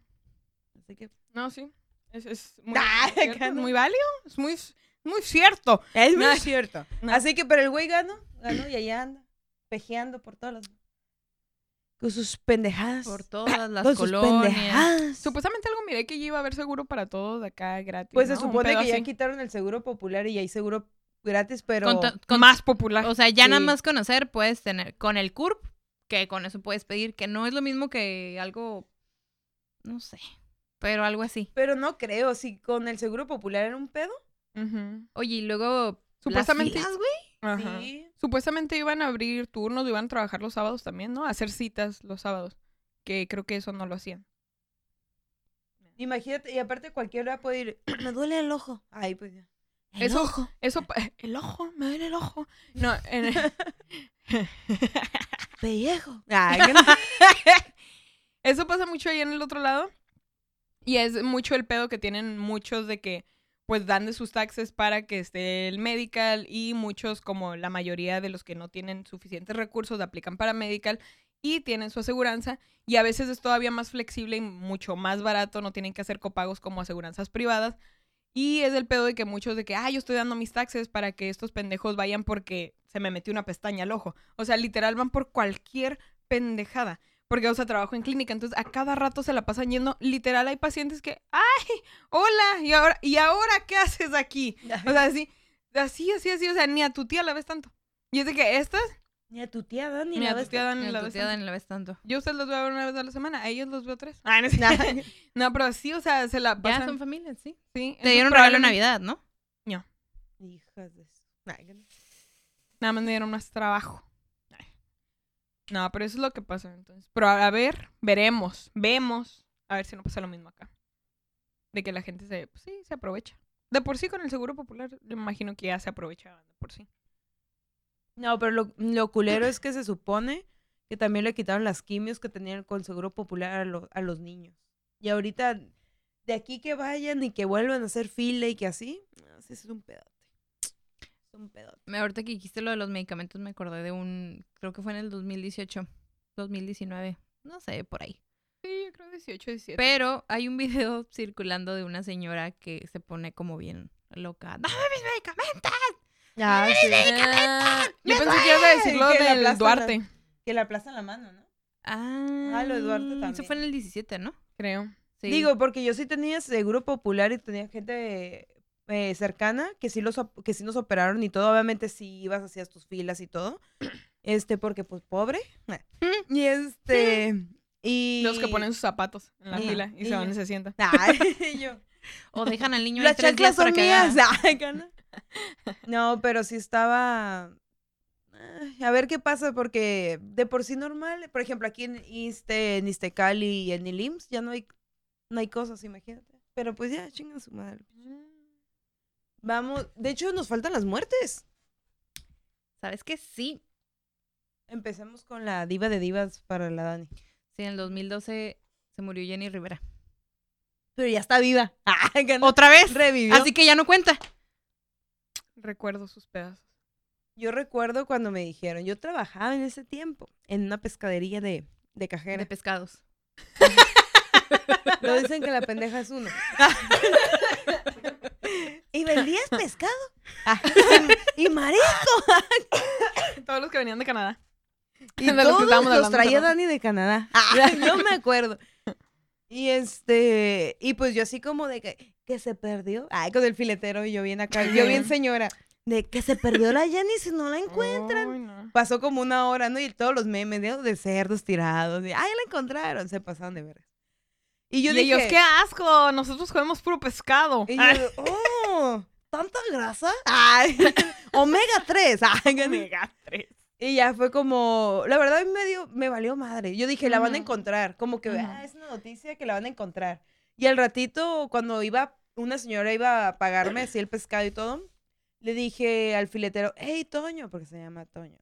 Speaker 1: Así que.
Speaker 4: No, sí. Es, es muy,
Speaker 1: *laughs* Ah,
Speaker 4: es cierto,
Speaker 1: acá
Speaker 4: es
Speaker 1: no.
Speaker 4: muy válido. Es muy, muy cierto.
Speaker 1: Es
Speaker 4: muy
Speaker 1: cierto.
Speaker 4: No.
Speaker 1: Así que, pero el güey ganó, ganó y allá anda, pejeando por todas las. Con sus pendejadas.
Speaker 3: Por todas las
Speaker 1: con sus
Speaker 3: colonias.
Speaker 1: pendejadas.
Speaker 4: Supuestamente algo miré que ya iba a haber seguro para todos acá gratis.
Speaker 1: Pues se
Speaker 4: ¿no? Un
Speaker 1: supone
Speaker 4: pedo
Speaker 1: que ya
Speaker 4: así.
Speaker 1: quitaron el seguro popular y hay seguro gratis, pero.
Speaker 3: Con to- con-
Speaker 4: más popular.
Speaker 3: o sea, ya nada
Speaker 1: Sí.
Speaker 3: más conocer puedes tener con el CURP, que con eso puedes pedir, que no es lo mismo que algo, no sé, pero algo así.
Speaker 1: Pero no creo, si con el seguro popular era un pedo.
Speaker 4: Ujú.
Speaker 3: Oye, y luego... las
Speaker 4: Supuestamente.
Speaker 3: filas, güey.
Speaker 4: Ajá.
Speaker 1: Sí.
Speaker 4: Supuestamente iban a abrir turnos, iban a trabajar los sábados también, ¿no? A hacer citas los sábados. Que creo que eso no lo hacían.
Speaker 1: Imagínate, y aparte cualquiera puede ir. *clears throat* Me duele el ojo. Ay, pues
Speaker 4: *laughs*
Speaker 1: ya. El
Speaker 4: Eso-
Speaker 1: ojo.
Speaker 4: Eso, pa- *laughs* el ojo, me duele el ojo. No,
Speaker 1: *laughs*
Speaker 4: en-
Speaker 1: Pellejo.
Speaker 4: eso pasa mucho ahí en el otro lado. Y es mucho el pedo que tienen muchos de que pues dan de sus taxes para que esté el medical y muchos como la mayoría de los que no tienen suficientes recursos aplican para medical y tienen su aseguranza y a veces es todavía más flexible y mucho más barato, no tienen que hacer copagos como aseguranzas privadas y es el pedo de que muchos de que, ah, yo estoy dando mis taxes para que estos pendejos vayan porque se me metió una pestaña al ojo. O sea, literal van por cualquier pendejada. Porque, o sea, trabajo en clínica, entonces a cada rato se la pasan yendo. Literal, hay pacientes que, ¡ay! ¡Hola! ¿Y ahora, ¿y ahora qué haces aquí? O sea, así, así, así, así. O sea, ni a tu tía la ves tanto. Y es de que estas,
Speaker 1: *laughs* Ni a tu tía Dani
Speaker 4: ni,
Speaker 1: la
Speaker 4: a tu
Speaker 1: ves-
Speaker 4: tía Dani
Speaker 3: Mira,
Speaker 4: la
Speaker 3: tu
Speaker 4: ves
Speaker 3: tía
Speaker 4: tanto.
Speaker 3: Dani la ves tanto.
Speaker 4: Yo a ustedes los voy a ver una vez a la semana, a ellos los veo tres. Ah, no, *laughs* es- no, pero sí, o sea, se la
Speaker 3: Ya
Speaker 4: pasan.
Speaker 3: son familias, sí.
Speaker 4: sí,
Speaker 3: Te
Speaker 4: entonces
Speaker 3: dieron regalo de
Speaker 4: probablemente-
Speaker 3: Navidad, ¿no?
Speaker 1: Hijas de su- Ay, que no.
Speaker 4: Nada más me dieron más trabajo. Ay. No, pero eso es lo que pasa entonces. Pero a a ver, veremos, vemos. A ver si no pasa lo mismo acá. De que la gente se, pues sí, se aprovecha. De por sí con el Seguro Popular, yo me imagino que ya se aprovechaban de por sí.
Speaker 1: No, pero lo, lo culero *clears throat* es que se supone que también le quitaron las quimios que tenían con Seguro Popular a, lo- a los niños. Y ahorita, de aquí que vayan y que vuelvan a hacer fila y que así, no, sí, es un pedote. Es un pedote.
Speaker 3: Me- Ahorita que dijiste lo de los medicamentos, me acordé de un. Creo que fue en el 2018, 2019. No sé, por ahí.
Speaker 4: Sí, yo creo 18, 17.
Speaker 3: Pero hay un video *laughs* circulando de una señora que se pone como bien loca. ¡Dame mis medicamentos!
Speaker 1: Ah,
Speaker 4: Eh, Ah, yo
Speaker 1: ¡Me
Speaker 4: pensé que ibas a decir lo
Speaker 1: duele! Que la
Speaker 4: del
Speaker 1: aplastan
Speaker 4: Duarte,
Speaker 1: Que la aplazan la mano, ¿no?
Speaker 3: Ah,
Speaker 1: Ah, lo de Duarte
Speaker 3: Eso
Speaker 1: también.
Speaker 3: fue en el 17, ¿no?
Speaker 4: creo.
Speaker 3: Sí.
Speaker 1: Digo, porque yo sí tenía Seguro Popular y tenía gente eh, cercana que sí, los, op- que sí nos operaron y todo. Obviamente sí ibas, hacías tus filas y *clears throat* todo. Este, porque pues pobre. Y *clears throat* este... Y...
Speaker 4: Los que ponen sus zapatos en la
Speaker 1: Ajá,
Speaker 4: fila y
Speaker 1: y
Speaker 4: se van
Speaker 1: ya.
Speaker 4: y se sientan.
Speaker 1: *laughs* Ay, yo.
Speaker 3: O dejan *laughs* al niño ahí
Speaker 1: Las
Speaker 3: tres
Speaker 1: chanclas
Speaker 3: días
Speaker 1: son
Speaker 3: para que haga-
Speaker 1: mías. *laughs* Ay,
Speaker 3: *laughs*
Speaker 1: cana. No, pero sí estaba. Ay, A ver qué pasa, porque de por sí normal, por ejemplo, aquí en, Iste, en Iztecali y en el IMSS ya no hay, no hay cosas, imagínate. Pero pues ya, chingan su madre. Vamos, de hecho nos faltan las muertes.
Speaker 3: ¿Sabes qué? Sí.
Speaker 1: Empecemos con la diva de divas para la Dani.
Speaker 3: Sí, en el 2012 se murió Jenny Rivera.
Speaker 1: Pero ya está viva. *laughs* Ay, cana.
Speaker 3: ¿Otra vez?
Speaker 1: Revivió.
Speaker 3: Así que ya no cuenta.
Speaker 4: Recuerdo sus pedazos.
Speaker 1: Yo recuerdo cuando me dijeron, yo trabajaba en ese tiempo en una pescadería de, de cajera.
Speaker 3: De pescados.
Speaker 1: No dicen que la pendeja es
Speaker 4: *laughs*
Speaker 1: uno. ¿Y vendías pescado?
Speaker 4: Ah.
Speaker 1: ¿Y marisco?
Speaker 4: *laughs* *laughs* Todos los que venían de Canadá.
Speaker 1: Y
Speaker 4: De los que
Speaker 1: todos
Speaker 4: estábamos hablando Ah.
Speaker 1: los
Speaker 4: hace
Speaker 1: traía
Speaker 4: rato.
Speaker 1: Dani de
Speaker 4: *laughs*
Speaker 1: Canadá. No me acuerdo. Y este, y pues yo así como de que, que se perdió. Ay, con el filetero y yo bien acá, yo bien señora. de que se perdió la Jenny si no la encuentran.
Speaker 5: Ay, no.
Speaker 1: Pasó como una hora, ¿no? Y todos los memes de, de cerdos tirados. De, Ay, la encontraron. Se pasaron de verga. Y yo
Speaker 4: y
Speaker 1: dije...
Speaker 4: ellos, qué asco, nosotros comemos puro pescado. Ah,
Speaker 1: Y yo, oh, ¿tanta grasa? Ay, *laughs* omega 3. omega 3. Y ya fue como, la verdad a mí me dio, me valió madre. Yo dije, la van a
Speaker 4: Ujú.
Speaker 1: encontrar. Como que,
Speaker 4: Ujú.
Speaker 1: ah, es una noticia que la van a encontrar. Y al ratito, cuando iba, una señora iba a pagarme así el pescado y todo, le dije al filetero, hey, Toño, porque se llama Toño.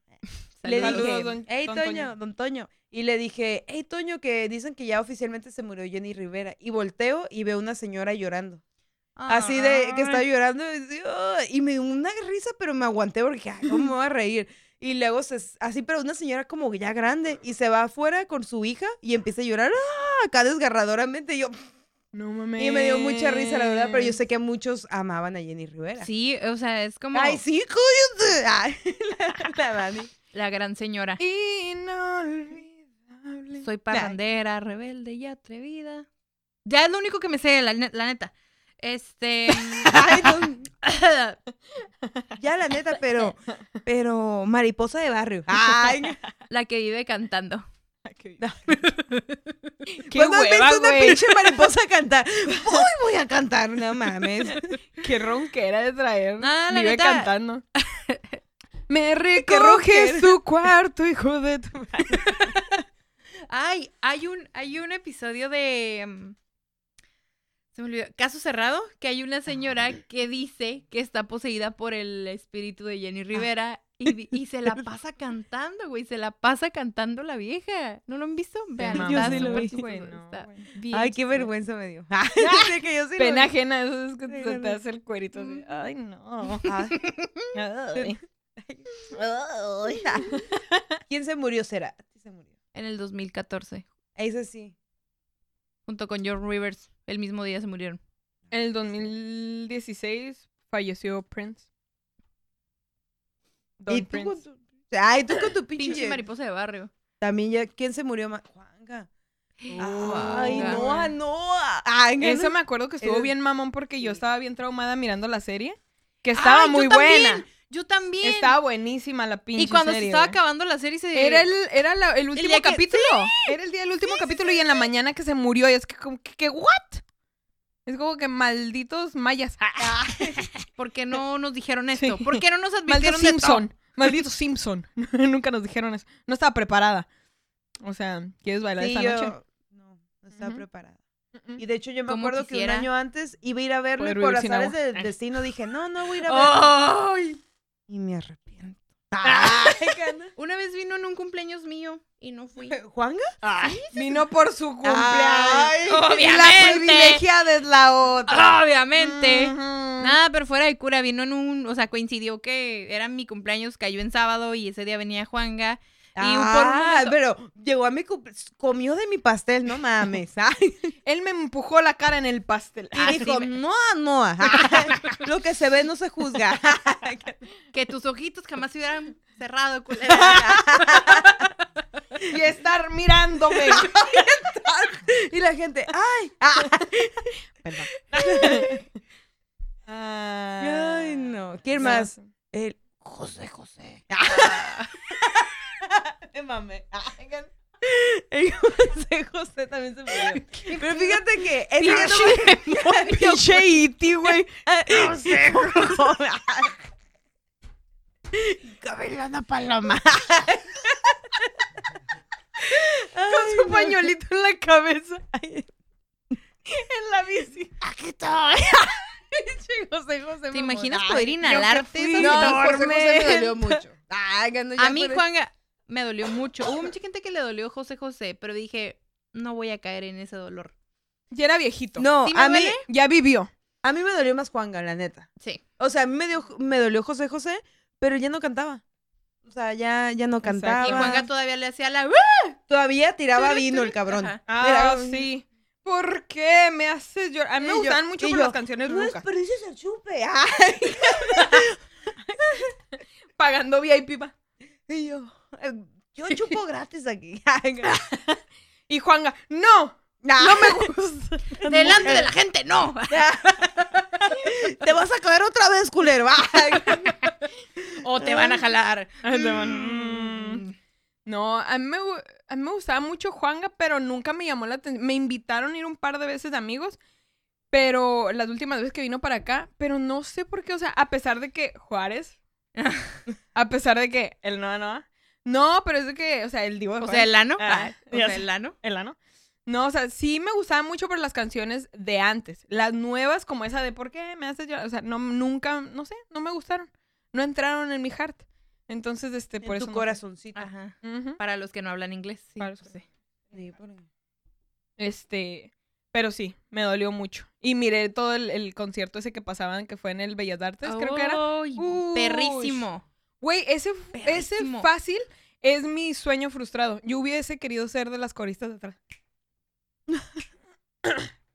Speaker 1: Le dije,
Speaker 4: Saludos, don-
Speaker 1: hey,
Speaker 4: don
Speaker 1: Toño,
Speaker 4: Toño".
Speaker 1: don Toño. Y le dije, hey, Toño, que dicen que ya oficialmente se murió Jenny Rivera. Y volteo y veo una señora llorando. Así de que está llorando y, dice, "Ay", y me dio una risa, pero me aguanté porque dije, "Ah, ¿cómo me voy a reír? Y luego se, así, pero una señora como ya grande y se va afuera con su hija y empieza a llorar "Ah", acá desgarradoramente. Y yo,
Speaker 4: No mames.
Speaker 1: y me dio mucha risa, la verdad, pero yo sé que muchos amaban a Jenny Rivera.
Speaker 3: Sí, o sea, es como
Speaker 1: Ay, sí, cállate. Ay, *laughs* la, la Dani.
Speaker 3: la gran señora.
Speaker 4: Inolvidable.
Speaker 3: Soy parrandera, rebelde y atrevida. Ya es lo único que me sé, la, ne- la neta. Este.
Speaker 1: *laughs* Ay, no, ya la neta, pero, pero mariposa de barrio. Ay,
Speaker 3: *laughs* la que vive cantando.
Speaker 4: *laughs*
Speaker 1: Ah, *laughs*
Speaker 4: Qué
Speaker 1: ¿Cuándo has
Speaker 4: hueva,
Speaker 1: visto una
Speaker 4: güey.
Speaker 1: pinche
Speaker 4: *laughs*
Speaker 1: mariposa cantar? Hoy voy a cantar, no mames.
Speaker 4: Qué ronquera de traer.
Speaker 3: No, la
Speaker 4: Vive
Speaker 3: neta.
Speaker 1: *laughs*
Speaker 4: cantando. Me
Speaker 1: ronquera.
Speaker 4: recoges tu cuarto, hijo de tu...
Speaker 3: Ay, hay un, hay un episodio de. mm, Se me olvidó. Caso cerrado, que hay una señora que dice que está poseída por el espíritu de
Speaker 1: Ah.
Speaker 3: Jenny Rivera y, di- y
Speaker 1: *laughs*
Speaker 3: se la pasa cantando, güey. Se la pasa cantando la vieja. ¿No lo han visto? Vean,
Speaker 1: mames.
Speaker 3: está
Speaker 1: Yo sí lo
Speaker 3: súper
Speaker 1: vi.
Speaker 3: chistoso, está bien
Speaker 1: Ay, qué
Speaker 3: chistoso.
Speaker 1: vergüenza me
Speaker 4: *laughs*
Speaker 1: dio. Ay, sé que yo sí lo
Speaker 4: Pena
Speaker 1: vi.
Speaker 4: ajena, eso es que
Speaker 1: Sí,
Speaker 4: te,
Speaker 1: no,
Speaker 4: te
Speaker 1: no.
Speaker 4: hace el cuerito así. Ay, no.
Speaker 1: *laughs*
Speaker 4: Ay.
Speaker 1: *laughs* Ay. ¿Quién se murió? Será. Sí se murió.
Speaker 3: En el 2014,
Speaker 1: Ese sí.
Speaker 3: junto con John Rivers, el mismo día se murieron.
Speaker 4: En *laughs* el 2016 falleció Prince. Don
Speaker 1: ¿Y tú
Speaker 4: Prince.
Speaker 1: con tu... Ay, tú con tu pinche.
Speaker 3: Pinche
Speaker 1: ye-
Speaker 3: mariposa de barrio.
Speaker 1: También ya. ¿Quién se murió más? Juanga.
Speaker 4: Eh,
Speaker 1: Ay,
Speaker 3: Juanga.
Speaker 1: no, ah, no. Ay, no.
Speaker 4: Eso me acuerdo que estuvo
Speaker 1: Eres-
Speaker 4: bien mamón porque yo
Speaker 1: Sí.
Speaker 4: estaba bien traumada mirando la serie. Que estaba
Speaker 3: Ay, yo
Speaker 4: muy
Speaker 3: también,
Speaker 4: buena.
Speaker 3: Yo también.
Speaker 4: Estaba buenísima la pinche
Speaker 3: y cuando se
Speaker 4: serie,
Speaker 1: eh.
Speaker 3: estaba
Speaker 4: güey.
Speaker 3: acabando la serie se
Speaker 4: Era el, era la- el último
Speaker 3: día que-
Speaker 4: capítulo. Era el día del último capítulo y en la mañana que se murió. Y es que como que, que, ¿what? Es como que malditos mayas.
Speaker 3: Ah. *laughs* ¿Por qué no nos dijeron esto?
Speaker 4: Sí.
Speaker 3: ¿Por qué no nos
Speaker 4: Maldito
Speaker 3: advirtieron de todo?
Speaker 4: Simpson. Maldito Simpson. *laughs* Nunca nos dijeron eso. No estaba preparada. O sea, ¿quieres bailar
Speaker 1: Sí,
Speaker 4: esta
Speaker 1: yo-
Speaker 4: noche?
Speaker 1: No, no estaba
Speaker 4: Ujú.
Speaker 1: preparada.
Speaker 4: Mm-mm.
Speaker 1: Y de hecho yo me
Speaker 3: Como
Speaker 1: acuerdo
Speaker 3: quisiera.
Speaker 1: que un año antes iba a ir a verlo y
Speaker 4: Poder
Speaker 1: por
Speaker 4: vivir sin
Speaker 1: azares
Speaker 4: agua. Oh.
Speaker 1: del destino dije, no, no voy a ir a verlo.
Speaker 3: ¡Ay!
Speaker 1: Y me arrepiento.
Speaker 4: Ah.
Speaker 1: Ay,
Speaker 4: *laughs*
Speaker 1: gana.
Speaker 3: Una vez vino en un cumpleaños mío y no fui.
Speaker 1: ¿Juanga?
Speaker 4: Vino por su
Speaker 1: Ay,
Speaker 4: cumpleaños.
Speaker 3: obviamente.
Speaker 4: Y la privilegiada es la otra.
Speaker 3: Obviamente.
Speaker 4: Ujú.
Speaker 3: Mm. Nada, pero fuera de cura, vino en un, o sea, coincidió que era mi cumpleaños, cayó en sábado y ese día venía Juanga. Y un- por un
Speaker 1: Ah,
Speaker 3: momento-
Speaker 1: pero llegó a mi cumple- comió de mi pastel, no mames. Ay,
Speaker 4: Él me empujó la cara en el pastel.
Speaker 3: Ah,
Speaker 1: y dijo, no, no. ay, *laughs* Lo que se ve no se juzga. *laughs*
Speaker 3: Que tus ojitos jamás se hubieran *laughs* cerrado, culera.
Speaker 4: Y estar mirándome.
Speaker 1: Y la gente, "Ah, ay, ay, no. ¿Quién más? El José José. Te mame. El José José también se murió. Pero fíjate
Speaker 3: *laughs*
Speaker 1: que ese día no me-
Speaker 4: *laughs* Pinche Iti, güey.
Speaker 1: *laughs* Cabellana paloma.
Speaker 4: Con su pañuelito en la cabeza. *laughs*
Speaker 3: *laughs*
Speaker 1: Aquí estoy. José José.
Speaker 3: ¿Te imaginas poder inhalarte? esas
Speaker 1: No,
Speaker 3: cosas?
Speaker 1: José José me dolió
Speaker 3: *laughs*
Speaker 1: mucho. Ay, gano, ya
Speaker 3: A mí
Speaker 1: por-
Speaker 3: Juanga me dolió mucho. Hubo mucha gente que le dolió José José, pero dije, no voy a caer en ese dolor.
Speaker 4: Ya era viejito.
Speaker 1: No,
Speaker 3: ¿Sí me
Speaker 1: a mí,
Speaker 3: duele?
Speaker 4: Ya vivió.
Speaker 1: a mí me dolió más Juanga, la neta.
Speaker 3: Sí.
Speaker 1: O sea, a mí me, dio- me dolió José José, pero ya no cantaba. O sea, ya, ya no
Speaker 4: Exacto.
Speaker 1: cantaba.
Speaker 3: Y Juanga todavía le hacía la...
Speaker 1: Todavía tiraba vino el cabrón.
Speaker 3: Ajá.
Speaker 4: Ah,
Speaker 1: Mira,
Speaker 4: sí. ¿Por qué me haces llorar? A mí
Speaker 1: Y
Speaker 4: me
Speaker 1: yo-
Speaker 4: gustaban mucho
Speaker 1: y
Speaker 4: por
Speaker 1: yo,
Speaker 4: las canciones
Speaker 1: No
Speaker 4: rucas.
Speaker 1: desperdicies el chupe. Ah.
Speaker 4: Pagando VIP. va.
Speaker 1: Y yo, eh, yo chupo gratis aquí. *laughs*
Speaker 4: Y Juanga, ¡no!
Speaker 1: no me *laughs*
Speaker 3: Delante de la gente, no.
Speaker 1: Te vas a caer otra vez, culero. Ay,
Speaker 3: O te van a jalar.
Speaker 4: Mm. No, a mí, me, gu- a mí me gustaba mucho Juanga, pero nunca me llamó la atención. Me invitaron a ir un par de veces de amigos, pero las últimas veces que vino para acá, pero no sé por qué, o sea, a pesar de que
Speaker 3: *laughs*
Speaker 4: Juárez, a pesar de que el Noa Noa, no, pero es de que, o sea, el Divo de
Speaker 3: O
Speaker 4: Juárez,
Speaker 3: sea, el ano.
Speaker 4: Ah,
Speaker 3: ah, o
Speaker 4: ya
Speaker 3: sea,
Speaker 4: sé.
Speaker 3: el ano.
Speaker 4: el ano. No, o sea, sí me gustaba mucho por las canciones de antes, las nuevas como esa de ¿por qué me haces llorar? O sea, no, nunca, no sé, no me gustaron, no entraron en mi heart. Entonces, este, por
Speaker 1: en
Speaker 4: eso.
Speaker 1: tu
Speaker 4: no sé.
Speaker 1: corazoncito.
Speaker 3: Ajá.
Speaker 4: Ujú.
Speaker 3: Para los que no hablan inglés. sí,
Speaker 4: Para los
Speaker 3: pues
Speaker 4: que-
Speaker 3: sí.
Speaker 1: Sí, por ahí.
Speaker 4: Este, pero sí, me dolió mucho. Y miré todo el, el concierto ese que pasaban, que fue en el Bellas Artes, creo que era.
Speaker 3: Ay,
Speaker 4: Ush.
Speaker 3: Perrísimo.
Speaker 4: Güey, ese, f- ese
Speaker 3: Perrísimo.
Speaker 4: fácil es mi sueño frustrado. Yo hubiese querido ser de las coristas de atrás.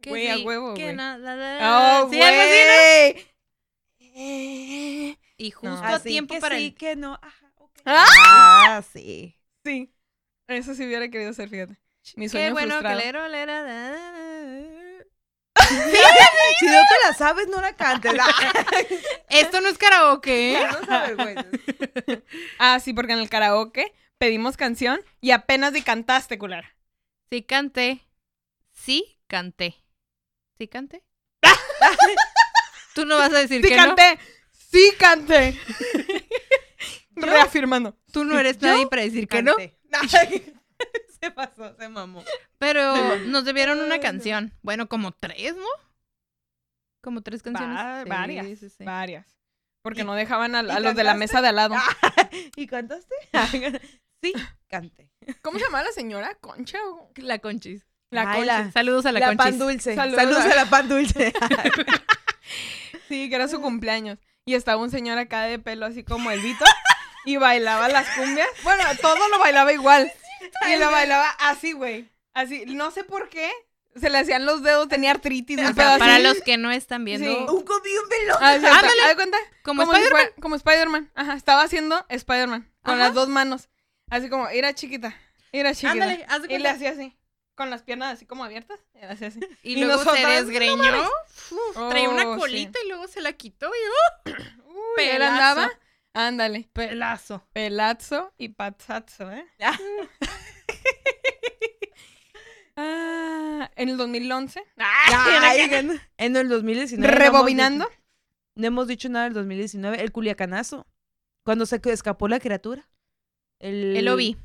Speaker 3: Que
Speaker 4: Güey, a
Speaker 3: sí,
Speaker 4: huevo,
Speaker 3: que
Speaker 4: güey.
Speaker 3: na- la- la-
Speaker 4: ¡Oh,
Speaker 3: sí, algo así, ¿no?
Speaker 4: güey!
Speaker 1: Eh,
Speaker 3: Y justo a
Speaker 1: así
Speaker 3: tiempo
Speaker 1: que
Speaker 3: para
Speaker 1: sí,
Speaker 3: el...
Speaker 1: que no. Ajá, ok.
Speaker 4: ¡Ah!
Speaker 1: Ah, sí.
Speaker 4: Sí, eso sí hubiera querido ser, fíjate. Mi sueño
Speaker 3: Qué bueno que
Speaker 4: frustrado.
Speaker 3: le era, le era, da, da, da, da.
Speaker 1: *laughs* Si no te la sabes, no la cantes. Ah,
Speaker 3: Esto no es karaoke. *laughs* ¿eh?
Speaker 1: no se avergüences.
Speaker 4: Ah, sí, porque en el karaoke pedimos canción y apenas de cantaste, culera.
Speaker 3: Sí canté. Sí canté. Sí *laughs* canté. Tú no vas a decir
Speaker 4: ¡Sí
Speaker 3: que
Speaker 4: canté! ¡Sí *laughs* canté! Reafirmando.
Speaker 3: no. Tú no eres nadie para decir que no.
Speaker 1: Cante. *laughs* Ay, se pasó, se mamó.
Speaker 4: *laughs*
Speaker 3: Pero nos debieron una canción. Bueno, como tres, ¿no? Como tres canciones.
Speaker 4: Va-
Speaker 3: Sí,
Speaker 4: varias,
Speaker 3: sí, sí.
Speaker 4: varias. Porque
Speaker 1: ¿Y-
Speaker 4: no dejaban al-
Speaker 1: y
Speaker 4: a, los de la
Speaker 1: cantaste?
Speaker 4: mesa de al lado. *laughs*
Speaker 1: ¿Y *laughs* cantaste? sí, cante.
Speaker 4: ¿Cómo se llamaba la señora? ¿Concha? o-
Speaker 3: La Conchis.
Speaker 4: La
Speaker 1: Ay,
Speaker 4: Concha.
Speaker 1: la-
Speaker 3: Saludos a la, Conchis.
Speaker 1: pan dulce.
Speaker 4: Saludos
Speaker 1: Saludos,
Speaker 4: a-
Speaker 1: a la pan *laughs* dulce.
Speaker 4: Sí, que era su cumpleaños. Y estaba un señor acá de pelo así como el Vito. y bailaba las cumbias. *laughs* Bueno, todo lo bailaba *laughs* igual. y lo bailaba así, güey. Así, no sé por qué. Se le hacían los dedos, tenía artritis, un
Speaker 3: O sea,
Speaker 4: pedo así.
Speaker 3: para los que no están viendo,
Speaker 4: Sí.
Speaker 1: Un comi y un melón.
Speaker 4: Ah, sí, hasta-
Speaker 3: Ándale.
Speaker 4: ¿haz de cuenta?
Speaker 3: como,
Speaker 4: Como, si
Speaker 3: Spider-Man,
Speaker 4: fuera- como Spider-Man. Ajá, estaba haciendo Spider-Man. Con
Speaker 3: Ajá.
Speaker 4: las dos manos. Así como, era chiquita. Era chiquita.
Speaker 3: Ándale, haz de
Speaker 4: Y le
Speaker 3: cuenta.
Speaker 4: hacía así. Con las piernas así como abiertas. y le hacía así.
Speaker 3: y,
Speaker 4: y
Speaker 3: luego se
Speaker 4: nosotras,
Speaker 3: desgreñó,
Speaker 4: Oh,
Speaker 3: traía una
Speaker 4: sí.
Speaker 3: colita y luego se la quitó y ¡oh!
Speaker 4: *clears throat* Uy, él
Speaker 3: Pelazo.
Speaker 4: andaba. Ándale.
Speaker 3: pelazo.
Speaker 4: Pelazo y patzazo, ¿eh?
Speaker 1: Ah.
Speaker 4: *laughs* Ah, en el 2011.
Speaker 3: *laughs* Ah,
Speaker 1: Ay, gan- en el 2019. no hemos
Speaker 4: rebobinando.
Speaker 1: dicho- No hemos dicho nada del 2019. El culiacanazo. Cuando se que- escapó la criatura. El,
Speaker 3: El lobby.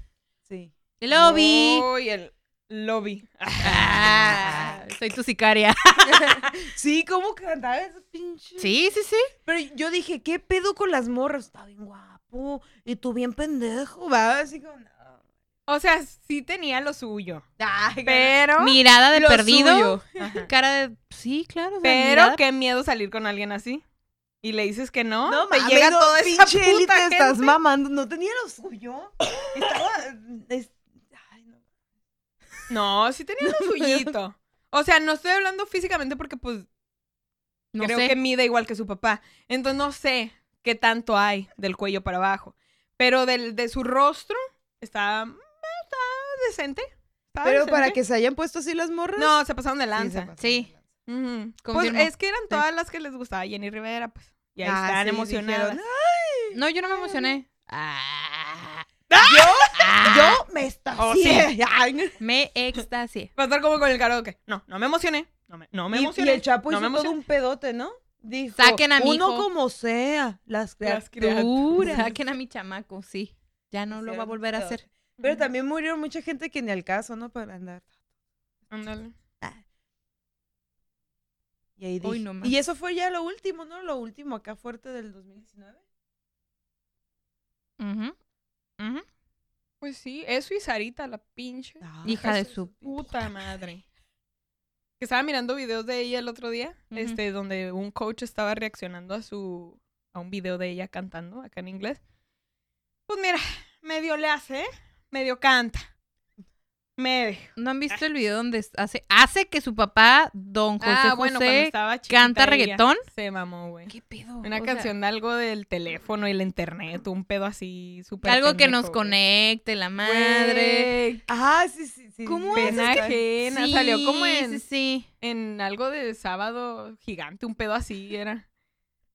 Speaker 1: Sí.
Speaker 3: El lobby.
Speaker 4: Uy, el lobby.
Speaker 3: Ah, soy tu sicaria.
Speaker 1: Sí, ¿cómo cantaba ese pinche?
Speaker 3: Sí, sí, sí.
Speaker 1: Pero yo dije, ¿qué pedo con las morras? Está bien guapo. Y tú bien pendejo. Va así como. no.
Speaker 4: O sea, sí tenía lo suyo.
Speaker 1: Ay, gan-
Speaker 4: Pero.
Speaker 3: Mirada de
Speaker 4: lo
Speaker 3: perdido.
Speaker 4: suyo. Ajá.
Speaker 3: Cara de. Sí, claro. o sea,
Speaker 4: Pero
Speaker 3: mirada-
Speaker 4: qué miedo salir con alguien así. Y le dices que no.
Speaker 1: No,
Speaker 4: te
Speaker 1: mames,
Speaker 4: llega
Speaker 1: no,
Speaker 4: toda esa
Speaker 1: pinche élite,
Speaker 4: puta
Speaker 1: estás
Speaker 4: gente.
Speaker 1: mamando. No tenía lo suyo. Estaba. es- ay, no.
Speaker 4: No, sí tenía lo suyito. O sea, no estoy hablando físicamente porque pues
Speaker 3: no
Speaker 4: creo
Speaker 3: sé.
Speaker 4: que mide igual que su papá. Entonces no sé qué tanto hay del cuello para abajo. Pero del, de su rostro está, está decente. Está
Speaker 1: Pero
Speaker 4: decente.
Speaker 1: para que se hayan puesto así las morras.
Speaker 4: No, se pasaron de
Speaker 1: sí se
Speaker 4: lanza.
Speaker 1: pasaron de
Speaker 3: Sí.
Speaker 1: lanza.
Speaker 4: Ujú. Pues
Speaker 3: Confirmo.
Speaker 4: es que eran todas las que les gustaba Jenny Rivera, pues. Y ahí
Speaker 1: Ah,
Speaker 4: están
Speaker 1: sí,
Speaker 4: emocionadas.
Speaker 1: dijeron,
Speaker 3: No, yo no me emocioné. Ah,
Speaker 1: Yo me extasié. Ay, no.
Speaker 3: me extasié.
Speaker 4: Va a estar como con el karaoke. No, no me emocioné. No me, no me
Speaker 1: y, y
Speaker 4: emocioné.
Speaker 1: el Chapo
Speaker 4: no
Speaker 1: hizo
Speaker 4: me
Speaker 1: todo
Speaker 4: emocioné.
Speaker 1: un pedote, ¿no? Dijo,
Speaker 3: Saquen a mi
Speaker 1: Uno
Speaker 3: hijo".
Speaker 1: como sea, las criaturas.
Speaker 4: Las criaturas.
Speaker 3: Saquen a mi chamaco, sí. Ya no lo va a volver a hacer.
Speaker 1: Pero también murieron mucha gente que ni al caso, ¿no? Para andar.
Speaker 4: Ándale.
Speaker 1: Y ahí
Speaker 3: Hoy
Speaker 1: dije-
Speaker 3: nomás.
Speaker 1: Y eso fue ya lo último, ¿no? Lo último acá fuerte del 2019.
Speaker 3: Ujú, ujú.
Speaker 4: Pues sí, eso y Sarita, la pinche.
Speaker 1: Ah,
Speaker 3: Ah, Hija de
Speaker 1: eso-
Speaker 3: su-
Speaker 4: Puta madre. Que estaba mirando videos de ella el otro día,
Speaker 3: Ujú.
Speaker 4: este, donde un coach estaba reaccionando a su a un video de ella cantando acá en inglés. Pues mira, medio le hace, ¿eh? medio canta. Medio.
Speaker 3: ¿No han visto el video donde hace, hace que su papá, don José
Speaker 4: ah,
Speaker 3: José,
Speaker 4: bueno, cuando estaba chiquita
Speaker 3: canta
Speaker 4: ella,
Speaker 3: reggaetón.
Speaker 4: Se mamó, güey.
Speaker 3: ¿Qué pedo?
Speaker 4: Una
Speaker 3: O sea,
Speaker 4: canción de algo del teléfono y el internet, un pedo así súper
Speaker 3: algo que
Speaker 4: pendejo,
Speaker 3: nos
Speaker 4: güey.
Speaker 3: conecte, la madre.
Speaker 4: Güey,
Speaker 1: Ah, sí, sí, sí.
Speaker 3: ¿Cómo
Speaker 1: sí,
Speaker 4: Pena
Speaker 1: está-
Speaker 4: ajena, salió como
Speaker 3: Sí,
Speaker 4: en
Speaker 3: Sí, sí.
Speaker 4: en algo de sábado gigante, un pedo así era.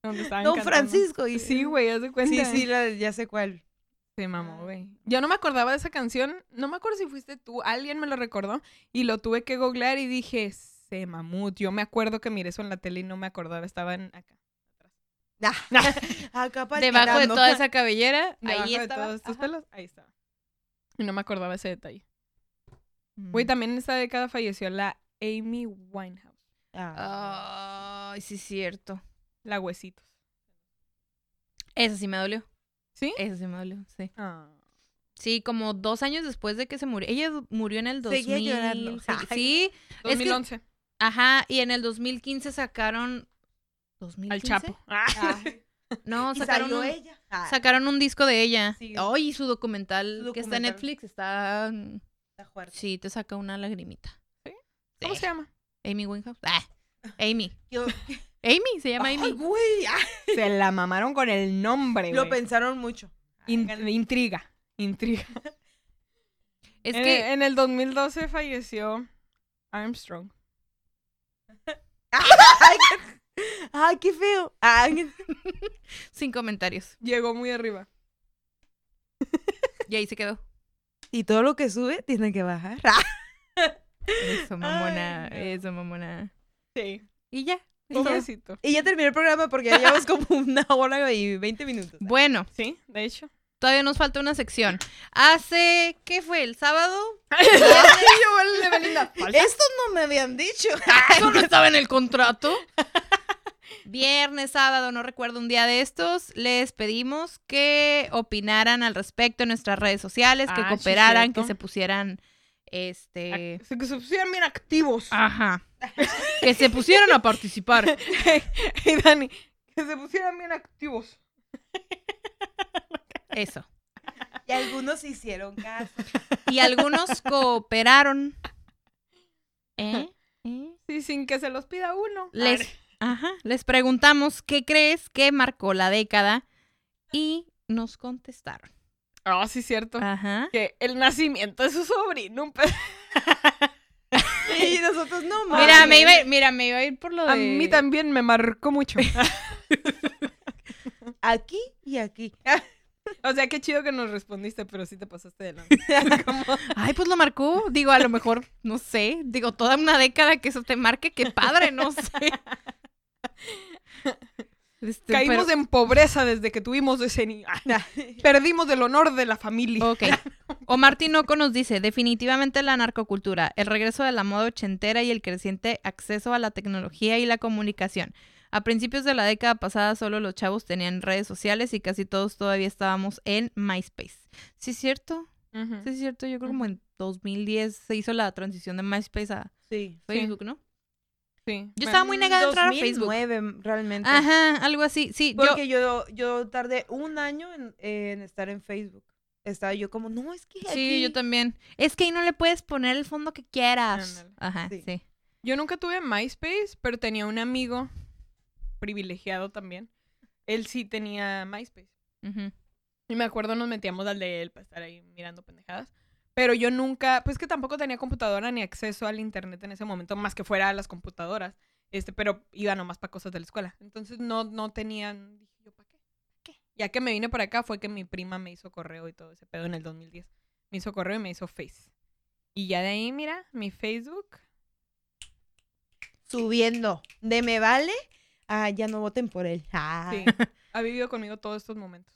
Speaker 4: Donde estaban
Speaker 1: Don
Speaker 4: cantando.
Speaker 1: Francisco. Y
Speaker 4: Sí, güey, haz de
Speaker 1: Sí,
Speaker 4: cuenta.
Speaker 1: sí, la- ya sé
Speaker 3: *laughs*
Speaker 1: cuál. *laughs*
Speaker 4: Se mamó, güey. Yo no me acordaba de esa canción. No me acuerdo si fuiste tú. Alguien me lo recordó y lo tuve que googlear y dije, se mamut. Yo me acuerdo que miré eso en la tele y no me acordaba. Estaba en acá.
Speaker 1: Acá
Speaker 3: Debajo de
Speaker 1: patinando.
Speaker 3: toda esa cabellera,
Speaker 4: Debajo
Speaker 3: ahí
Speaker 4: de
Speaker 3: estaba.
Speaker 4: todos estos
Speaker 3: Ajá.
Speaker 4: pelos. Ahí estaba. Y no me acordaba ese detalle.
Speaker 3: Mm.
Speaker 4: Güey, también en esa década falleció la Amy Winehouse.
Speaker 1: Ah.
Speaker 3: Ay, sí, cierto.
Speaker 4: La Huesitos.
Speaker 3: Eso sí me dolió.
Speaker 4: ¿Sí?
Speaker 3: Eso sí me dolió, sí.
Speaker 4: Ah.
Speaker 3: Sí, como dos años después de que se murió. Ella murió en el 2000.
Speaker 1: Seguía llorando.
Speaker 3: sí- Sí, que-
Speaker 4: 2011.
Speaker 3: ajá. Y en el 2015 sacaron... ¿2015?
Speaker 4: Al Chapo.
Speaker 1: Ah.
Speaker 3: No,
Speaker 1: Y
Speaker 3: sacaron
Speaker 1: salió
Speaker 3: un,
Speaker 1: ella. Ah,
Speaker 3: sacaron un disco de ella.
Speaker 1: Sí.
Speaker 3: Ay, y su documental,
Speaker 1: Su
Speaker 3: que está en
Speaker 1: documental.
Speaker 3: Netflix está...
Speaker 1: está fuerte.
Speaker 3: Sí, te saca una lagrimita.
Speaker 4: ¿Cómo
Speaker 3: Sí.
Speaker 4: se llama?
Speaker 3: Amy Winehouse.
Speaker 1: *laughs*
Speaker 3: Ah, Amy. *laughs*
Speaker 1: Yo-
Speaker 3: Amy, se llama
Speaker 1: Ay,
Speaker 4: *laughs*
Speaker 3: Amy.
Speaker 1: güey. ah,
Speaker 4: Se la mamaron con el nombre,
Speaker 1: Lo
Speaker 4: güey.
Speaker 1: pensaron mucho.
Speaker 4: In- intriga. Intriga.
Speaker 3: Es
Speaker 4: en,
Speaker 3: que...
Speaker 4: en el 2012 falleció Armstrong.
Speaker 1: Ay, qué feo. Ah,
Speaker 3: Sin comentarios.
Speaker 4: Llegó muy arriba.
Speaker 3: Y ahí
Speaker 1: *laughs*
Speaker 3: se quedó.
Speaker 1: y todo lo que sube tiene que bajar. Ah.
Speaker 3: Eso, mamona.
Speaker 1: no.
Speaker 3: Eso, mamona.
Speaker 4: Sí.
Speaker 3: Y ya. y ya.
Speaker 4: Pobrecito.
Speaker 1: Y ya terminé el programa porque ya llevamos como *laughs* una hora y 20 minutos.
Speaker 3: Bueno,
Speaker 4: Sí, de *laughs* hecho.
Speaker 3: todavía nos falta una sección. Hace, ¿qué fue? ¿El sábado?
Speaker 4: *laughs*
Speaker 1: Esto no me habían dicho.
Speaker 3: Eso no estaba en
Speaker 4: *laughs*
Speaker 3: el contrato. Viernes, sábado, no recuerdo un día de estos, les pedimos que opinaran al respecto en nuestras redes sociales, que
Speaker 4: Ah, sí,
Speaker 3: cooperaran, que
Speaker 4: cierto.
Speaker 3: se pusieran, este...
Speaker 4: Se que se pusieran bien activos. *laughs*
Speaker 3: Ajá. Que se pusieran a participar.
Speaker 4: y Dani, que se pusieran bien activos.
Speaker 3: Eso.
Speaker 1: Y algunos hicieron caso.
Speaker 3: *laughs* Y algunos cooperaron.
Speaker 4: *laughs*
Speaker 3: ¿Eh? ¿Eh?
Speaker 4: Sí, sin que se los pida uno.
Speaker 3: Les, ajá, les preguntamos qué crees que marcó la década y nos contestaron.
Speaker 4: Ah, sí, cierto.
Speaker 3: Ajá.
Speaker 4: Que el nacimiento de su sobrino. un pe-
Speaker 1: Y nosotros no mames.
Speaker 3: Mira, me iba, mira, me iba a ir por lo de...
Speaker 4: A mí también me marcó mucho.
Speaker 1: Aquí y aquí.
Speaker 4: o sea, qué chido que nos respondiste, pero sí te pasaste de lanza.
Speaker 3: Ay, pues lo marcó. Digo, a lo mejor, no sé. Digo, toda una década que eso te marque, qué padre, no sé. Este,
Speaker 4: Caímos
Speaker 3: pero-
Speaker 4: en pobreza desde que tuvimos ese niño. Perdimos el honor de la familia.
Speaker 1: *laughs*
Speaker 3: Ok. Omar Tinoco nos dice, definitivamente la narcocultura, el regreso de la moda ochentera y el creciente acceso a la tecnología y la comunicación. A principios de la década pasada solo los chavos tenían redes sociales y casi todos todavía estábamos en MySpace. Sí es cierto, sí es cierto, yo creo como en 2010 se hizo la transición de MySpace a
Speaker 1: Sí.
Speaker 3: Facebook, ¿no?
Speaker 4: Sí.
Speaker 3: Yo estaba muy negada a entrar a Facebook.
Speaker 1: 2009 realmente.
Speaker 3: Ajá, algo así. Sí, yo,
Speaker 1: Porque yo, yo tardé un año en, en estar en Facebook. Estaba yo como, no, es que
Speaker 3: sí,
Speaker 1: aquí-
Speaker 3: yo también. Es que ahí no le puedes poner el fondo que quieras.
Speaker 4: Ándale.
Speaker 3: Ajá,
Speaker 1: Sí.
Speaker 3: sí.
Speaker 4: Yo nunca tuve MySpace, pero tenía un amigo privilegiado también. Él sí tenía MySpace.
Speaker 3: Ujú.
Speaker 4: Y me acuerdo nos metíamos al de él para estar ahí mirando pendejadas. Pero yo nunca, pues que tampoco tenía computadora ni acceso al internet en ese momento, más que fuera a las computadoras. Este, pero iba nomás para cosas de la escuela. Entonces no, no tenían, dije yo, ¿para qué? ¿Qué? Ya que me vine para acá fue que mi prima me hizo correo y todo ese pedo en el 2010. Me hizo correo y me hizo Face. Y ya de ahí, mira, mi Facebook.
Speaker 1: Subiendo. De me vale, ah, ya no voten por él. Ah.
Speaker 4: Sí, ha vivido conmigo todos estos momentos.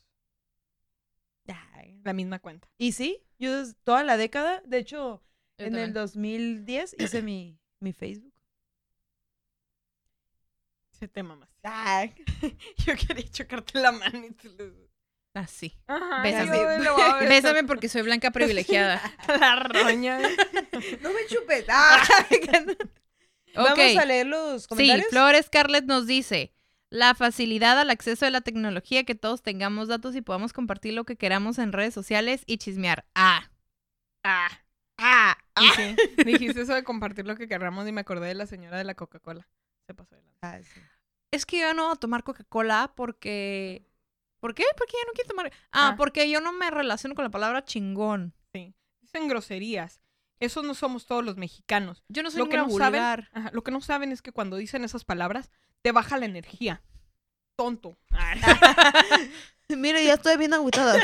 Speaker 1: Ay.
Speaker 4: La misma cuenta.
Speaker 1: Y sí, yo des- toda la década, de hecho,
Speaker 3: Yo
Speaker 1: en
Speaker 3: también.
Speaker 1: el 2010 hice mi, mi *coughs* Facebook.
Speaker 4: Se te mamas.
Speaker 1: Ay.
Speaker 4: *laughs* Yo quería chocarte la mano y te lo...
Speaker 3: Así.
Speaker 4: Ajá,
Speaker 3: Bésame.
Speaker 4: yo lo voy
Speaker 3: *laughs*
Speaker 4: a besar.
Speaker 3: Bésame porque soy blanca *laughs* privilegiada.
Speaker 4: La roña.
Speaker 1: No me chupes. Ah. *laughs* Vamos
Speaker 3: Ok.
Speaker 1: a leer los
Speaker 3: Sí,
Speaker 1: comentarios.
Speaker 3: Flores Scarlett nos dice, la facilidad al acceso de la tecnología, que todos tengamos datos y podamos compartir lo que queramos en redes sociales y chismear. Ah.
Speaker 4: Ah.
Speaker 3: Ah.
Speaker 4: Y sí, dijiste eso de compartir lo que querramos y me acordé de la señora de la Coca-Cola. Se pasó de lanza.
Speaker 1: Ah, sí.
Speaker 3: Es que yo no voy a tomar Coca-Cola porque... ¿Por qué? Porque yo no quiero tomar... Ah,
Speaker 4: Ah.
Speaker 3: porque yo no me relaciono con la palabra chingón.
Speaker 4: Dicen groserías. Eso no somos todos los mexicanos.
Speaker 3: Yo no soy
Speaker 4: Lo que,
Speaker 3: ninguna *laughs*
Speaker 4: no saben,
Speaker 3: vulgar.
Speaker 4: ajá, lo que no saben es que cuando dicen esas palabras, te baja la energía. tonto.
Speaker 1: Mira, ya estoy bien *laughs* agotada.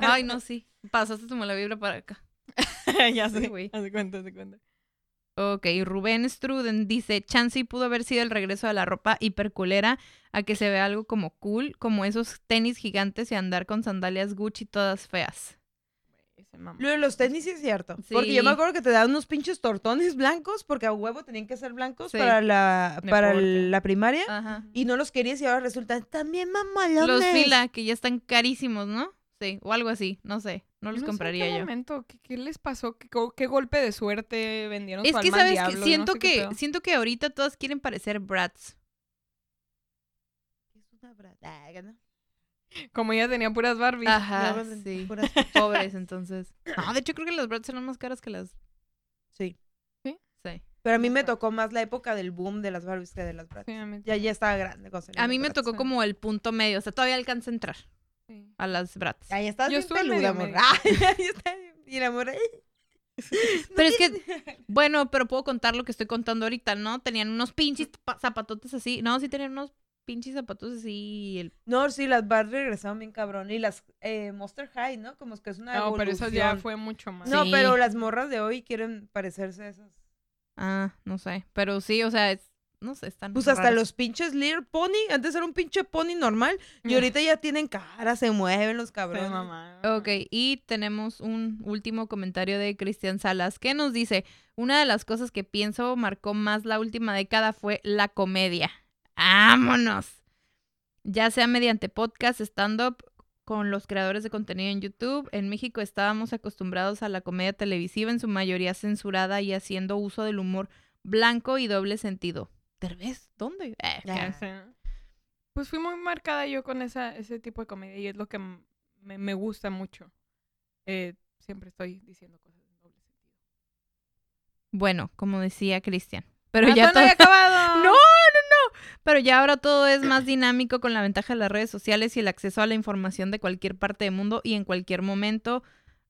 Speaker 3: Ay, no, sí. Pasaste como la vibra para acá.
Speaker 4: ya sé,
Speaker 3: Sí,
Speaker 4: güey.
Speaker 3: güey.
Speaker 4: Haz de cuenta, haz de cuenta.
Speaker 3: Ok, Rubén Struden dice, Chansey pudo haber sido el regreso de la ropa hiperculera a que se vea algo como cool, como esos tenis gigantes y andar con sandalias Gucci todas feas.
Speaker 4: Ese mamá.
Speaker 1: Lo de los tenis sí es cierto. Porque yo me
Speaker 3: Sí.
Speaker 1: acuerdo que te daban unos pinches tortones blancos, porque a huevo tenían que ser blancos
Speaker 3: Sí.
Speaker 1: para la para
Speaker 3: Deporte.
Speaker 1: la primaria.
Speaker 3: Ajá.
Speaker 1: Y no los querías y ahora resulta también mamalones.
Speaker 3: Los fila, que ya están carísimos, ¿no? Sí, o algo así, no sé, no
Speaker 4: No sé
Speaker 3: los
Speaker 4: en
Speaker 3: compraría
Speaker 4: qué
Speaker 3: yo.
Speaker 4: momento, ¿qué, qué les pasó? ¿Qué, go- qué golpe de suerte vendieron? su
Speaker 3: Es que
Speaker 4: alma al
Speaker 3: sabes
Speaker 4: diablo?
Speaker 3: que
Speaker 4: No
Speaker 3: siento
Speaker 4: sé qué
Speaker 3: que
Speaker 4: pedo.
Speaker 3: siento que ahorita todas quieren parecer brats.
Speaker 1: Es una bradaga, ¿no?
Speaker 4: Como ella tenía puras Barbies.
Speaker 3: Ajá,
Speaker 1: Luego,
Speaker 3: Ah, sí.
Speaker 1: puras-
Speaker 4: *laughs*
Speaker 3: Pobres, entonces. No, de hecho creo que las brats eran más caras que las.
Speaker 1: Sí.
Speaker 3: Sí.
Speaker 1: Pero a mí me tocó más la época del boom de las Barbies que de las Bratz.
Speaker 4: Sí, a mí-
Speaker 1: Ya, ya estaba grande. cuando salieron
Speaker 3: A mí
Speaker 1: las
Speaker 3: me
Speaker 1: Bratz.
Speaker 3: tocó como el punto medio, o sea, todavía alcanza a entrar
Speaker 4: sí.
Speaker 3: a las brats.
Speaker 1: Ay, estás
Speaker 4: Yo
Speaker 1: bien
Speaker 4: estuve
Speaker 1: peluda,
Speaker 4: medio,
Speaker 1: amor.
Speaker 4: medio.
Speaker 1: Ay, *laughs* ya, ya está bien. Y la morra.
Speaker 3: Pero es que, bueno, pero puedo contar lo que estoy contando ahorita, ¿no? Tenían unos pinches pa- zapatotes así. No, sí tenían unos pinches zapatos así. y el-
Speaker 1: No, sí, las Bratz regresaron bien cabrón. Y las eh, Monster High, ¿no? Como que es una.
Speaker 4: No, pero eso ya
Speaker 1: evolución.
Speaker 4: fue mucho más.
Speaker 1: No,
Speaker 3: Sí.
Speaker 1: pero las morras de hoy quieren parecerse a esas.
Speaker 3: Ah, no sé. Pero sí, o sea, es- no sé, están.
Speaker 1: Pues hasta
Speaker 3: raras.
Speaker 1: los pinches Little Pony. Antes era un pinche pony normal. Y
Speaker 4: Ah.
Speaker 1: ahorita ya tienen cara, se mueven los cabrones.
Speaker 4: Sí, mamá.
Speaker 3: Ok, y tenemos un último comentario de Cristian Salas que nos dice, una de las cosas que pienso marcó más la última década fue la comedia. ¡Vámonos! Ya sea mediante podcast, stand-up, con los creadores de contenido en YouTube, en México estábamos acostumbrados a la comedia televisiva en su mayoría censurada y haciendo uso del humor blanco y doble sentido. ¿Derbez? ¿Dónde? Eh,
Speaker 1: Ya.
Speaker 4: Sí. Pues fui muy marcada yo con esa, ese tipo de comedia y es lo que m- me, me gusta mucho. Eh, siempre estoy diciendo cosas en doble sentido.
Speaker 3: Bueno, como decía Cristian. Pero
Speaker 4: Ah,
Speaker 3: ya
Speaker 4: todavía no había
Speaker 3: todo-
Speaker 4: acabado.
Speaker 3: *laughs* No, no, no. Pero ya ahora todo es más dinámico con la ventaja de las redes sociales y el acceso a la información de cualquier parte del mundo y en cualquier momento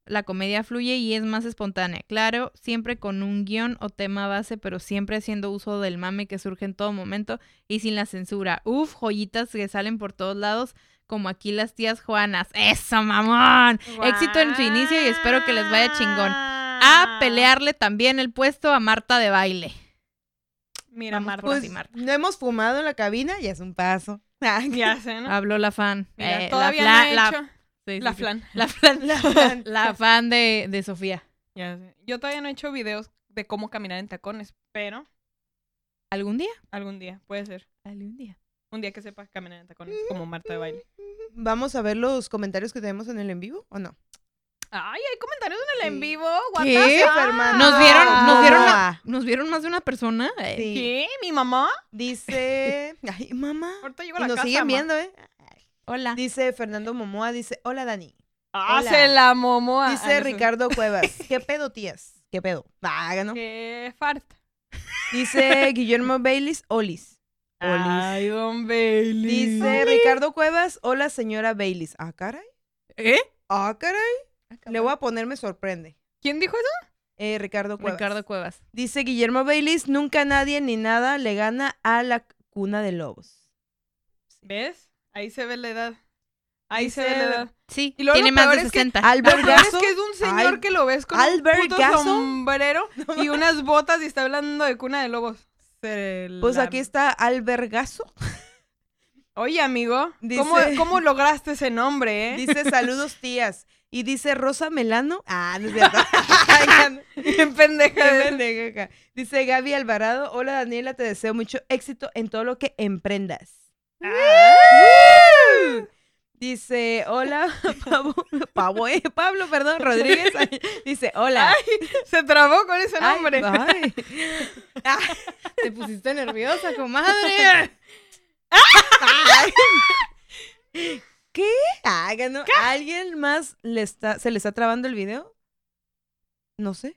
Speaker 3: la comedia fluye y es más espontánea. Claro, siempre con un guión o tema base, pero siempre haciendo uso del mame que surge en todo momento y sin la censura. Uf, joyitas que salen por todos lados, como aquí las tías Juanas. ¡Eso, mamón! Éxito en su inicio y espero que les vaya chingón.
Speaker 4: Ah.
Speaker 3: A pelearle también el puesto a Marta de baile.
Speaker 4: Mira,
Speaker 3: Vamos
Speaker 4: Marta.
Speaker 3: por
Speaker 1: Pues,
Speaker 3: ti, Marta.
Speaker 1: no hemos fumado en la cabina, ya es un paso. *laughs* Ah,
Speaker 3: *laughs*
Speaker 4: ya sé, ¿no?
Speaker 3: Habló la fan.
Speaker 4: Mira,
Speaker 3: Eh,
Speaker 4: todavía
Speaker 3: la, fla-
Speaker 4: no he
Speaker 3: la-
Speaker 4: hecho
Speaker 3: *laughs* sí, sí,
Speaker 4: la
Speaker 3: sí.
Speaker 4: flan. *laughs*
Speaker 3: La fan,
Speaker 1: la
Speaker 3: *laughs*
Speaker 1: plan-
Speaker 3: la fan de, de Sofía.
Speaker 4: Ya sé. Yo todavía no he hecho videos de cómo caminar en tacones, pero
Speaker 3: ¿Algún día?
Speaker 4: algún día, puede ser.
Speaker 3: Algún día.
Speaker 4: Un día que sepas caminar en tacones, como Marta de baile.
Speaker 1: ¿Vamos a ver los comentarios que tenemos en el en vivo o no?
Speaker 4: Ay, hay comentarios en el
Speaker 1: Sí.
Speaker 4: en vivo. what
Speaker 3: ¿Qué?
Speaker 4: the fuck.
Speaker 3: Nos vieron, nos vieron,
Speaker 1: Ah.
Speaker 3: la- nos vieron más de una persona. eh.
Speaker 1: Sí.
Speaker 4: ¿Qué? ¿Mi mamá?
Speaker 3: *laughs*
Speaker 1: Dice. Ay, mamá.
Speaker 4: Ahorita llego a la
Speaker 1: Y nos
Speaker 4: casa,
Speaker 1: siguen
Speaker 4: ma.
Speaker 1: viendo, ¿eh?
Speaker 3: Ah. Hola.
Speaker 1: Dice Fernando Momoa, dice, hola Dani.
Speaker 4: Ah,
Speaker 1: Hola.
Speaker 4: se la momó.
Speaker 3: Ah,
Speaker 4: a-
Speaker 1: Dice
Speaker 4: a-
Speaker 3: *laughs*
Speaker 1: Ricardo Cuevas, ¿qué pedo, tías? ¿Qué pedo? Vaga, ¿no?
Speaker 4: Qué fart.
Speaker 3: *laughs*
Speaker 1: Dice Guillermo Baylis, Olis. Olis.
Speaker 4: Ay, don Bailey.
Speaker 1: Dice Ricardo Cuevas, hola señora Baylis. Ah, caray.
Speaker 3: ¿Eh?
Speaker 1: Ah, caray. Le voy a poner me sorprende.
Speaker 4: ¿Quién dijo eso?
Speaker 1: Eh, Ricardo Cuevas.
Speaker 3: Ricardo Cuevas.
Speaker 1: Dice Guillermo Baylis, nunca nadie ni nada le gana a la cuna de lobos.
Speaker 4: ¿Ves? Ahí se ve la edad. Ahí se
Speaker 1: Dice-
Speaker 4: ve la edad.
Speaker 3: Sí,
Speaker 4: Y luego
Speaker 3: tiene
Speaker 4: lo
Speaker 3: más
Speaker 4: peor
Speaker 3: de
Speaker 4: es que
Speaker 3: 60.
Speaker 1: Albert
Speaker 4: Pero *laughs* es
Speaker 1: Gasso.
Speaker 4: que es un señor
Speaker 1: Ay,
Speaker 4: que lo ves con
Speaker 1: ¿Albert
Speaker 4: un puto
Speaker 1: Gasso? *laughs*
Speaker 4: sombrero y unas botas y está hablando de cuna de lobos.
Speaker 1: Pues aquí está Albert Gasso.
Speaker 4: Oye, amigo, ¿cómo,
Speaker 1: Dice-
Speaker 4: ¿cómo lograste ese nombre, eh?
Speaker 1: Dice saludos tías. Y dice Rosa Melano. Ah, no es
Speaker 4: *laughs*
Speaker 1: cierto. Ay, ya no.
Speaker 4: Bien *laughs* pendeja.
Speaker 1: Qué
Speaker 4: de-
Speaker 1: pendeja acá. Dice Gaby Alvarado. Hola Daniela, te deseo mucho éxito en todo lo que emprendas. ¡Woo! Dice, hola, *laughs* Pablo, Pablo, eh, Pablo, perdón,
Speaker 4: *laughs*
Speaker 1: Rodríguez. Ay, Dice, hola.
Speaker 4: Se trabó con ese
Speaker 1: Ay,
Speaker 4: nombre.
Speaker 1: ay.
Speaker 3: Te pusiste nerviosa, comadre.
Speaker 1: Ah, ganó. ¿Alguien más le está, se le está trabando el video? No sé.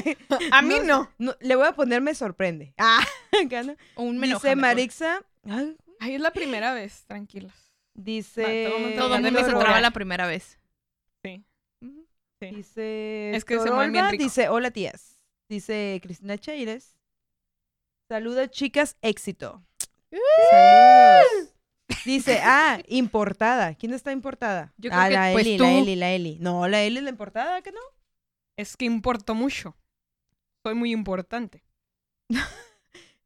Speaker 4: *laughs* A mí no.
Speaker 1: No, le voy a poner me sorprende. *laughs* Ah, ganó.
Speaker 3: O *laughs* un menojo.
Speaker 1: Dice
Speaker 3: mejor.
Speaker 1: Marixa. ay,
Speaker 4: Ay, es la primera vez, tranquilos.
Speaker 1: Dice.
Speaker 4: todo mundo-
Speaker 3: Todo el mundo
Speaker 4: Déjame
Speaker 3: se
Speaker 4: probar.
Speaker 3: traba la primera vez.
Speaker 4: Sí.
Speaker 3: Ujú.
Speaker 1: Dice.
Speaker 4: Es que se mueven bien
Speaker 1: Torolba,
Speaker 4: rico.
Speaker 1: Dice, hola tías. Dice Cristina Cheires. Saluda, chicas, éxito. Saludos. Dice, ah, importada. ¿Quién está importada?
Speaker 2: Yo creo
Speaker 1: ah,
Speaker 2: que,
Speaker 1: la
Speaker 2: pues,
Speaker 1: Eli,
Speaker 2: tú.
Speaker 1: la Eli, la Eli. No, la Eli es la importada, ¿qué no?
Speaker 4: Es que importo mucho. Soy muy importante.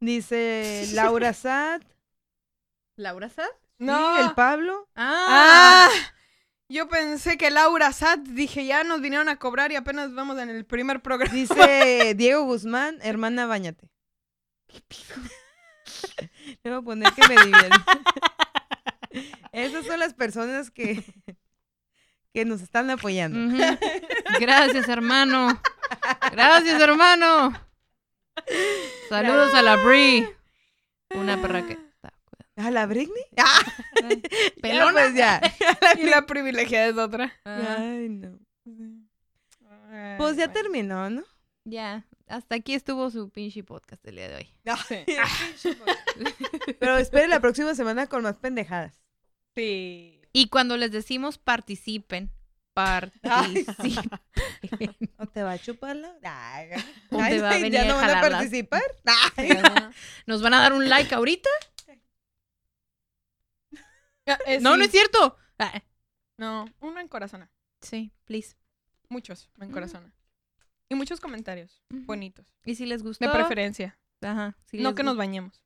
Speaker 1: Dice Laura Sad.
Speaker 3: ¿Laura Sad?
Speaker 1: No. el Pablo.
Speaker 4: Ah, yo pensé que Laura Sad, dije, ya nos vinieron a cobrar y apenas vamos en el primer programa.
Speaker 1: Dice Diego Guzmán, hermana, bañate. *laughs* Le voy a poner que me divierta. *laughs* Esas son las personas que, que nos están apoyando.
Speaker 3: Ujú. *laughs* Gracias, hermano. Gracias, hermano. Saludos a la Brie. Una perra que está cuidando.
Speaker 1: ¿A la Britney?
Speaker 3: Pelona.
Speaker 1: Pues ya.
Speaker 4: y la privilegiada es otra.
Speaker 3: Ah,
Speaker 1: Ay, no. Pues ya terminó, ¿no?
Speaker 3: ya, hasta aquí estuvo su pinche podcast el día de hoy.
Speaker 4: Sí.
Speaker 1: *laughs* Pero espere la próxima semana con más pendejadas.
Speaker 4: *laughs* Sí.
Speaker 3: Y cuando les decimos participen, *laughs* participen.
Speaker 1: ¿O te va a chuparla? Ay,
Speaker 3: ¿O te va a
Speaker 1: ay,
Speaker 3: venir
Speaker 1: ¿Ya
Speaker 3: a
Speaker 1: no van a
Speaker 3: jalarlas? *laughs*
Speaker 1: participar?
Speaker 3: ¿Nos van a dar un like ahorita? No, no es cierto. Ah,
Speaker 4: Ah, eh, No, uno en corazón.
Speaker 3: sí, please.
Speaker 4: Muchos
Speaker 1: Mm.
Speaker 4: me encorazona. Y muchos comentarios
Speaker 3: Ujú.
Speaker 4: bonitos.
Speaker 3: Y si les gustó.
Speaker 4: De preferencia.
Speaker 3: Ajá, si
Speaker 4: No
Speaker 3: les
Speaker 4: que
Speaker 3: gustó.
Speaker 4: nos bañemos.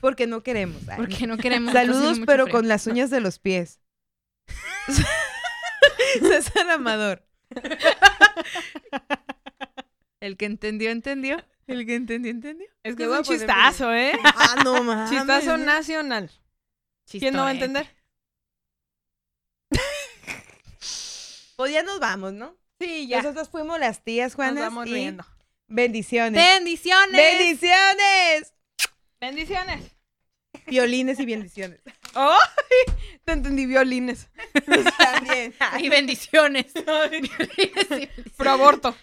Speaker 1: Porque no queremos. ay.
Speaker 3: Porque *laughs* no queremos. está haciendo
Speaker 1: Saludos,
Speaker 3: mucho
Speaker 1: pero
Speaker 3: frío.
Speaker 1: con las uñas de los *laughs* pies. César Amador.
Speaker 3: El que entendió, entendió. El que entendió, entendió.
Speaker 4: Es que
Speaker 1: Yo
Speaker 4: es
Speaker 1: voy
Speaker 4: un
Speaker 1: a poner
Speaker 4: chistazo, ¿eh?
Speaker 1: Ah, no mames.
Speaker 4: Chistazo nacional. ¿Quién no va a
Speaker 3: Chistoete.
Speaker 4: entender?
Speaker 1: Pues ya nos vamos, ¿no?
Speaker 4: Sí,
Speaker 1: Nosotros fuimos las tías
Speaker 4: Nos
Speaker 1: Juanas.
Speaker 4: vamos
Speaker 1: y
Speaker 4: riendo.
Speaker 1: Bendiciones.
Speaker 3: Bendiciones.
Speaker 1: Bendiciones.
Speaker 4: Bendiciones.
Speaker 1: Violines y bendiciones.
Speaker 4: ¡Oh! Te entendí violines.
Speaker 1: *laughs* También.
Speaker 3: *laughs* y bendiciones. *laughs*
Speaker 4: Pro aborto.